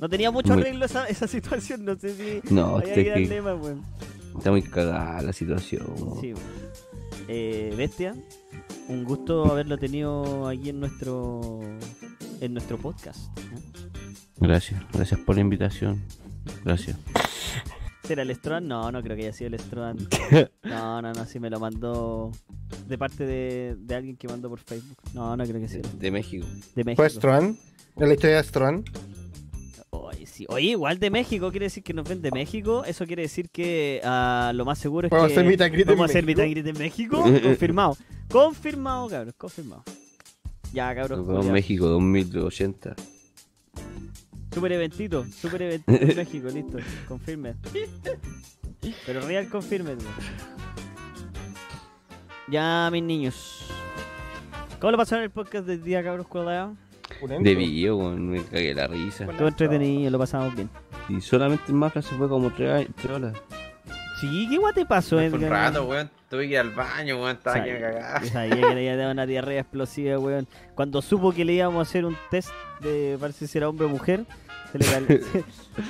Speaker 2: No tenía mucho
Speaker 4: Muy-
Speaker 2: arreglo esa, esa situación, no sé si.
Speaker 4: No,
Speaker 2: había
Speaker 4: este
Speaker 2: que darle
Speaker 4: que-
Speaker 2: más, weón.
Speaker 4: Está muy cagada la situación. weón.
Speaker 2: Sí, weón. Eh, bestia, un gusto haberlo tenido aquí en nuestro en nuestro podcast. ¿eh?
Speaker 4: Gracias, gracias por la invitación. Gracias.
Speaker 2: ¿Será el Stroan? No, no creo que haya sido el Stroan. No, no, no, si me lo mandó de parte de, de alguien que mandó por Facebook. No, no creo que sea.
Speaker 4: De México.
Speaker 2: De México.
Speaker 1: ¿Fue Strong? ¿De la historia de Strong?
Speaker 2: Oye, sí. Oye, igual de México quiere decir que nos ven de México. Eso quiere decir que ah, lo más seguro es
Speaker 1: Vamos a
Speaker 2: que.
Speaker 1: hacer meet and greet en
Speaker 2: vamos a hacer
Speaker 1: México.
Speaker 2: meet and greet en México. confirmado. Confirmado, cabros, confirmado. Ya, cabros.
Speaker 4: Nos vemos en
Speaker 2: culiao.
Speaker 4: México 2080.
Speaker 2: Super eventito, super eventito en México, listo. Confirme. Pero real confirme. güey. Ya, mis niños. ¿Cómo lo pasaron el podcast del día, cabros cuadrados?
Speaker 4: De video, weón, me cagué la risa.
Speaker 2: Estuvo entretenido, lo pasamos bien.
Speaker 4: Y solamente en Mafra se fue como 3 horas.
Speaker 2: Sí, ¿qué guay te pasó,
Speaker 3: Fue
Speaker 2: Edgar?
Speaker 3: un rato, weón. Tuve que ir al baño, weón. Estaba aquí
Speaker 2: Sabía-
Speaker 3: a cagar.
Speaker 2: Sabía que le iba a dar una diarrea explosiva, weón. Cuando supo que le íbamos a hacer un test de para ver si era hombre o mujer, se le, cal-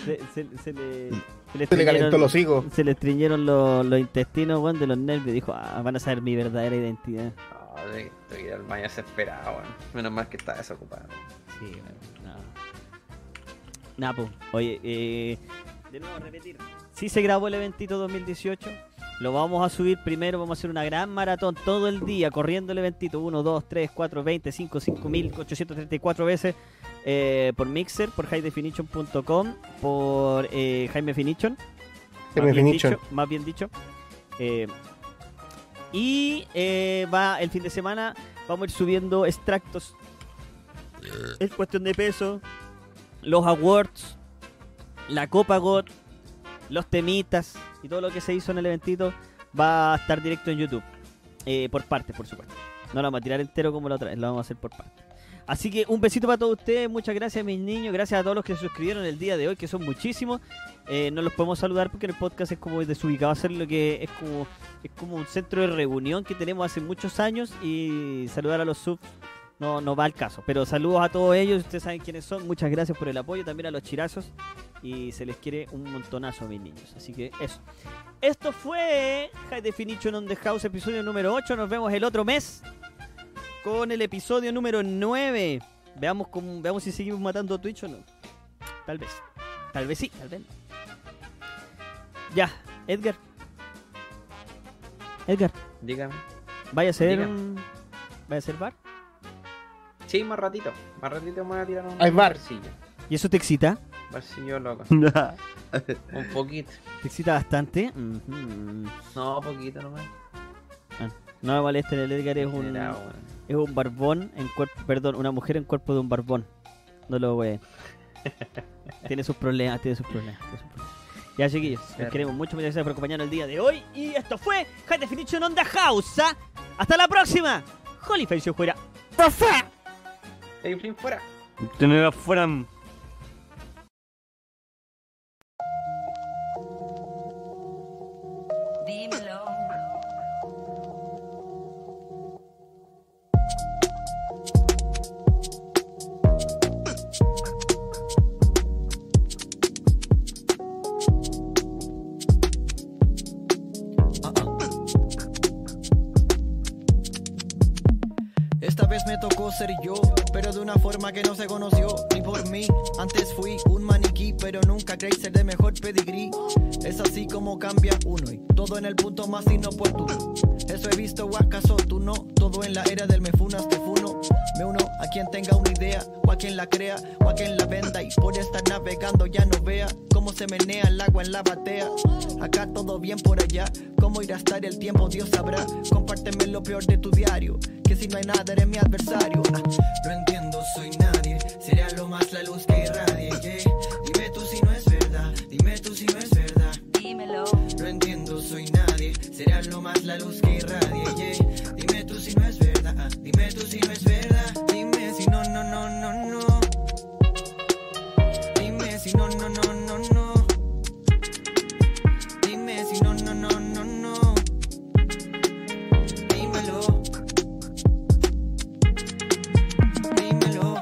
Speaker 2: se, se-
Speaker 1: Se
Speaker 2: se le,
Speaker 1: le calentó
Speaker 2: estreñieron-
Speaker 1: el hocico.
Speaker 2: Se le estreñieron los, los intestinos, weón, de los nervios. Dijo, ah, van a saber mi verdadera identidad.
Speaker 3: No, tuve tuve que ir al baño desesperado, weón. Menos mal que estaba desocupado.
Speaker 2: Sí, weón. Napo, oye, eh, de nuevo a repetir. Sí se grabó el eventito 2018. Lo vamos a subir primero, vamos a hacer una gran maratón todo el día, corriendo el eventito 1, 2, 3, 4, 20, 5, 5.834 veces eh, por Mixer, por highdefinition.com, por eh, Jaime Finition, más
Speaker 1: Jaime
Speaker 2: bien
Speaker 1: Finition.
Speaker 2: dicho, más bien dicho. Eh, y eh, va el fin de semana, vamos a ir subiendo extractos es cuestión de peso. Los awards, la Copa GOT, los temitas y todo lo que se hizo en el eventito va a estar directo en YouTube. Eh, por partes, por supuesto. No lo vamos a tirar entero como la otra vez, lo vamos a hacer por partes. Así que un besito para todos ustedes, muchas gracias mis niños, gracias a todos los que se suscribieron el día de hoy, que son muchísimos. Eh, no los podemos saludar porque el podcast es como desubicado, hacer lo que es como es como un centro de reunión que tenemos hace muchos años y saludar a los subs no, no va al caso. Pero saludos a todos ellos, ustedes saben quiénes son, muchas gracias por el apoyo, también a los chirazos y se les quiere un montonazo a mis niños. Así que eso. Esto fue High Definition on the House, episodio número 8. Nos vemos el otro mes con el episodio número 9. Veamos, cómo- veamos si seguimos matando a Twitch o no. Tal vez. Tal vez sí, tal vez no. Ya, Edgar. Edgar,
Speaker 3: Dígame.
Speaker 2: ¿vaya a ser,
Speaker 3: Diga.
Speaker 2: un- ¿vaya a ser bar?
Speaker 3: Sí, más ratito. Más ratito me voy a tirar un
Speaker 2: Hay bar.
Speaker 3: barcillo.
Speaker 2: ¿Y eso te excita?
Speaker 3: Barcillo loco. un poquito.
Speaker 2: ¿Te excita bastante? Ujú.
Speaker 3: No, poquito nomás.
Speaker 2: Ah, No me molesten, el Edgar es un,
Speaker 3: Degenerado, weón.
Speaker 2: es un barbón en cuerpo, perdón, una mujer en cuerpo de un barbón. No lo voy Tiene sus problemas, tiene sus problemas. tiene sus problemas. Ya, chiquillos, les
Speaker 3: Cierto.
Speaker 2: queremos mucho, muchas gracias por acompañarnos el día de hoy. Y esto fue High Definition on the House. ¿ah? ¡Hasta la próxima! Holy Face fuera.
Speaker 3: Ey, Flynn, fuera.
Speaker 4: Tener afuera.
Speaker 7: Dímelo.
Speaker 9: Esta vez me tocó ser yo, pero de una forma que no se conoció ni por mí. Antes fui un maniquí, pero nunca creí ser de mejor pedigrí. Es así como cambia uno y todo en el punto más inoportuno. Eso he visto, o acaso tú no. Todo en la era del me funas, te funo. Me uno a quien tenga una idea, o a quien la crea, o a quien la venda. Y por estar navegando ya no vea cómo se menea el agua en la batea. Acá todo bien por allá, cómo irá a estar el tiempo, Dios sabrá. Compárteme lo peor de tu diario, que si no hay nada eres mi adversario. Ah, no entiendo, soy nadie, será lo más la luz que irradie. yeah. Dime tú si no es verdad, dime tú si no es verdad. Dímelo. No entiendo, soy nadie, será lo más la luz que irradie. yeah. Dime tú si no es verdad, ah, dime tú si no es verdad. Dime si no, no, no, no, no. Dime si no, no, dímelo. Dímelo.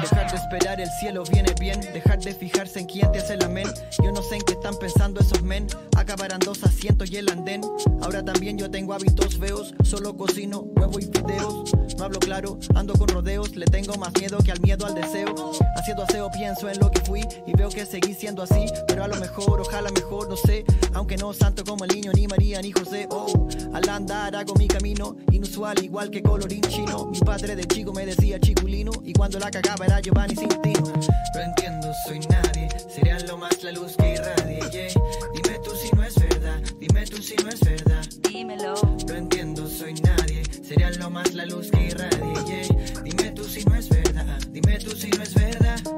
Speaker 9: Dejar de esperar el cielo viene bien, dejar de fijarse en quién te hace el amén. Yo no sé en qué están pensando esos men, acabarán dos asientos y el andén. Ahora también yo tengo hábitos feos, solo cocino huevo y fideos. No hablo claro, ando con rodeos, le tengo más miedo que al miedo al deseo. Haciendo aseo pienso en lo que fui y veo que seguí siendo así, pero a lo mejor, ojalá mejor, no sé. Aunque no santo como el niño, ni María, ni José, oh. Al andar hago mi camino, inusual igual que colorín chino. Mi padre de chico me decía chiculino y cuando la cagaba era Giovanni Sintino. No entiendo, soy nadie, sería lo más la luz que irradie. yeah. Dime tú si no es verdad, dime tú si no es verdad. Dímelo. No entiendo, soy nadie, sería lo más la luz que irradie. yeah. Dime tú si no es verdad, dime tú si no es verdad.